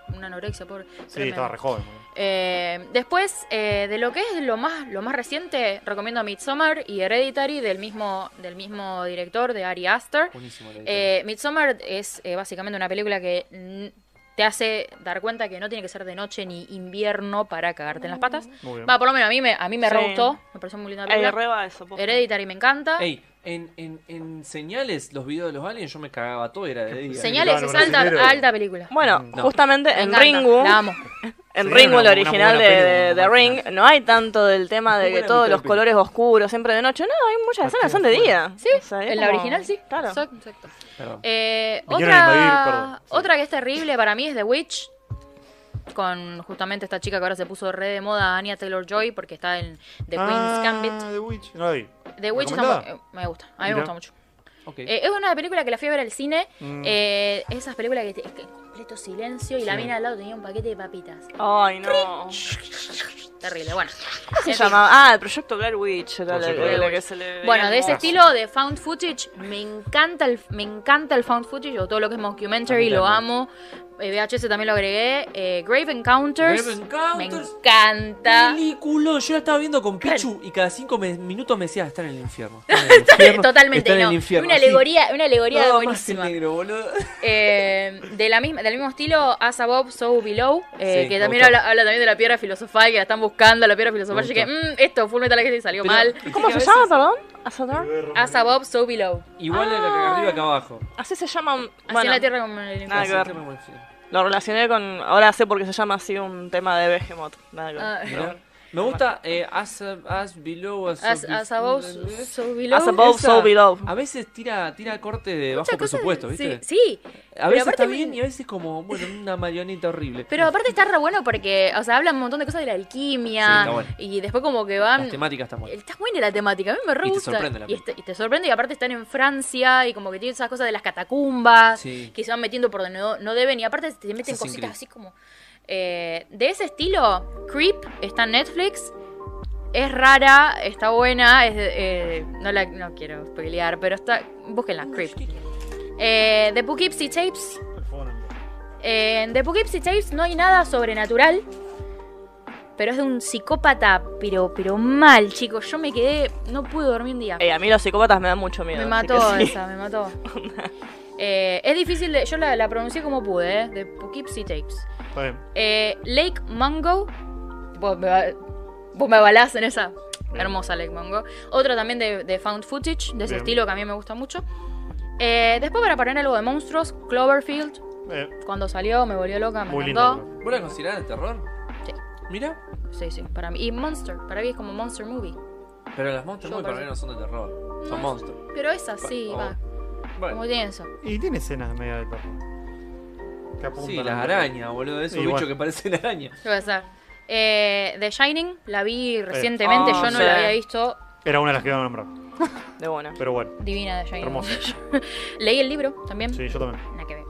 con una anorexia, pobre. Sí, Tremendo. estaba re joven. boludo. Eh, después, eh, de lo que es lo más, lo más reciente, recomiendo Midsommar y Hereditary del mismo, del mismo director, de Ari Aster. Buenísimo. la idea. Eh, Midsommar es eh, básicamente una película que mm, te hace dar cuenta que no tiene que ser de noche ni invierno para cagarte en las patas. Muy bien. Va, por lo menos a mí me, a mí me re Sí. gustó, me pareció muy linda la Ay, película. reba eso. posta. Hereditary me encanta. Ey, en, en, en señales, los videos de los aliens, yo me cagaba todo, era de día. Señales, Claro, es alta, brasilero. alta película. Bueno, No. justamente Me en encanta, Ringu, La amo. en Sí, Ringu, una- el una original buena de, peli, de- una de buena Ring, no hay tanto del tema de que buena todos mitad los de peli. colores oscuros, siempre de noche. No, hay muchas escenas son de día. Sí, O sea, es en la como- original sí. Claro. Exacto, exacto. Perdón. Eh, Vinieron otra, a invadir, perdón. Sí. otra que es terrible para mí es The Witch. Con justamente esta chica que ahora se puso re de moda, Anya Taylor Joy, porque está en The Queen's Ah, Gambit. The Witch. No la vi. The Witch está ¿Recomendada? muy- eh, me gusta, a mí Mirá. me gusta mucho. Ok. Eh, es una película que la fui a ver al cine. Mm. eh, esas películas que, te- que completo silencio y la Sí. mina al lado tenía un paquete de papitas. Ay, no. Terrible, bueno. se En fin. llamaba? Ah, el proyecto Blair Witch era la, Proyecto la- la Blair que se le veía Bueno, de ese como- estilo de found footage, me encanta el, me encanta el found footage o todo lo que es mockumentary, También. lo amo. Eh, VHS también lo agregué. Eh, Grave Encounters. Grave Encounters. Me encanta. Película, yo la estaba viendo con <laughs> Pichu y cada cinco me- minutos me decía, está en el infierno. está en el infierno, Eh, Totalmente, está en no. el infierno", una así. alegoría, una alegoría Todo más en buenísima. negro, boludo. Eh, de la misma, del mismo estilo, As Above, So Below, eh, Sí, que me también gustó. habla, habla también de la piedra filosofal, que la están buscando, la piedra filosofal. Me Yo que, gustó. "Mm, esto, Full Metal Alchemist salió Pero- mal. ¿Cómo se Viste que a llama, veces- perdón? ¿Asador? As Above, So Below. Igual era que arriba que abajo. Así se llama. Así en Bueno, la tierra como en el Nada infierno. que Así ver. me emocioné. lo relacioné con. Ahora sé por qué se llama así un tema de Behemoth. Nada que ver. Ah, Mirá. Me gusta eh, as, as below, as, As, as above, so below. As above, Esa- so below. A veces tira, tira corte de Muchas bajo cosas- presupuesto, sí, ¿viste? Sí, A veces aparte está me- bien y a veces como, bueno, una marioneta horrible. pero aparte está re bueno porque, o sea, hablan un montón de cosas de la alquimia Sí, está bueno. y después como que Las van... temáticas están buenas. Está buena la temática, a mí me re Y te gusta. sorprende la y, está- y te sorprende y aparte están en Francia y como que tienen esas cosas de las catacumbas Sí. que se van metiendo por donde no, no deben y aparte te meten Assassin's cositas Creed. así como... eh, de ese estilo, Creep está en Netflix. Es rara, está buena, es, de- eh, no la no quiero spoilear, pero está. Búsquenla, Creep. Eh, The Poughkeepsie Tapes eh, El fondo. en The Poughkeepsie Tapes no hay nada sobrenatural, pero es de un psicópata, pero, pero mal, chicos. Yo me quedé, no pude dormir un día. Ey, Eh, a mí los psicópatas me dan mucho miedo. me así mató que sí. esa, me mató. Eh, es difícil, de, yo la, la pronuncié como pude, ¿eh? The Poughkeepsie Tapes. Está bien. Eh, Lake Mango, vos me, va- vos me avalás en esa. Hermosa Lake Mango. Otra también de, de Found Footage, de ese Bien. estilo que a mí me gusta mucho. Eh, después para poner algo de monstruos, Cloverfield, Eh, cuando salió me volvió loca, me muy encantó. lindo. ¿Vos la considerás de terror? Sí. Mira, Sí, sí, para mí. Y Monster, para mí es como Monster Movie. pero las monstruos Yo muy para parece- mí no son de terror. Son monstruos. Pero es así, Oh. va. Bueno, Como tiene eso. Y tiene escenas de media de terror. Que apuntan sí, al las terror. arañas, boludo. Esos Sí, bichos bueno. que parecen <laughs> arañas. ¿Qué va a ser? Eh, The Shining, la vi Eh, recientemente, Ah, yo no sí. la había visto. Era una de las que iban a nombrar. De buena. Pero bueno, Divina The Shining. hermosa. <laughs> Leí el libro también. Sí, yo también. Nada que ver.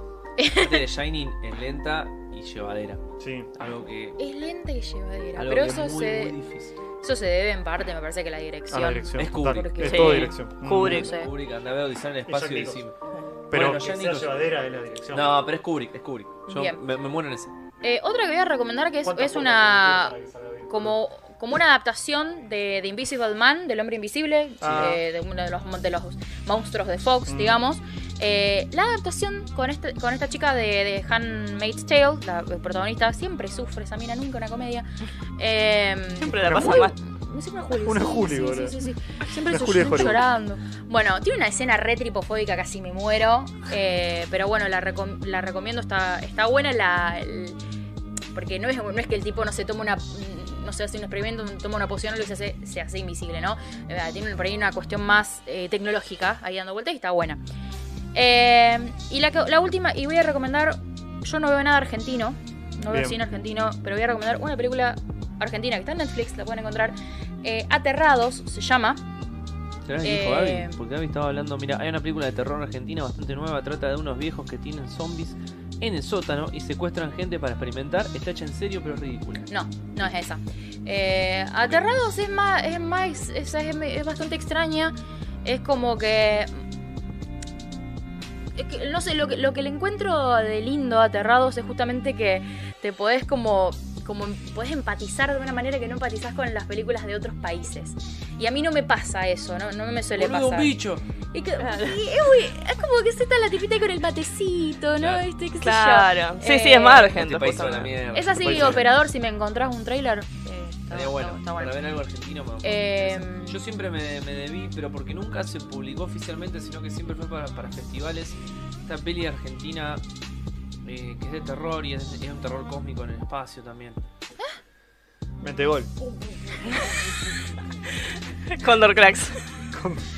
Aparte de Shining es lenta y llevadera. Sí. Algo que. Es lenta y llevadera. Algo Pero que es eso muy, se, muy difícil. eso se debe en parte, me parece que a la A dirección. la dirección. Es total. Kubrick. Es Sí. todo dirección. Kubrick. Sí. Kubrick andaba a odisar en el Jack espacio y Nicholson. encima. Pero Bueno, ya que ni sea lo- llevadera es la dirección. No, pero es Kubrick, es Kubrick. Yo Bien. me, me muero en ese. Eh, otra que voy a recomendar que es, ¿Cuántas es cosas una. tiene que salga bien? como, como una adaptación de, de Invisible Man, del hombre invisible, Ah. de, de uno de los, mon- de los monstruos de Fox, Mm. digamos. Eh, la adaptación con, este, con esta chica de, de Handmaid's Tale, la protagonista, siempre sufre esa mina, nunca una comedia. <laughs> Eh, Siempre la Pero pasa muy- mal. Siempre Juli. Una sí, Juli, sí, boludo. sí, sí, sí. Siempre Una se Juli de Hollywood. llorando. Bueno, tiene una escena re tripofóbica, casi me muero. eh, pero bueno, la, recom- la recomiendo, está, está buena la. el- porque no es, no es que el tipo no se toma una. No se hace un experimento, toma una poción y se hace, se hace invisible, ¿no? Eh, tiene por ahí una cuestión más eh, tecnológica ahí dando vueltas y está buena. Eh, y la, que- la última, y voy a recomendar. Yo no veo nada argentino. No veo Bien. cine argentino, pero voy a recomendar una película argentina que está en Netflix, la pueden encontrar. Eh, Aterrados se llama. ¿Será que dijo Eh, Gaby? Porque Gaby estaba hablando, mira, hay una película de terror argentina bastante nueva, trata de unos viejos que tienen zombies en el sótano y secuestran gente para experimentar. Está hecha en serio, pero es ridícula. No, no es esa. Eh, Aterrados es más, es más, es, es- es bastante extraña. Es como que, es que, no sé, lo que, lo que le encuentro de lindo a Aterrados es justamente que te podés como, como em- podés empatizar de una manera que no empatizás con las películas de otros países. Y a mí no me pasa eso, no, no me suele Boludo, un pasar. bicho! Y que- y es, muy- es como que se está la tipita con el matecito, ¿no? Claro. Este, qué sé yo. Claro. Sí, sí, Eh, es más Este argento. país es una justamente. mierda. Es Me así, parece operador, si me encontrás un trailer, eh, está, Estaría bueno, está- está bueno. para ver algo argentino más. Eh, Yo siempre me, me debí, pero porque nunca se publicó oficialmente, sino que siempre fue para, para festivales. Esta peli argentina eh, que es de terror y es, es un terror cósmico en el espacio también. Mete gol. <laughs> Condor Cracks.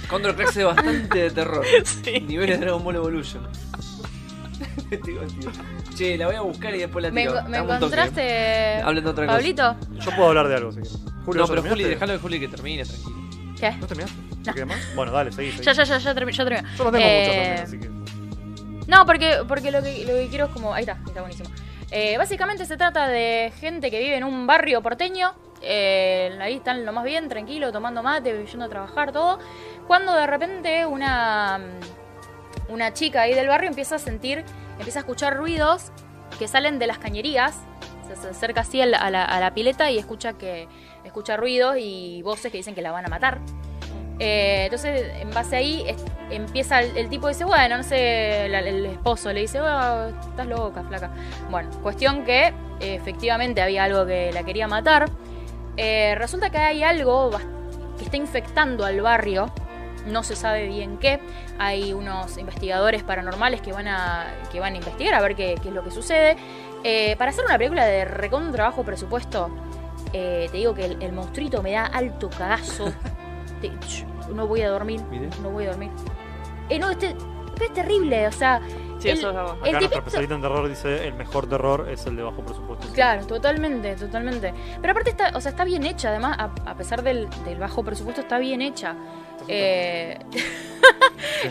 Condor Cracks es bastante de terror. Sí. Niveles de Dragon Ball Evolution. <laughs> Te digo, tío. che, la voy a buscar y después la ¿Me, tiro. enco- me Dame un toque. encontraste, eh, Hablen de otra cosa. Pablito? Yo puedo hablar de algo si quieres. Julio, ¿ya No, pero Juli, terminaste? déjalo de Juli que termine, tranquilo. ¿Qué? ¿No terminaste? ¿Te queda más? Bueno, dale, seguí. seguí. Ya, ya, ya, ya termi- ya terminé. Yo no tengo Eh, mucho también, así que. No, porque, porque lo, que, lo que quiero es como... Ahí está, está buenísimo. Eh, básicamente se trata de gente que vive en un barrio porteño. eh, ahí están lo más bien, tranquilo, tomando mate, yendo a trabajar, todo. Cuando de repente una, mm, una chica ahí del barrio empieza a sentir, empieza a escuchar ruidos que salen de las cañerías. Se, se acerca así a la, a la- a la pileta y escucha que escucha ruidos y voces que dicen que la van a matar. Eh, entonces, en base ahí, es- empieza el, el tipo dice, bueno, no sé, la- el esposo le dice, "Ah, estás loca, flaca. Bueno, cuestión que eh, efectivamente había algo que la quería matar. Eh, resulta que hay algo bas- que está infectando al barrio, no se sabe bien qué. Hay unos investigadores paranormales que van a, que van a investigar a ver qué, qué es lo que sucede. Eh, para hacer una película de recontra bajo presupuesto, eh, te digo que el, el monstruito me da alto cagazo. Te- yo no voy a dormir, Mire. no voy a dormir. Eh, no, este, es terrible, o sea, Sí, eso El- es verdad. Acá nuestro tipito- especialista en terror dice: el mejor terror es el de bajo presupuesto. Claro, totalmente, totalmente. Pero aparte está, o sea, está bien hecha, además, a, a pesar del, del bajo presupuesto, está bien hecha. Eh, Sí, sí, esa- Con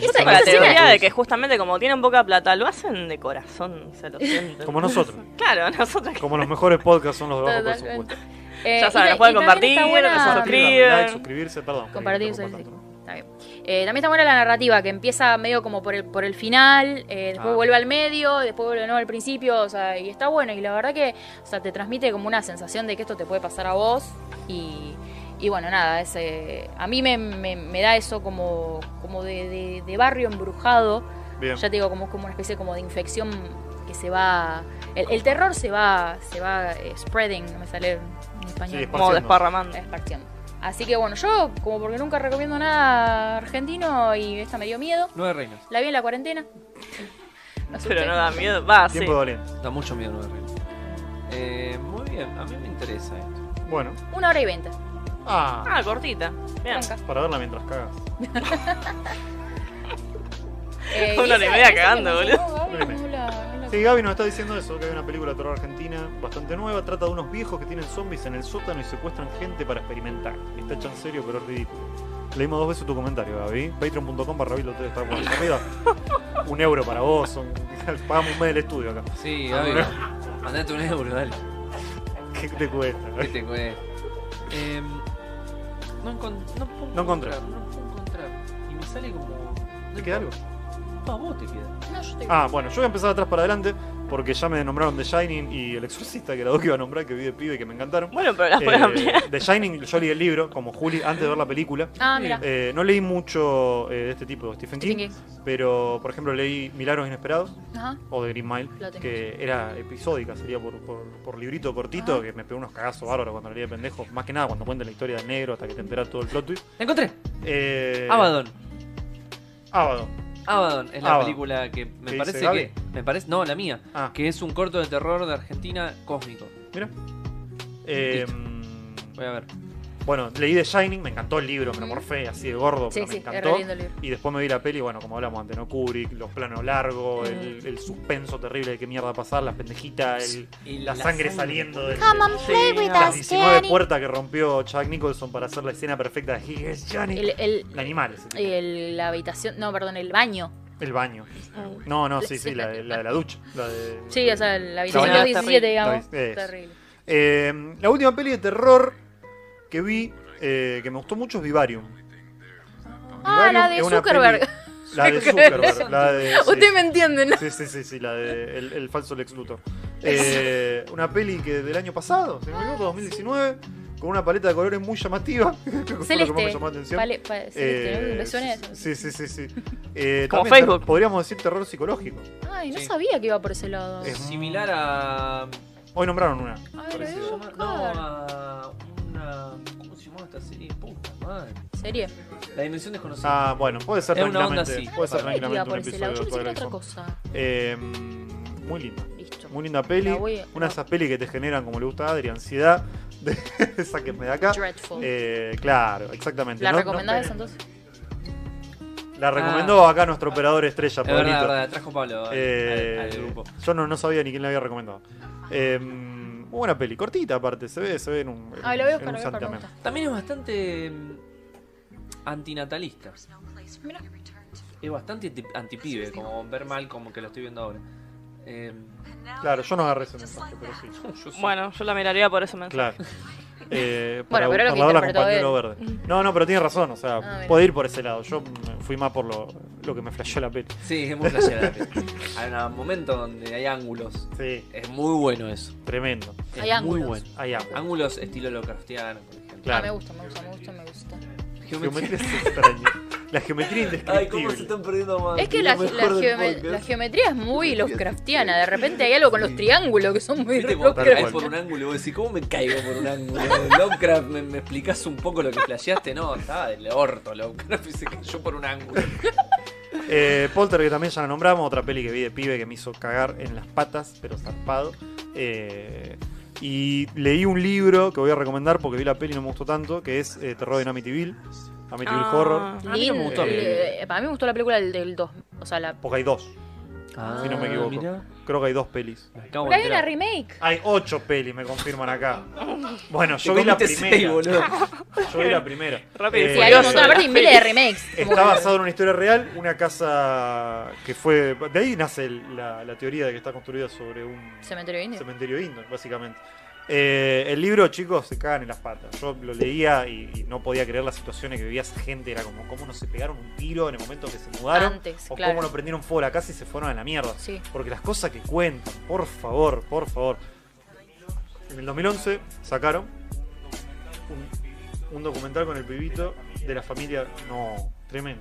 sí. la esa escena- teoría de que justamente como tienen poca plata, lo hacen de corazón, <laughs> se lo sienten. Como nosotros. Claro, nosotros. que- Como los mejores podcasts son los de bajo Totalmente. presupuesto. eh, Ya saben, y- nos pueden y también está compartir, buena- nos Suscriban, suscriben. like, suscribirse, perdón. que Compartir, interrumpa sí, sí. tanto, ¿no? Está bien. Eh, también está buena la narrativa, que empieza medio como por el, por el final, eh, después Ah. vuelve al medio, después vuelve de nuevo al principio, o sea, y está bueno. Y la verdad que, o sea, te transmite como una sensación de que esto te puede pasar a vos. Y, y bueno, nada, es, eh, a mí me, me- me da eso como, como de, de- de barrio embrujado. Bien. Ya te digo, como, como una especie como de infección que se va... El, el terror se va, se va eh, spreading, no me sale en español. Sí, <laughs> Como Esparciendo. desparramando. Esparciando. Así que bueno, yo como porque nunca recomiendo nada argentino y esta me dio miedo, Nueve reinos. la vi en la cuarentena. <laughs> Me asusté. Pero no da miedo. Va, sí. Tiempo doliente. Da mucho miedo Nueve reinos. Eh, muy bien, a mí me interesa esto. Bueno. Una hora y <laughs> veinte. Ah, Ah, cortita. Bien. Tranca. para verla mientras cagas. Eh, Una hora y media cagando, boludo. Una hora y media. Sí, Gaby nos está diciendo eso, que hay una película de terror argentina bastante nueva, trata de unos viejos que tienen zombies en el sótano y secuestran gente para experimentar. Está hecha en serio, pero es ridículo. Leímos dos veces tu comentario, Gaby. Patreon.com barra Bill Hotel está con la comida. Un euro para vos, un- pagamos un mes del estudio acá. Sí, Ah, Gaby, bueno. mandate un euro, dale. ¿Qué te cuesta? ¿Qué te cuesta? Em, no, encon- no puedo No encontré. encontrar, No puedo encontrar. Y me sale como. ¿Te queda algo? No, a vos te queda. No, yo estoy Ah, bueno, yo voy a empezar atrás para adelante porque ya me nombraron The Shining y El Exorcista, que era dos que iba a nombrar, que vi de pibe y que me encantaron. Bueno, pero las podés Eh, ampliar. The Shining, yo leí el libro, como Juli, antes de ver la película. Ah, mira. Eh, no leí mucho eh, de este tipo, de Stephen Stephen King, pero por ejemplo leí Milagros Inesperados Ajá. o The Green Mile, Lo tengo. que era episódica, sería por, por, por librito cortito, Ajá. que me pegó unos cagazos bárbaros cuando leí de pendejo, más que nada cuando cuenta la historia del negro hasta que te enteras todo el plot twist. La encontré. Eh, Abaddon. Abaddon. Abaddon es la Abaddon. película que ¿Qué me dice parece Gaby? que. Me parece. No, la mía. Ah, Que es un corto de terror de Argentina cósmico. mira. Eh, Listo. Voy a ver. bueno, leí The Shining, me encantó el libro, me lo morfé así de gordo, Sí, pero sí, me es encantó. re lindo el libro. Y después me vi la peli, bueno, como hablamos antes, ¿no? Kubrick, los planos largos, el, el suspenso terrible de qué mierda va a pasar, las pendejitas, el- Y la, sangre, saliendo del. Come and Sí, play with las us, 19 Danny. puertas que rompió Jack Nicholson para hacer la escena perfecta de He is Johnny. El, Eh, el, el animal, ese tipo. el- la habitación, no, perdón, el baño. El baño. No, no, sí, sí, la de la, de la ducha. La de, eh, Sí, o sea, la Sí, habitación no, 17, digamos. terrible. Es. Terrible. Eh, la última peli de terror que vi, eh, que me gustó mucho, es Vivarium. Ah, la Vivarium de es una Zuckerberg. peli- la <laughs> de Zuckerberg. la de, sí. Ustedes me entienden, ¿no? Sí, sí, sí, sí, la de el, el falso Lex <laughs> Luthor. Eh, una peli que del año pasado, si no me Ah, equivoco, 2019, con una paleta de colores muy llamativa. <laughs> Creo que fue lo que más me Celeste. llamó la atención. Vale, pa- celeste, ¿no? Eh, Me suena eso. sí, sí, sí, <laughs> sí. Eh, también Como ter- Facebook. Podríamos decir terror psicológico. Ay, no Sí. sabía que iba por ese lado. Es- Similar a. Hoy nombraron una. A ver, parecido. lo voy a No, buscar. a. Una. ¿Cómo se llamaba esta serie? Puta madre. Serie. La dimensión desconocida. Ah, bueno, puede ser Es una onda tranquilamente, así. puede ser No sabía que iba tranquilamente un por ese lado. Yo episodio de pensé que era Twilight otra Zone. cosa. Eh, muy linda, Listo. muy linda peli. La voy a- Una de esas pelis que te generan, como le gusta a Adri, ansiedad. <laughs> De, sáquenme de acá. Dreadful. Eh, claro, exactamente. ¿La No- no- eh, recomendás entonces? Ah, La recomendó acá nuestro operador estrella, Ah. es verdad, Pablito. verdad, trajo Pablo al, Eh, al- al grupo. Yo no, no sabía ni quién la había recomendado. Eh, muy buena peli, cortita aparte, se ve, se ve en un. en Ah, un- la voy a en buscar, un la voy a buscar. me santiamén. gusta. También es bastante mm, antinatalista. Es bastante anti- antipibe, como ver mal como que lo estoy viendo ahora. Eh, Claro, yo no agarré ese mensaje, pero sí. yo soy- Bueno, yo la miraría por ese mensaje. Claro. Eh, para pero lo que guardarla con interpretó pañuelo él. verde. No, no, pero tiene razón, o sea, Ah, mira. puede ir por ese lado. Yo mm, fui más por lo, lo que me flasheó la peli. Sí, es muy flashera. hay un momento donde hay ángulos. Sí, Es muy bueno eso. tremendo. Es Hay muy ángulos. bueno. Ahí amo. Ángulos estilo Lovecraftiano, por ejemplo. Claro. Ah, me gusta, me gusta, me gusta, me gusta. Geometría es extraña. La geometría indescriptible. perdiendo más. Es que la, la geome- la geometría es muy Lovecraftiana. De repente hay algo con los triángulos que son muy Viste, vos cual. caes por Lovecraftianos. un ángulo y vos decís, ¿cómo me caigo por un ángulo? Lovecraft, ¿me, me explicás un poco lo que flasheaste? No, estaba del orto Lovecraft <laughs> y se cayó por un ángulo. Eh, Polter, que también ya la nombramos, otra peli que vi de pibe que me hizo cagar en las patas, pero zarpado. Eh, y leí un libro que voy a recomendar porque vi la peli y no me gustó tanto, que es eh, Terror de Amityville. Amityville Ah. Horror. A mí no me gustó. Eh, para mí me gustó la película del, del 2. O sea, la. Porque hay dos. Ah, Si no me equivoco. Creo que hay dos pelis. Pero hay una remake. Ah, Hay ocho pelis, me confirman acá. Bueno, yo vi la primera. boludo. <laughs> yo vi la primera. Rápido y Eh, Sí, hay un Curioso, montón, aparte hay la miles de peli. remakes. Eh, Como Está que- basado en una historia real, una casa que fue... De ahí nace el- la, la teoría de que está construida sobre un Cementerio indio. cementerio indio, básicamente. Eh, el libro, chicos, se cagan en las patas. Yo lo leía y, y no podía creer las situaciones que vivía esa gente. Era como cómo no se pegaron un tiro en el momento que se mudaron. Antes, o claro. cómo no prendieron fuego a la casa y se fueron a la mierda. Sí. Porque las cosas que cuentan, por favor, por favor. En el 2011 sacaron un, un documental con el pibito de la familia. No, tremendo.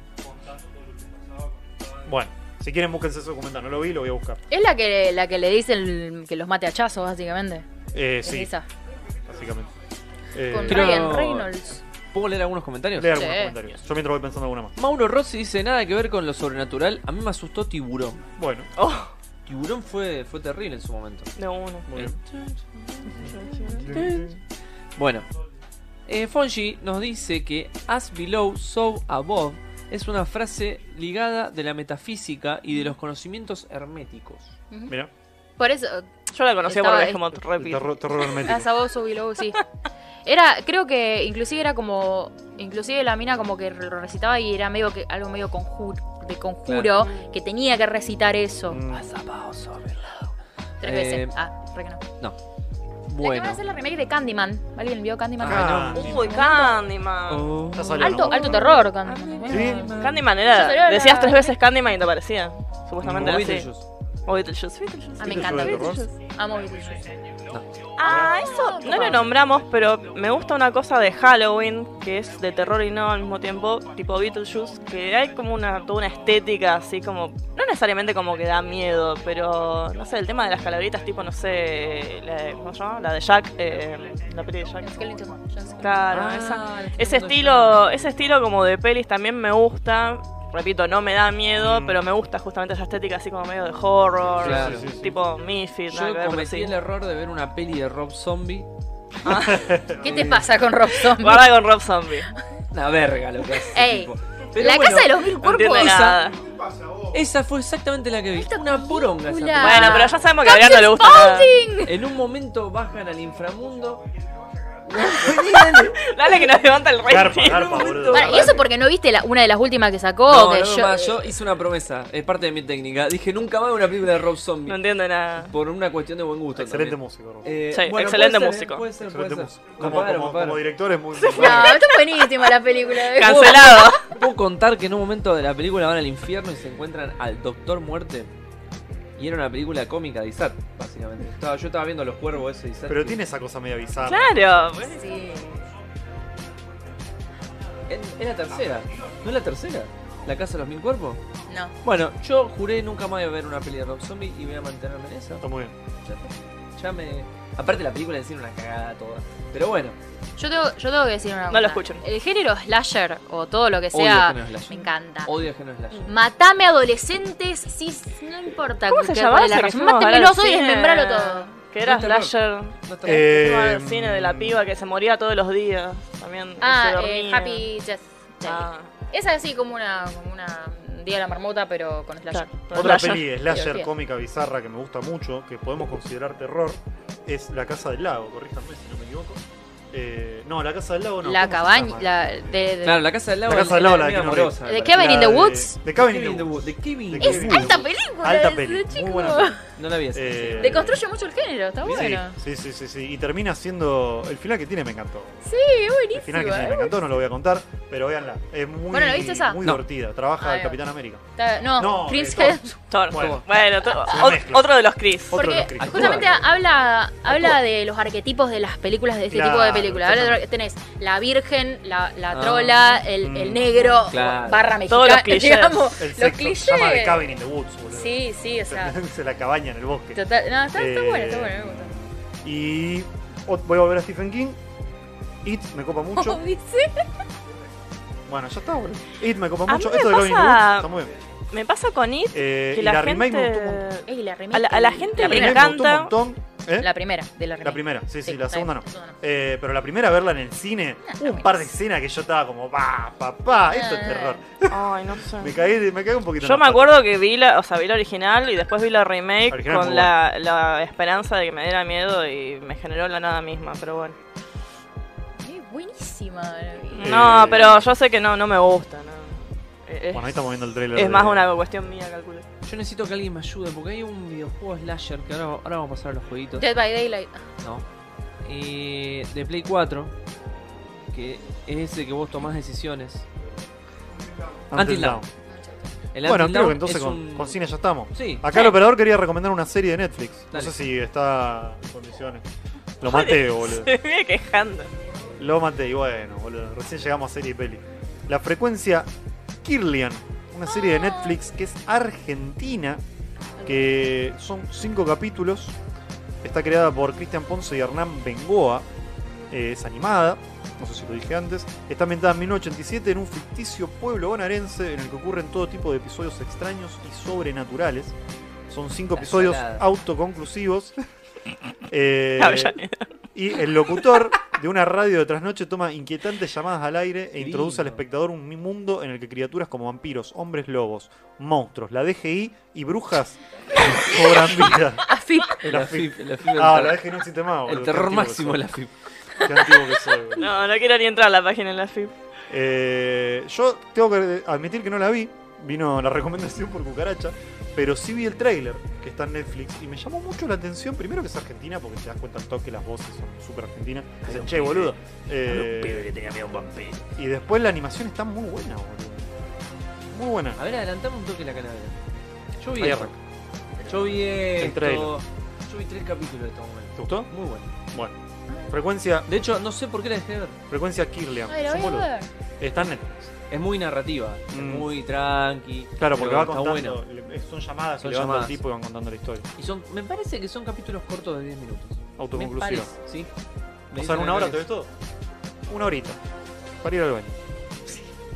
Bueno, si quieren, búsquense ese documental. No lo vi, lo voy a buscar. Es la que, la que le dicen que los mate a chazos, básicamente. Eh, Es sí, esa. básicamente. Eh, Con creo- Ryan Reynolds. ¿Puedo leer algunos comentarios? Lea algunos Sí. comentarios. Yo mientras voy pensando alguna más. Mauro Rossi dice nada que ver con lo sobrenatural. A mí me asustó Tiburón. Bueno, Oh, Tiburón fue, fue terrible en su momento. de uno. muy bien. Bueno, eh, Fonji nos dice que as below, so above es una frase ligada de la metafísica y de los conocimientos herméticos. Mira, Por eso, Yo la conocía Estaba- porque es como repito. terror, terror hermético. Las Above So Below, sí. Era, creo que inclusive era como, inclusive la mina como que lo recitaba y era medio que algo medio conjuro, de conjuro, que tenía que recitar eso. Mm, As above, so below. Tres Eh, veces. Ah, re que no. La que van a Bueno. hacer la remake de Candyman. ¿Alguien vio Candyman? Ah, Uy, Candyman. Oh. Ya salió, Alto, ¿no? alto terror, Candyman. Sí. Bueno. Ah, Candyman Yo salió era. la- Decías tres veces Candyman y te aparecía. Supuestamente Como era así. Beetlejuice. O Beetlejuice, Beetlejuice. Ah, me ¿Viste encanta. Solar Terror? Amo Beetlejuice. Ah, eso no lo nombramos, pero me gusta una cosa de Halloween, que es de terror y no al mismo tiempo, tipo Beetlejuice, que hay como una, toda una estética así como, no necesariamente como que da miedo, pero no sé, el tema de las calabritas, tipo, no sé, la de, ¿cómo se llama? La de Jack, eh, la peli de Jack. Skeleton. Claro, Ah, esa. la estoy Ese viendo estilo, ya. ese estilo como de pelis también me gusta. Repito, no me da miedo, Mm. pero me gusta justamente esa estética así como medio de horror, Claro. Sí, sí, sí. tipo Miffy, nada Yo que ver, pero cometí sí. el error de ver una peli de Rob Zombie. ¿Qué te pasa con Rob Zombie? Guarda con Rob Zombie. Una verga lo que hace. ese Ey, tipo. Pero La bueno, casa de los mil No cuerpos. entiendo esa. nada. Esa fue exactamente la que vi. Esta Una poronga esa película. peli. Bueno, pero ya sabemos que a Ah. Captain Adrián no le gusta nada. <laughs> En un momento bajan al inframundo. <laughs> Dale que nos levanta el Garpa, rating. garpa, boludo. Para, y eso porque no viste la- una de las últimas que sacó. No, Oh, que no, yo, ma, yo hice una promesa, es parte de mi técnica. Dije nunca más una película de Rob Zombie. No entiendo nada. Por una cuestión de buen gusto. Excelente también. músico, Rob. Eh, Sí, bueno, excelente puede ser, músico. eh, Puede ser, puede Excelente ser. músico. Me Como, pagaron, como- me pagaron. como director es muy No, está buenísima la película. <laughs> Cancelado. ¿Puedo contar que en un momento de la película van al infierno y se encuentran al Doctor Muerte? Y era una película cómica de Isaac, básicamente. Estaba- yo estaba viendo los cuervos ese de Isaac. Pero que- tiene esa cosa media bizarra. Claro. Sí. Eh, Es la tercera. ¿No es la tercera? ¿La Casa de los Mil Cuerpos? No. Bueno, yo juré nunca más iba a ver una peli de Rob Zombie y voy a mantenerme en esa. Está muy bien. Ya está. Ya me. Aparte, la película en sí era una cagada toda. Pero bueno, Yo tengo, yo tengo que decir una cosa. No lo escuchen. El género slasher o todo lo que Odio sea. el género slasher. me encanta. odio que no es Mm. la Matame adolescentes, sí, no importa. ¿Cómo se que- llamaba cuál es la esa que razón. fuimos a ver al Mátenmelos y cine? desmembralo todo. Que era No te lo- Slasher. No está Eh, Fuimos al cine de la piba que se moría todos los días. También. se Ah, eh, dormía. Happy Death Day. Ah, Esa es así como una, como una Día de la Marmota, pero con slasher. claro. Otra Slasher. peli slasher Divertida. cómica bizarra que me gusta mucho, que podemos considerar terror, es La Casa del Lago, corríjanme si no me equivoco. Eh, no, La Casa del Lago no. la ¿cómo se cabaña, llama? la de, de- Claro, la casa del lago. La Casa del Lago, era la de medio Keanu Reeves. amorosa, ¿De me qué Kevin in the La de- Woods. De parece. Kevin in the Woods. De Kevin De in the Kevin es in Woods. the alta Woods. película, Alta ese peli, muy chico. buena peli. No la vi esa. Eh, Deconstruye mucho el género, está Sí, bueno. Sí, sí, sí, sí. Y termina siendo. El final que tiene me encantó. Sí, es El final que buenísimo. tiene me encantó, no lo voy a contar, pero véanla. Es muy, Bueno, ¿la viste esa? muy No. divertida. Trabaja Ah, el no. Capitán América. Está- No, No, eh, Prince de Hemsworth. Thor. Bueno. Bueno, to- una ot- mezcla. otro de los Chris. Otro de Porque los Chris. justamente Actúa. habla, habla Actúa. de los arquetipos de las películas, de este Claro, tipo de películas. Habla de- exactamente. Tenés la virgen, la, la Ah. trola, el, el Mm. negro, Claro. barra mexicana, <laughs> Todos los clichés. digamos, El sexto. los Se llama The clichés. Cabin in the Woods, boludo. Sí, sí, o sea, Se la cabaña en <laughs> el bosque. total, no, está, está Eh, bueno, está bueno, me gusta. Y ot- voy a volver a Stephen King. It me copa <laughs> mucho. dice? bueno, ya está, boludo. It me copa A mucho. mí me Esto de Cabin in the pasa- Woods está muy bien. Me pasa con It Eh, que y la, la, remake me gustó un montón. gente. Ey, la remake. A la, a la gente La le primera, remake me gustó un encanta. montón. ¿Eh? La primera de la remake. La primera, sí, sí, la segunda no. La segunda no. Eh, pero la primera, verla en el cine, Ah, está hubo un buena. par de escenas que yo estaba como, pa, pa, pa, esto es Ah. terror. Ay, no sé. Me caí, de- me caí un poquito. en Ah. la Yo me pata. acuerdo que vi la, o sea, vi la original y después vi la remake La original es con muy la, la esperanza de que me diera miedo y me generó la nada misma, pero bueno. Eh, buenísima. Eh, No, pero yo sé que no, no me gusta, no. Eh, Bueno, ahí Es, estamos viendo el trailer. es más una cuestión mía, calculo. <laughs> Yo necesito que alguien me ayude porque hay un videojuego slasher que ahora, ahora vamos a pasar a los jueguitos. Dead by Daylight. <laughs> No. Eh, de Play 4, que es ese que vos tomás decisiones. Until Dawn. El Bueno, creo Until Dawn que entonces es con, un- con cine Ah, ya estamos. Sí. Acá el operador quería recomendar una serie de Netflix. No Dale. Ah, eh, sé si está en condiciones. Lo maté, boludo. Se vive quejando. Eh, Lo maté y bueno, boludo. Recién llegamos a serie y peli. La frecuencia Kirlian, una serie de Netflix que es argentina, que son cinco capítulos. Está creada por Cristian Ponce y Hernán Bengoa. Eh, es animada, no sé si lo dije antes. Está ambientada en 1987 en un ficticio pueblo bonaerense en el que ocurren todo tipo de episodios extraños y sobrenaturales. Son cinco La episodios ensalada. autoconclusivos. Eh, La Avellaneda. y el locutor de una radio de trasnoche toma inquietantes llamadas al aire e Lindo. introduce al espectador un mundo en el que criaturas como vampiros, hombres lobos, monstruos, la DGI y <laughs> brujas cobran vida. Afip. El La AFIP. FIP, la FIP, el Ah, terror- la DGI no existe más. boludo. el Qué terror antiguo que máximo soy. la FIP. Qué antiguo que soy, boludo. No, no quiero ni entrar a la página en la FIP. <laughs> Eh, yo tengo que admitir que no la vi. Vino la recomendación por cucaracha. pero sí vi el tráiler que está en Netflix y me llamó mucho la atención. Primero que es argentina, porque te das cuenta al toque las voces son súper argentinas. Dicen, che, boludo. eh, tenía miedo vampiro. y después la animación está muy buena, boludo. Muy buena. A ver, adelantame un toque la canal. Yo vi Ahí esto. arranca. Yo vi esto. trailer. Yo vi tres capítulos de esta momento. ¿Te gustó? Muy bueno. Bueno. Frecuencia, De hecho, no sé por qué la dejé de ver. frecuencia Kirlian. Ay, la Es un voy a boludo. ver. Está en Netflix. Es muy narrativa, es Mm. muy tranqui. Claro, porque pero va está contando. bueno. le- son llamadas Son que le van dando llamadas. al tipo y van contando la historia. Y son, me parece que son capítulos cortos de 10 minutos. Me Autoconclusiva. parece, sí. Me O sea, dicen en una hora acá te ves que- todo. Una horita. Para ir al baño.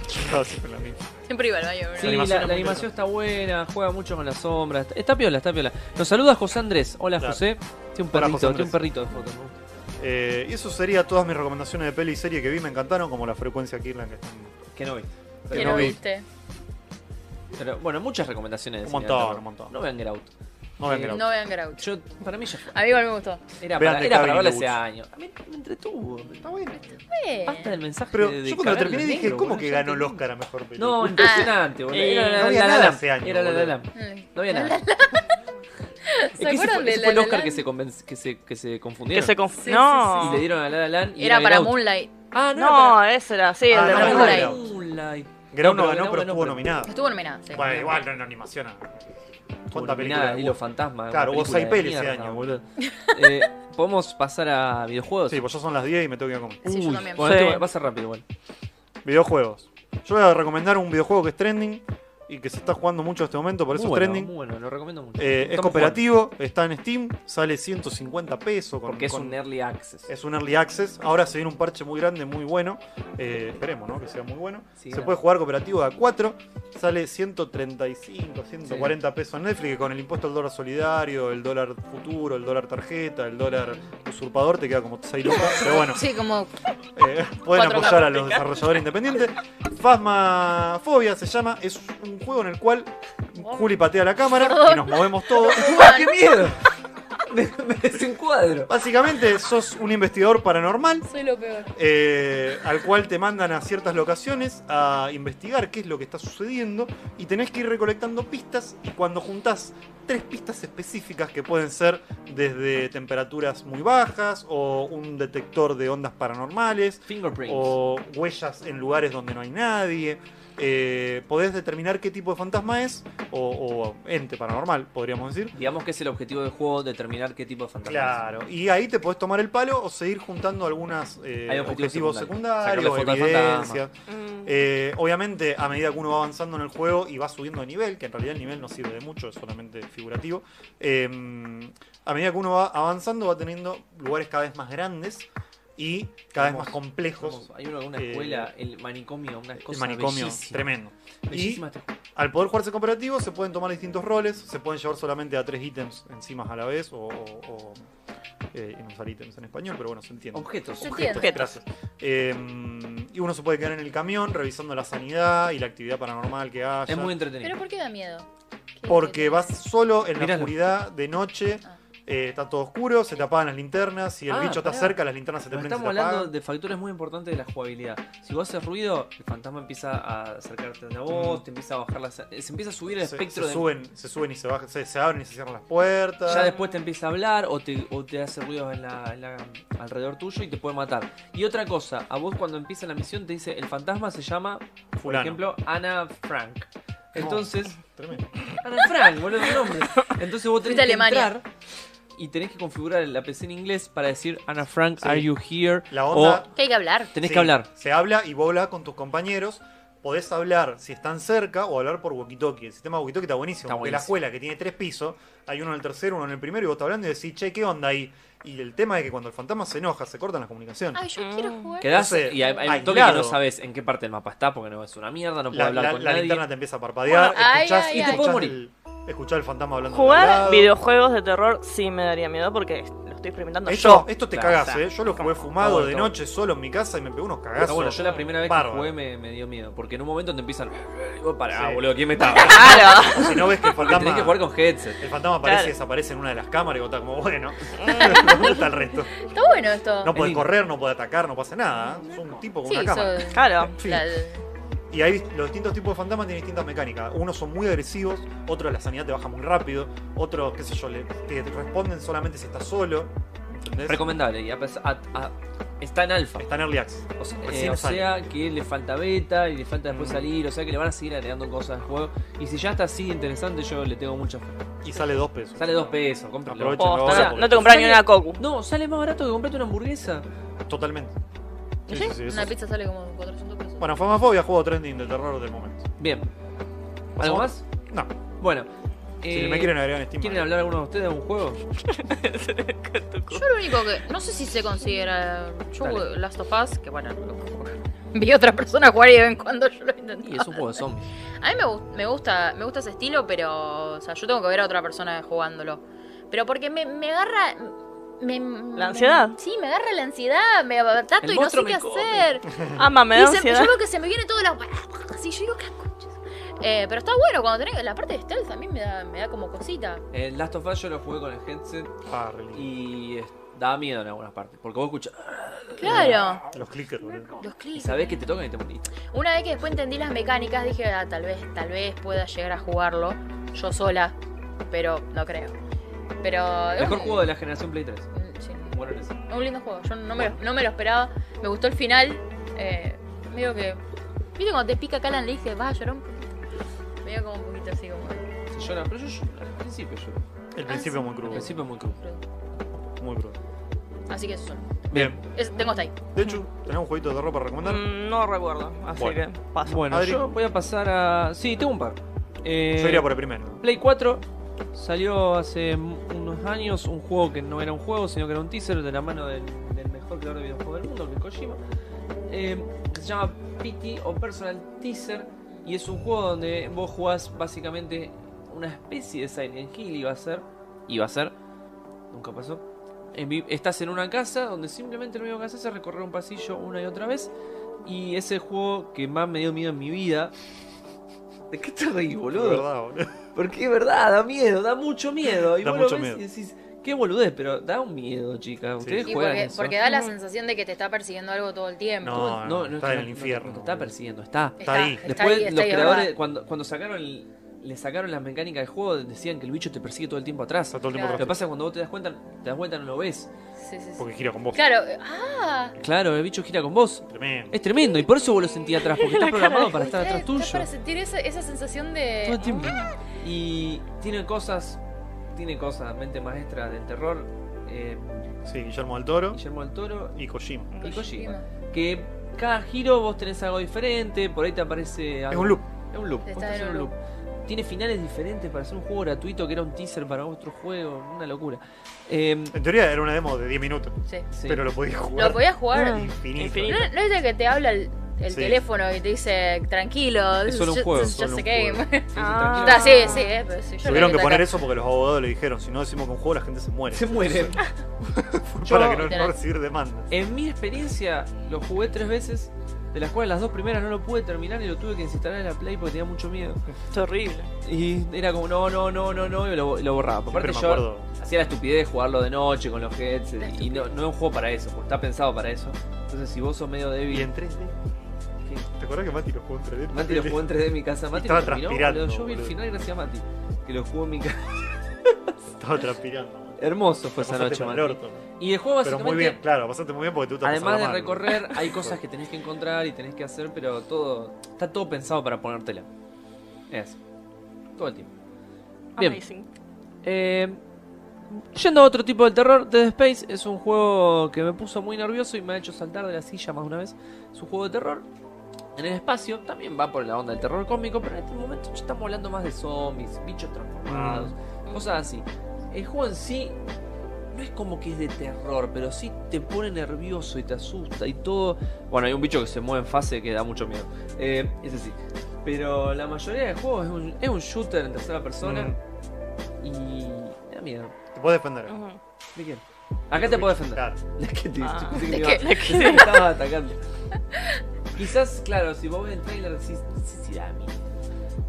Estaba siempre la misma. Siempre iba al baño, ¿verdad? Sí, La la, animación la es muy animación está buena, juega mucho con las sombras. Está, está piola, está piola. Nos saluda José Andrés. Hola, Claro. José. Tiene un Hola, perrito, José tiene un Andrés. perrito de foto. me gusta. Eh, y eso sería todas mis recomendaciones de peli y serie que vi, me encantaron, como la frecuencia Kirlan que están. Que no vi. que Que no no vi. viste. Pero bueno, muchas recomendaciones. de Un cine de montón, terror. un montón. No vean Get Out. No vean que la- No vean Grouch. Yo, para mí ya fue. A mí igual me gustó. Era Vean para, The era Cabin para verla in the ese Woods. año. A mí me entretuvo. Está bueno. Bien. Basta del mensaje Pero de- de yo cuando cagar en terminé el dije, negro, ¿cómo boludo? que Ya ganó el entendí. Oscar a mejor película? No, impresionante, boludo. Eh, Era no la había la nada Lam. ese año, Era la boludo. la Lam. Mm. No había La nada. Es ¿Se que ese acuerdan fue, de ese La fue el La Oscar Land? que se, conven- que se, que se confundieron. Que se conf- Sí, no. y le dieron a La La Land y Era Get para Out. Moonlight. Ah, no, No, ese era, sí, Ah, el de no, la era no, para, Moonlight. era Moonlight. para Moonlight. Grau No, no, pero ganó, Grau pero ganó, estuvo pero- nominada. Estuvo nominada, sí. Bueno, igual no en animación. ¿Cuánta Bueno, película? nada, Hilo Fantasma. Claro, una hubo película seis de pelis ese mierda, año, boludo. Eh, Podemos pasar a videojuegos. Sí, pues ya son las 10 y me tengo que ir a comer. Sí, yo Uy, también. bueno, Sí. esto va- va a ser rápido igual. Videojuegos. Yo voy a recomendar un videojuego que es trending y que se está jugando mucho en este momento, por eso muy es bueno, trending. Muy bueno, lo recomiendo mucho. Eh, es Estamos cooperativo, está en Steam, sale 150 pesos. jugando, con- Porque es con- un early access. es un early access. Ahora se viene un parche muy grande, muy bueno. Eh, esperemos, ¿no? Que sea muy bueno. Sí, se claro. puede jugar cooperativo de a 4. Sale 135, 140 pesos en Netflix. Que con el impuesto al dólar solidario, el dólar futuro, el dólar tarjeta, el dólar usurpador, te queda como 6 lucas. Pero bueno, Sí, <laughs> como eh, pueden Cuatro apoyar a los desarrolladores independientes. Phasmafobia se llama. Es un juego en el cual Oh. Juli patea la cámara y nos movemos todos. ¡Ah, qué miedo! <laughs> me, me desencuadro. Básicamente sos un investigador paranormal soy lo peor. eh, al cual te mandan a ciertas locaciones a investigar qué es lo que está sucediendo y tenés que ir recolectando pistas y cuando juntás tres pistas específicas que pueden ser desde temperaturas muy bajas o un detector de ondas paranormales Fingerprints. o huellas en lugares donde no hay nadie. eh, podés determinar qué tipo de fantasma es o, o ente paranormal, podríamos decir. Digamos que es el objetivo del juego determinar qué tipo de fantasma Claro, y ahí te podés tomar el palo o seguir juntando algunas eh, Hay objetivos objetivos secundarios, secundarios. Sacarle foto al evidencias. Mm. Eh, obviamente, a medida que uno va avanzando en el juego y va subiendo de nivel, que en realidad el nivel no sirve de mucho, es solamente figurativo, eh, a medida que uno va avanzando va teniendo lugares cada vez más grandes y cada vez más Hermoso, complejos. Somos- Hay una, una eh, escuela, el manicomio, unas El cosas manicomio, bellísimas. tremendo. Bellísima este juego. Al poder jugarse cooperativo se pueden tomar distintos roles, se pueden llevar solamente a tres ítems encima a la vez o... o- o, eh, y no sale ítems en español, pero bueno, se entiende. Objetos. Se Objetos, entiende. gracias. Eh, y uno se puede quedar en el camión revisando la sanidad y la actividad paranormal que haya. Es muy Pero entretenido. ¿por qué da miedo? ¿Qué- Porque qué- vas solo en la Míralo. oscuridad de noche, Ah. eh, está todo oscuro, se te apagan las linternas, si el Ah, bicho está pará. cerca, las linternas se te Pero prenden y estamos se te hablando apagan. de factores muy importantes de la jugabilidad. Si vos haces ruido, el fantasma empieza a acercarte a vos, Mm. te empieza a bajar la... Se empieza a subir el Se, espectro se de... suben, se suben y se bajan, se, se abren y se cierran las puertas. Ya después te empieza a hablar o te, o te hace ruidos en la, en la- alrededor tuyo y te puede matar. Y otra cosa, a vos cuando empieza la misión te dice, el fantasma se llama, por Fulano. ejemplo, Ana Frank. Entonces, Tremendo. Ana Frank, boludo, el nombre. Entonces vos tenés Fuiste a que Alemania. entrar y tenés que configurar la PC en inglés para decir, Ana Frank, Sí. are you here? La onda, Que hay que hablar. O tenés Sí, que hablar. Se habla y vos hablas con tus compañeros. Podés hablar si están cerca o hablar por walkie-talkie. El sistema walkie-talkie está buenísimo. Está porque la buenísimo. escuela que tiene tres pisos, hay uno en el tercero, uno en el primero, y vos estás hablando y decís, che, ¿qué onda ahí? Y el tema es que cuando el fantasma se enoja, se cortan las comunicaciones. Ay, yo quiero jugar. Quedás Entonces, y hay, hay un toque que aislado. no sabes en qué parte del mapa está porque no es una mierda, no puedo la hablar la- con la nadie. linterna te empieza a parpadear, Bueno, ay, escuchás, ay, ay. escuchás Te puedes el, escuchás el fantasma hablando. de otro Jugar lado. videojuegos de terror sí me daría miedo porque lo estoy experimentando Esto, yo. <laughs> esto te Claro, cagás, o sea, ¿eh? Yo lo jugué como- fumado como de todo. noche solo en mi casa y me pegó unos Pero cagazos. bueno, yo la primera vez bárbaro. que jugué me, me dio miedo, porque en un momento te empiezan. Digo, pará, Sí. boludo, ¿quién me <laughs> está? <laughs> Claro. Si no ves que el Tenés que jugar fantasma, con headset. el fantasma aparece Claro. y desaparece en una de las cámaras y vos estás como, bueno, <laughs> Mm. ¿dónde está el resto? Está bueno esto. No Es puede lindo. correr, no puede atacar, no pasa nada. Es ¿eh? un tipo con sí, una cámara. sos- Claro. Sí. la- Y ahí los distintos tipos de fantasmas tienen distintas mecánicas. Unos son muy agresivos, otros la sanidad te baja muy rápido, otros, qué sé yo, le- te responden solamente si estás solo. ¿Entendés? Recomendable. Y a pesar- a- a- está en alfa. Está en Early Access. O sea, Recién eh, o sale. sea que le falta beta y le falta después Mm. salir. O sea que le van a seguir agregando cosas al juego. Y si ya está así de interesante, yo le tengo mucha fe. Y sale dos pesos. Sale dos pesos, cómpralo. Aprovecha. Posta, O sea, porque- no te compras ni <laughs> una Cocu. No, sale más barato que comprarte una hamburguesa. Totalmente. Sí, sí, sí, eso Una es. pizza sale como 400 pesos. Bueno, Famafobia, juego trending de terror del momento. Bien. ¿Algo ¿Pasamos? más? No, Bueno. si eh, me quieren agregar en Steam. ¿Quieren hablar alguno de ustedes de un juego? Yo lo único que. No sé si se considera. Yo Dale. Last of Us, que bueno. lo- <laughs> Vi a otra persona jugar y de vez en cuando yo lo intenté. Y es un juego de zombies. A mí me, gu- me gusta me gusta ese estilo, pero. O sea, yo tengo que ver a otra persona jugándolo. Pero porque me, me agarra. Me, ¿La ansiedad? sí, me agarra la ansiedad, me abartato El y no sé monstruo qué me come. <laughs> hacer. Ama, me Y da se- ansiedad. yo veo que se me viene todo la. Así yo digo, ¿qué conchas? Eh, pero está bueno cuando tenés. La parte de stealth también me da, me da como cosita. El Eh, Last of Us yo lo jugué con el headset Ah, relindo. y eh, daba miedo en algunas partes. Porque vos escuchás Claro. Los clickers, boludo. Los y clics. sabés que te tocan y te moriste. Una vez que después entendí las mecánicas, dije, ah, tal vez, tal vez pueda llegar a jugarlo yo sola, pero no creo. Pero. es Mejor un- juego de la generación Play 3. un- sí, Bueno, en ese. un lindo juego. Yo no me, lo, no me lo esperaba. Me gustó el final. Eh, medio que. Viste cuando te pica Calan le dije, vas a llorar un poquito. Medio como un poquito así como. Se llora, pero yo lloro, al principio lloro. El principio es muy Al crudo. principio es muy crudo. Muy crudo. Así que eso. Bien. Es- tengo hasta ahí. De hecho, tenemos un jueguito de terror para recomendar. Mm, No recuerdo, así Bueno. que paso. Bueno, Adri. yo voy a pasar a. Sí, tengo un par. Eh, Yo iría por el primero. Play 4 salió hace m- unos años un juego que no era un juego, sino que era un teaser de la mano del, del mejor creador de videojuegos del mundo, que es Kojima. eh, que se llama PT o Personal Teaser. Y es un juego donde vos jugás básicamente una especie de Silent Hill, iba a ser. Iba a ser. Nunca pasó. En vi- estás en una casa donde simplemente lo único que haces es recorrer un pasillo una y otra vez. Y ese juego que más me dio miedo en mi vida. ¿De qué te reís, De boludo? verdad, boludo. Porque es verdad, da miedo, da mucho miedo. Y Da vos lo mucho ves miedo. y decís, qué boludez, pero da un miedo, chica. Ustedes Sí, Y juegan porque, eso. porque da la sensación de que te está persiguiendo algo todo el tiempo. No, No, no, es está que en no- el no- infierno, no te está boludo. persiguiendo, está. Está ahí. Después ahí, está los ahí, es creadores, verdad. cuando, cuando sacaron el- le sacaron las mecánicas del juego, decían que el bicho te persigue todo el tiempo atrás. Está todo el tiempo Claro. Lo que atrás, pasa es que cuando vos te das cuenta, te das cuenta no lo ves. Sí, sí, sí. Porque gira con vos. Claro, eh, ah, Claro, el bicho gira con vos. Tremendo. Es tremendo, y por eso vos lo sentís atrás, <laughs> porque estás programado para estar atrás tuyo. para sentir esa, esa sensación de. Todo el tiempo. Y tiene cosas, tiene cosas, mente maestra del terror. eh, Sí, Guillermo del Toro Guillermo del Toro y Kojima. y Kojima. que cada giro vos tenés algo diferente, por ahí te aparece Es algo. un loop. Es un loop. Está vos estás en en un un loop. Tiene finales diferentes para hacer un juego gratuito que era un teaser para otro juego, una locura. Eh, En teoría era una demo de 10 minutos, Sí. sí. pero lo podías jugar. Lo podías jugar. Ah. Infinito. Infinito. ¿No, no es de que te habla el, el Sí. teléfono y te dice tranquilo? Es solo un just- juego, just solo a un game. juego. Sí, sí, Ah. tranquilo. Está, sí, sí, eh, pero sí, yo lo Tuvieron vi que poner acá. eso porque los abogados le dijeron, si no decimos que un juego la gente se muere. Se mueren. <laughs> Yo- Para que no, no Literal. recibir demandas. En mi experiencia, lo jugué tres veces, de las cuales las dos primeras no lo pude terminar y lo tuve que desinstalar en la Play porque tenía mucho miedo. Es horrible. Y era como, no, no, no, no, no, y lo, lo borraba. Aparte, Siempre me yo acuerdo. hacía la estupidez de jugarlo de noche con los headsets. Y no, no es un juego para eso, porque está pensado para eso. Entonces, si vos sos medio Y débil. en 3D. ¿Te acordás que Mati lo jugó en 3D? Mati lo jugó en 3D en mi casa. Mati Estaba lo terminó, transpirando, boludo. Yo vi el boludo. final gracias a Mati. Que lo jugó en mi casa. <laughs> Estaba transpirando. <laughs> Hermoso fue Pues esa noche, mal Mati. orto. Y el juego Pero básicamente. muy bien, claro, pasaste muy bien porque tú te Además pasabas de mal. recorrer, <laughs> hay cosas que tenés que encontrar y tenés que hacer, pero todo. Está todo pensado para ponértela. Es. Todo el tiempo. Bien. Amazing. Eh, yendo a otro tipo de terror, Dead Space es un juego que me puso muy nervioso y me ha hecho saltar de la silla más de una vez. Es un juego de terror en el espacio, también va por la onda del terror cómico, pero en este momento ya estamos hablando más de zombies, bichos transformados, cosas así. El juego en sí no es como que es de terror, pero sí te pone nervioso y te asusta y todo. Bueno, hay un bicho que se mueve en fase que da mucho miedo. Eh, ese sí. Pero la mayoría de juegos es un, es un shooter en tercera persona. Mm, Y. da miedo. Te puedes defender. Ujú. ¿De quién? Acá te puedo defender. <laughs> Claro. La que te Ah. pensé que ¿De me qué? iba- <laughs> ¿De qué? pensé que me estaba atacando. Quizás, claro, si vos ves el trailer decís, sí, sí, da miedo.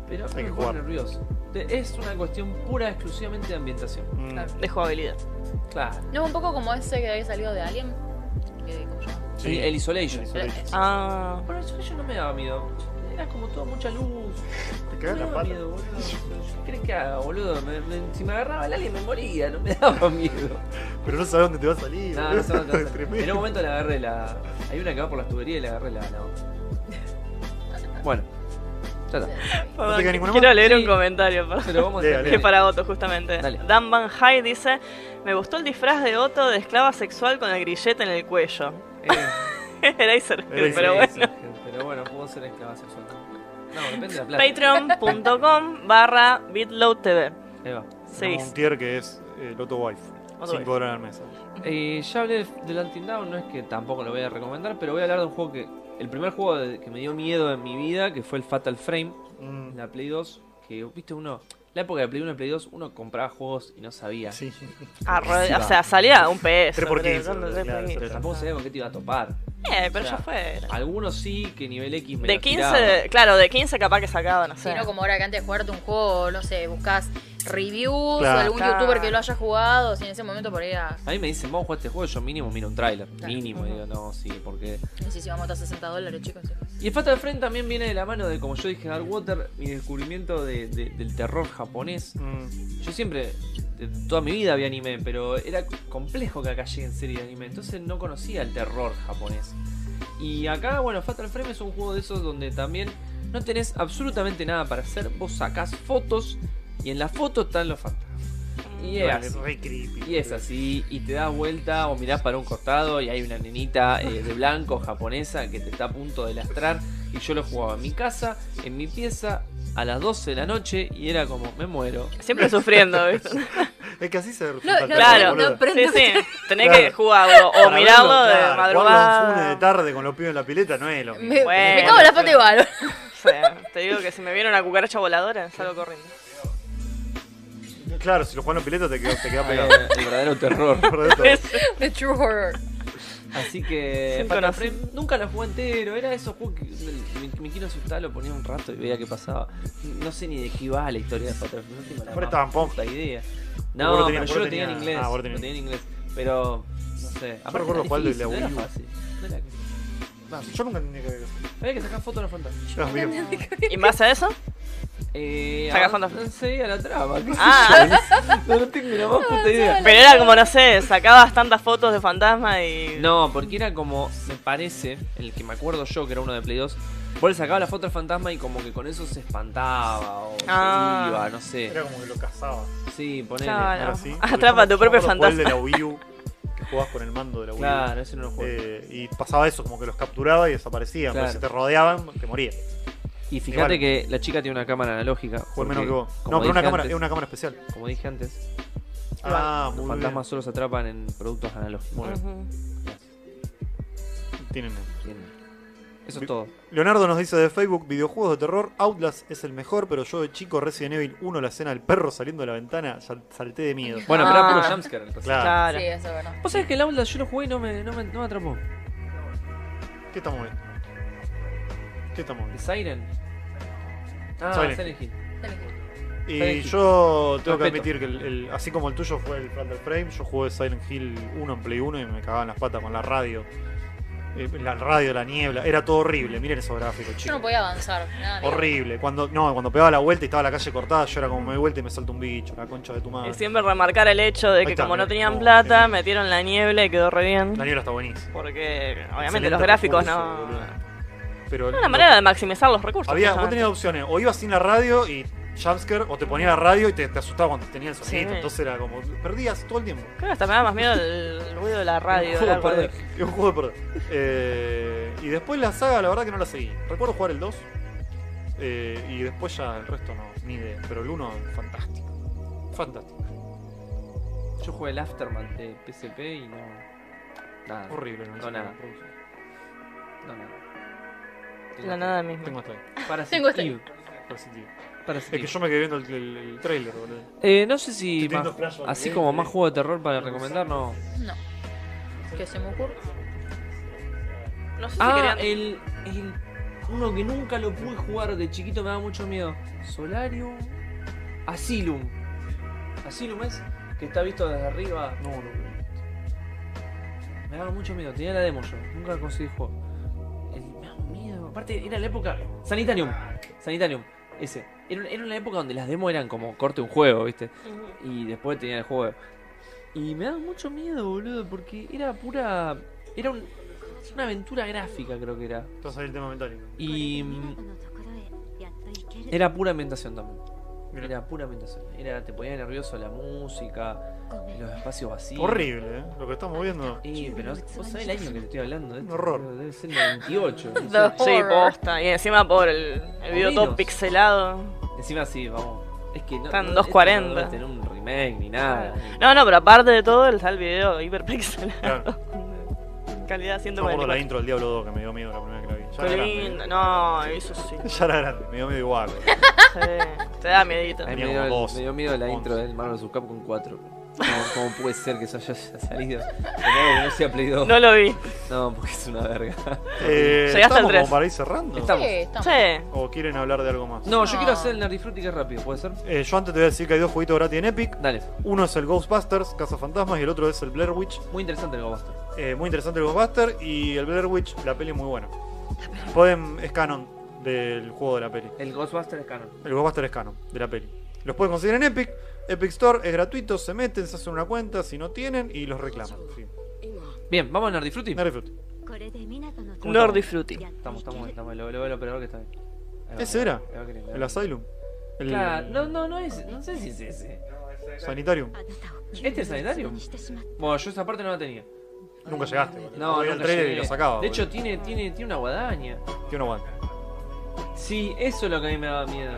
Pero que me pone jugar. nervioso. Te- Es una cuestión pura, exclusivamente de ambientación. Mm, Claro. De jugabilidad. Claro. No, un poco como ese que había salido de Alien. que- ¿cómo se llama? sí. El, el Isolation. Isolation. Ah. Bueno, el Isolation no me daba miedo. era como todo mucha luz. Te quedas No la me daba pata. miedo, boludo. ¿Qué crees que haga, boludo? Me- me- si me agarraba el alien me moría, no me <laughs> daba miedo. Pero no sabes dónde te va a salir. No, no boludo. se va a Es alcanzar. <laughs> tremendo. En un momento le agarré la. Hay una que va por las tuberías y le agarré la. la otra. Bueno, ya está. queda Perdón, ninguna quiero más? leer Sí. un comentario. perdón. <laughs> Se lo vamos a Lea, hacer. lea. Que para Otto, justamente. Dale. Dan Van Hyde dice: Me gustó el disfraz de Otto de esclava sexual con el grillete en el cuello. <laughs> Eh, Era Iser, Eraserhead. <laughs> pero bueno. sí, pero bueno, puedo ser esclava sexual. No, depende de la plata. Patreon.com barra BitloadTV. Ahí va. Tenemos Seguís. Un tier que es eh, Loto Wife. Otto 5 Wife. dólares al mes. Eh, ya hablé del Until Dawn, no es que tampoco lo voy a recomendar, pero voy a hablar de un juego que. El primer juego de- que me dio miedo en mi vida, que fue el Fatal Frame, Mm, la Play 2, que, viste, uno. La época de Play 1 y Play 2, uno compraba juegos y no sabía. sí. Arro- O sea, salía un PS. 3 por creo, 15, ¿no? claro, Tres por Pero sí. tampoco sabía con qué te iba a topar. Eh, pero O sea, ya fue. Algunos sí, que nivel X me De los 15, tiraba. de- claro, de 15 capaz que sacaban, no sé. Si no, como ahora que antes de jugarte un juego, no sé, buscas reviews Claro. o algún Claro. youtuber que lo haya jugado, si en ese momento por ahí era, A mí me dicen, vamos a jugar este juego, yo mínimo miro un tráiler. Claro. Mínimo, y digo, no, sí, porque... no sé si vamos a estar 60 dólares, chicos. Y el Fatal Frame también viene de la mano de, como yo dije, Dark Water, mi descubrimiento de- de- del terror japonés. Mm, Yo siempre, de- toda mi vida vi anime, pero era complejo que acá lleguen series de anime, entonces no conocía el terror japonés. Y acá, bueno, Fatal Frame es un juego de esos donde también no tenés absolutamente nada para hacer, vos sacás fotos y en la foto están los fantasmas. Y es vale, así. re creepy. Y es así, y te das vuelta o mirás para un costado y hay una nenita eh, de blanco japonesa que te está a punto de lastrar. Y yo lo jugaba en mi casa, en mi pieza, a las 12 de la noche y era como, me muero. Siempre sufriendo, ¿viste? <laughs> Es que así se no, resulta. claro. boludo. no, pero- Sí, sí. Tenés Claro. que jugarlo o Oh, Para mirarlo verlo, de claro, Jugarlo a un fune de madrugada. tarde con los pibes en la pileta no es lo mismo. Me, Bueno, me cago en la pata pero- igual. Sí, te digo que si me viene una cucaracha voladora, salgo corriendo. <laughs> Claro, si lo juegan en la pileta te quedas te queda Eh, pegado. el verdadero terror. Por dentro. <laughs> The true horror. <laughs> Así que Sin Fatal conocer. Frame nunca lo jugué entero, era esos juegos que me, me- me quiero asustar, lo ponía un rato y veía qué pasaba. No sé ni de qué iba la historia de Fatal Frame, no tengo la Ahora más estaban pocos. puta idea. Vos No, lo tenías- pero vos yo lo lo tenía en tenías- inglés, ah, vos lo lo tenías. tenía en inglés, pero no sé. Aparte recuerdo era jugarlo en difícil, la no Wii U. era fácil, no era- Yo nunca tenía que ver eso. Había que sacar fotos de los fantasmas. Los videos. ¿Y en base a eso? Eh, Saca fantasmas. a la trama. qué sé Ah, yo, No tengo la <laughs> más puta idea. pero era como, no sé, sacabas tantas fotos de fantasma y. No, porque era como, me parece, el que me acuerdo yo, que era uno de Play 2, vos le sacabas la foto al fantasma y como que con eso se espantaba o Ah. se iba, no sé. Era como que lo cazaba. Sí, ponele. Claro. Ahora <laughs> sí. Atrapa Yo me- tu yo propio me acuerdo jugar el fantasma. de la Wii U, que jugabas con el mando de la Wii U. Claro, ese no lo juego. Eh, y pasaba eso, como que los capturaba y desaparecían. Claro. Pero si te rodeaban, te morías. y fíjate igual. que la chica tiene una cámara analógica. Jugué porque, menos que vos. como No, pero una dije cámara, antes- es una cámara especial. Como dije antes, Ah, los muy bien. fantasmas solo se atrapan en productos analógicos. Muy bien. Ujú. Tienen. Bien. Eso Vi- es todo. Leonardo nos dice de Facebook, videojuegos de terror, Outlast es el mejor, pero yo de chico Resident Evil 1, la escena del perro saliendo de la ventana, sal- salté de miedo. Bueno, pero era Ah. puro jumpscare. entonces. Claro. Claro. Sí, eso es verdad. Vos sabés que el Outlast yo lo jugué y no me, no me, no me atrapó. ¿Qué estamos viendo? ¿Qué estamos ¿El viendo? Siren? Ah, Silent Silent Hill. Y Silent Hill. yo tengo que Respeto. admitir que el- el- así como el tuyo fue el Fatal Frame, yo jugué Silent Hill 1 en Play 1 y me cagaban las patas con la radio. Eh, la radio, la niebla, era todo horrible. Miren esos gráficos, Yo chicos. no podía avanzar. nada, ni- Horrible. Cuando, no, cuando pegaba la vuelta y estaba la calle cortada, yo era como me doy vuelta y me salta un bicho, la concha de tu madre. Y siempre remarcar el hecho de Ahí que está, como mirá. no tenían No, plata, sí. metieron la niebla y quedó re La bien. niebla está buenísima. Porque obviamente Excelente los gráficos recurso, no... boludo. Pero Era una manera de maximizar los recursos. había, vos justamente. tenías opciones, o ibas sin la radio y jumpscare, o te ponías la radio y te, te asustaba cuando tenías el Sí. sonido. Entonces era como, perdías todo el tiempo. Creo que hasta me da más miedo el ruido de la <laughs> radio. Juego, algo de- perdón. Es un juego de perder. Eh, y después la saga, la verdad que no la seguí. Recuerdo jugar el 2. eh, y después ya el resto no, ni idea. Pero el 1, fantástico. Fantástico. Yo jugué el Aftermath de PSP y no. Nada. Horrible. No, No, nada. No, nada. No, nada mismo. Tengo hasta ahí. Tengo Parasite este. Eve. Parasite Eve. Es Parasite que Eve. yo me quedé viendo el, el- el trailer, boludo. Eh, no sé si. Estoy teniendo más- flashback, así ¿eh? como más juego de terror para recomendar, no. No. ¿Qué se me ocurre? No sé si Ah, querían... el, el. Uno que nunca lo pude jugar de chiquito me da mucho miedo. Solarium. Asylum. Asylum es que está visto desde arriba. No, no. Me daba mucho miedo, tenía la demo yo, nunca conseguí el juego. El, me daba un miedo. Aparte, era la época. Sanitarium. Sanitarium. Ese. Era, era una época donde las demos eran como corte un juego, ¿viste? Y después tenía el juego. Y me daba mucho miedo, boludo, porque era pura. Era un- una aventura gráfica, creo que era. Entonces ahí el tema metálico. Y. mm, Era pura ambientación también. Mira. Era pura ambientación. Era, te ponía nervioso la música, los espacios vacíos. Horrible, ¿eh? Lo que estamos <laughs> viendo. Eh, pero vos sabés el año que te estoy hablando. de esto, horror. boludo, Debe ser el 98. no sé. The Sí, horror. posta. Y encima por el, el video Menos. todo pixelado. Encima sí, vamos. Es que no. Están no- 2.40. esto No debe tener un remake ni Ah. nada. No, no, pero aparte de todo, está el video hiperpixelado. <laughs> Claro. Calidad Yo me acuerdo la 144. intro del Diablo 2 que me dio miedo la primera vez que la vi. Ya Qué era lindo. grande. No, <laughs> eso sí. <laughs> Ya era grande, me dio miedo igual. Sí, Te da miedito. A mí Tenía me dio, como el- 12, me dio miedo la 11. intro del Marvel vs. Capcom <laughs> 4. ¿Cómo, cómo puede ser que eso haya salido? Supongo que no sea Play 2. No lo vi. No, porque es una <laughs> verga. Eh, Llegaste al ¿Estamos tres. como para ir cerrando? Estamos. Sí, estamos. Sí. ¿O quieren hablar de algo más? No, yo No. quiero hacer el Nerdy que rápido, ¿puede ser? Eh, yo antes te voy a decir que hay dos jueguitos gratis en Epic. Dale, Uno es el Ghostbusters, Casa Fantasmas, y el otro es el Blair Witch. muy interesante el Ghostbuster. Eh, muy interesante el Ghostbusters y el Blair Witch, la peli es muy buena. Pueden, es canon del juego de la peli. El Ghostbuster es canon. El Ghostbuster es canon de la peli. Los pueden conseguir en Epic. Epic Store es gratuito, se meten, se hacen una cuenta si no tienen y los reclaman. Sí. Bien, vamos a Nerdy Fruity. Nerdy Fruit. Nordi Fruity. Estamos, estamos, estamos. Lo veo el operador que está bien. Ahí va, ¿Ese ahí va, era? ahí va, querido. El Asylum. El Claro, no, no, no es. No sé si es ese. Sanitarium. ¿Este es sanitario? Bueno, yo esa parte no la tenía. Nunca llegaste. No, Veía no el trailer y llegué. lo sacaba. De hecho, tiene, tiene, tiene una guadaña. que uno aguanta. Sí, eso es lo que a mí me daba miedo.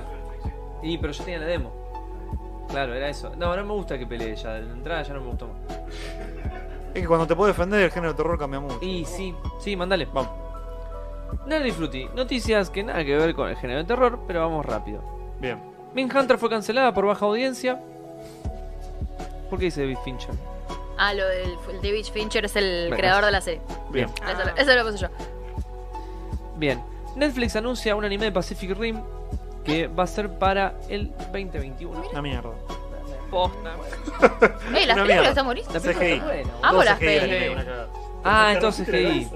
Y pero yo tenía la demo. Claro, era eso. No, no me gusta que pelee ya. De la entrada ya no me gustó más. Es que cuando te puedes defender, el género de terror cambia mucho. Y sí, sí, mandale. Vamos, Nerdy Fruity, noticias que nada que ver con el género de terror, pero vamos rápido. bien. Min Hunter fue cancelada por baja audiencia. ¿Por qué dice David Fincher? Ah, lo del el David Fincher es el Bueno, creador de la serie. Bien. Ah. Eso, lo- eso lo puse yo. Bien, Netflix anuncia un anime de Pacific Rim que va a ser para el 2021. Una mierda. Posta. Ey, Una las películas mierda. están bonitas. La película CGI. está buena, boludo. Todo Amo las CGI de pelis. anime, una cagada. Ah, entonces GI.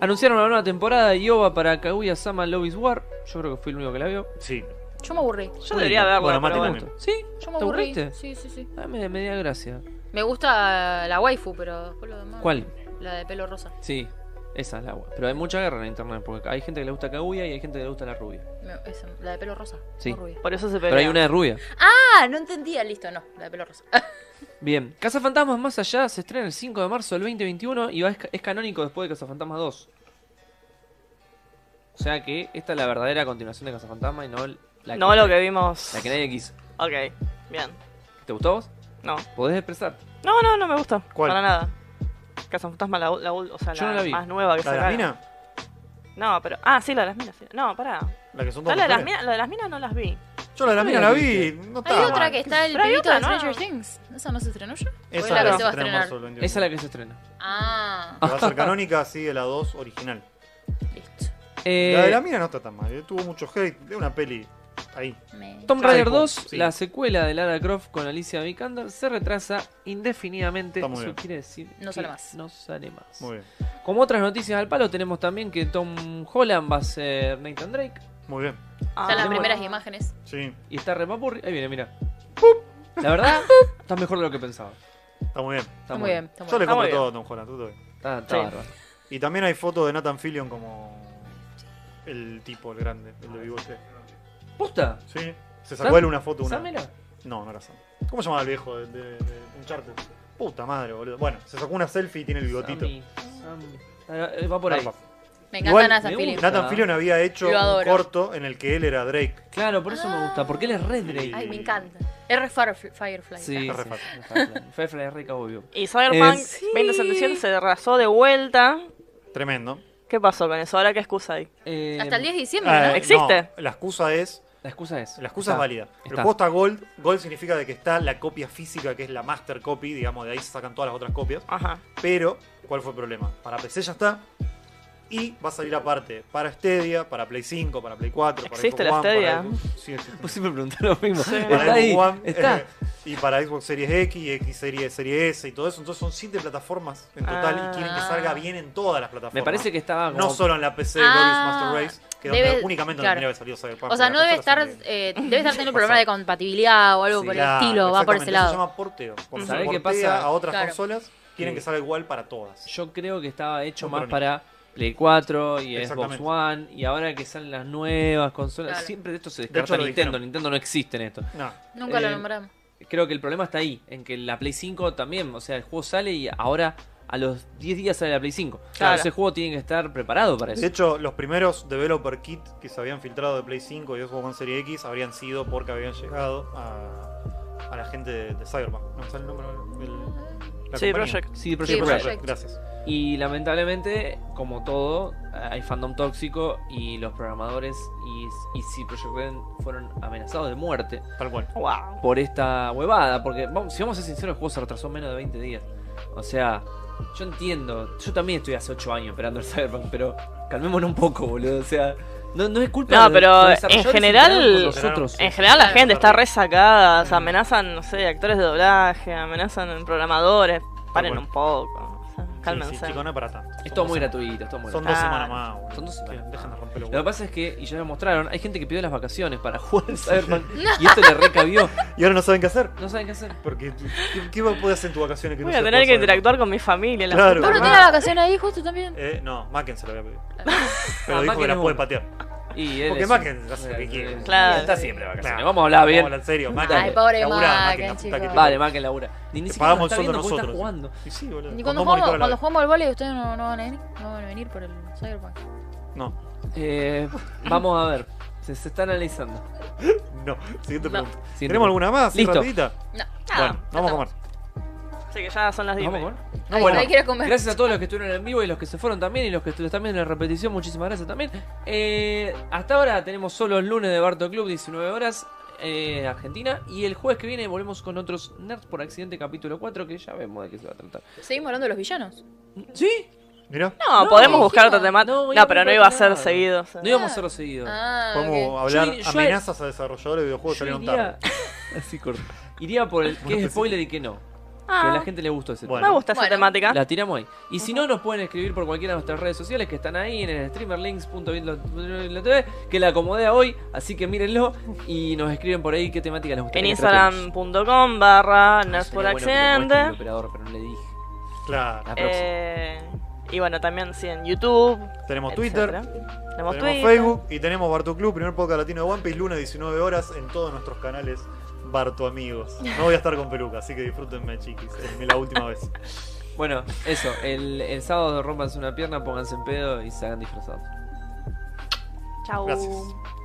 Anunciaron la nueva temporada de Yoba para Kaguya Sama Love is War. Yo creo que fui el único que la vio. Sí. Yo me aburrí. Yo debería verlo, Bueno, Mati pero bueno. también. ¿Sí? Yo me ¿Te aburrí. aburriste? Sí, sí, sí. Ah, me, me da gracia. Me gusta la waifu, pero después lo demás. ¿Cuál? La de pelo rosa. Sí, esa es la agua. Pero hay mucha guerra en internet porque hay gente que le gusta Kaguya y hay gente que le gusta la rubia. Me- esa, la de pelo rosa. Sí. no rubia. Por eso se Pero hay pelea. una de rubia. Ah, no entendía. Listo, no. La de pelo rosa. Bien, Cazafantasmas Más Allá se estrena el 5 de marzo del 2021 y va- es, ca- es canónico después de Cazafantasmas 2. O sea que esta es la verdadera continuación de Cazafantasmas y no el- la No lo que vimos. la que nadie quiso. Ok, bien. ¿Te gustó a vos? No. Podés expresar. No, no, no me gusta. ¿Cuál? Para nada. Cazafantasma, la, la, ul- o sea, Yo la, no la vi. más nueva que ¿La de sacaron. las minas? No, pero. Ah, sí, la de las minas. sí. No, pará. La que son No, todas Ah, la de las mujeres. minas, la de las minas no las vi. Yo la de las No minas la la viste. vi. No Hay estaba otra mal. que está el Pero hay pibito otra de nueva. Stranger Things. ¿Esa no se estrenó ya? ¿O Esa es la la que que se va estrenó en a estrenar. marzo del 21. Esa es la que se estrena. Ah, Que va a ser canónica, así de la 2 original. listo. Eh, La de la mina no está tan mal. eh, Tuvo mucho hate. Es una peli ahí. Me- Tomb Raider Ay, 2, Ah, sí. la secuela de Lara Croft con Alicia Vikander, se retrasa indefinidamente. Está muy Eso bien. quiere decir No que sale más. No sale más. Muy bien. Como otras noticias al palo, tenemos también que Tom Holland va a ser Nathan Drake. Muy bien. Ah, Están las tenemos- primeras imágenes. Sí, Y está repapurri. Ahí viene, mira. La <laughs> verdad, está mejor de lo que pensaba. está muy bien. Está Está muy bien. Está muy Yo le bien. Está muy compro todo a Tom Holland. todo bien. Está, está Sí. bárbaro. Y también hay fotos de Nathan Fillion como el tipo, el grande, el de bigote. ¿Posta? Sí. Se ¿Sam? sacó él una foto. Una... ¿Sam era? No, no era Sam. ¿Cómo se llamaba el viejo de, de, de Uncharted? Puta madre, boludo. Bueno, se sacó una selfie y tiene el bigotito. Sammy, Sammy. Ah, eh, Va por ahí. Garpa. Me encanta Igual- Nathan me Fillion. gusta. Nathan Fillion había hecho Lo un adoro. corto en el que él era Drake. Claro, por eso me gusta. Porque él es Red Drake. Ay, me encanta. R Firefly. Firefly. Sí, sí. re Firefly. Firefly es rica, obvio. Y Cyberpunk Eh, sí. 2077 se arrasó de vuelta. Tremendo. ¿Qué pasó con eso? ¿Ahora qué excusa hay? Eh, Hasta el 10 de diciembre, Eh, ¿no? ¿Existe? no, la excusa es. La excusa es. La excusa está. es <laughs> válida. El Está. juego está Gold. Gold significa de que está la copia física, que es la master copy, digamos, de ahí se sacan todas las otras copias. Ajá. Pero, ¿cuál fue el problema? Para PC ya está. Y va a salir aparte para Stadia, para Play 5, para Play 4, para ¿Existe Xbox la One, para Stadia? Xbox- sí, existe. Vos Pues siempre preguntás lo mismo. Sí. para Está Xbox ahí. One, Está. eh, y para Xbox Series X, X Series, Series S y todo eso. Entonces son siete plataformas en total y quieren que Ah. salga bien en todas las plataformas. Me parece que estaba como. No solo en la PC de Ah, Glorious Master Race, que donde debe- únicamente no claro. tendría que haber salido Cyberpunk. O sea, pero no debe la estar, cosa es eh, debe <laughs> estar teniendo Pasó. un problema de compatibilidad o algo Sí, por el Claro, estilo, va por exactamente, eso ese Se lado. llama porteo. Cuando ¿Sabés se qué portea pasa? a otras Claro. consolas, quieren Sí. que salga igual para todas. Yo creo que estaba hecho Un más crónico. para Play 4 y Xbox Exactamente. One. Y ahora que salen las nuevas consolas. Claro. Siempre esto se hecho, descarta lo Nintendo. dijeron. Nintendo no existe en esto. No, Nunca Eh, lo nombramos. Creo que el problema está ahí. En que la Play 5 también. O sea, el juego sale y ahora a los 10 días sale la Play 5. Claro. Claro. Ese juego tiene que estar preparado para De eso. hecho, los primeros developer kit que se habían filtrado de Play 5 y Xbox One Series X habrían sido porque habían llegado a, a la gente de, de Cyberpunk. ¿No me sale el nombre? El- la Sí, compañía. Project. Sí, Sí, Project Sí, Red. Project, Gracias. Y lamentablemente, como todo, eh, hay fandom tóxico y los programadores y, y si Project Red fueron amenazados de muerte Tal cual. Wow. por esta huevada. Porque, vamos, si vamos a ser sinceros, el juego se retrasó menos de 20 días. O sea, yo entiendo. Yo también estoy hace 8 años esperando el Cyberpunk, pero calmémonos un poco, boludo. O sea, no, no es culpa No, de los pero en desarrolladores, se general- enteraron por nosotros. En general la Claro. gente está resacada, o sea, amenazan, no sé, actores de doblaje, amenazan programadores, paren bueno. un poco, o sea, Cálmense. cálmense. Sí, chico, no es para tanto. Es Son todo dos muy semanas. gratuito, es todo muy Son gratuito. dos Ah, semanas más. boludo. son dos semanas. Dejan de romper los Lo que huevos. pasa es que, y ya lo mostraron, hay gente que pidió las vacaciones para <laughs> jugar al Cyberpunk y esto le recabió. Y ahora no saben qué hacer. No saben qué hacer. Porque, ¿qué, qué puedes hacer en tus vacaciones que no Voy a sea tener jugar que Cyberpunk? interactuar con mi familia. la Claro. ¿Vos no Ah. tenés vacaciones ahí justo también? Eh, no, Macken se lo había pedido. Ah, Pero dijo Macken que es la puede bueno. patear. Y él Porque es- Macken hace lo que eh, quiere. Claro. Está siempre de vacaciones. Claro. Vamos a hablar bien. Vamos, en serio. Macken. Ay, pobre laburá, Macken, la puta chicos. que te- Vale, Macken labura. Ni, ni Te siquiera pagamos está el sueldo viendo cómo está nosotros. jugando. Y sí, boludo. Y Con cuando dos jugamos, monitores a cuando la vez. jugamos al volei, ustedes no, no van a venir, no van a venir por el Cyberpunk. No. Eh, vamos a ver. Se, se está analizando. No, <laughs> siguiente No. pregunta. Siguiente ¿Tenemos alguna más? Listo. Rapidita. No, Ah, bueno, vamos a comer. Así que ya son las 10. Vamos con. Ay, bueno. nadie quiere comer. Gracias a todos los que estuvieron en vivo y los que se fueron también y los que estuvieron también en la repetición. Muchísimas gracias también. Eh, hasta ahora tenemos solo el lunes de Barto Club, 19 horas. eh, Argentina y el jueves que viene volvemos con otros Nerds por Accidente capítulo 4 que ya vemos de qué se va a tratar. Seguimos hablando de los villanos. ¿Sí? Mirá, No, No, podemos buscar dijimos. otro tema. No, No, íbamos pero no por iba a otro ser lado. seguido. o sea. No íbamos a hacerlo seguido. Ah, ok. podemos hablar Yo- yo- amenazas a desarrolladores de videojuegos que Yo salieron iría, tarde. <laughs> así corto. Iría por el que Bueno, es pues- spoiler y que no. Que Ah, a la gente le gustó ese Bueno. me gusta esa Bueno. temática. La tiramos ahí. Y si no, nos pueden escribir por cualquiera de nuestras redes sociales que están ahí en el streamerlinks.tv, que la acomodé a hoy, así que mírenlo y nos escriben por ahí qué temática les gustaría. En que tratemos. instagram.com barra Ah, nerds sería por bueno que lo muestre el accidente. operador, pero no le dije. Claro. La próxima. Eh, y bueno, también sí en YouTube. Tenemos Twitter, etcétera. Tenemos tenemos Twitter. Facebook y tenemos Bartu Club, primer podcast latino de One Piece, lunes 19 horas en todos nuestros canales Bartu Amigos. No voy a estar con peluca, así que disfrútenme, chiquis. Es la última vez. Bueno, eso. El, el sábado rompanse una pierna, pónganse en pedo y se hagan disfrazados. Chau. Gracias.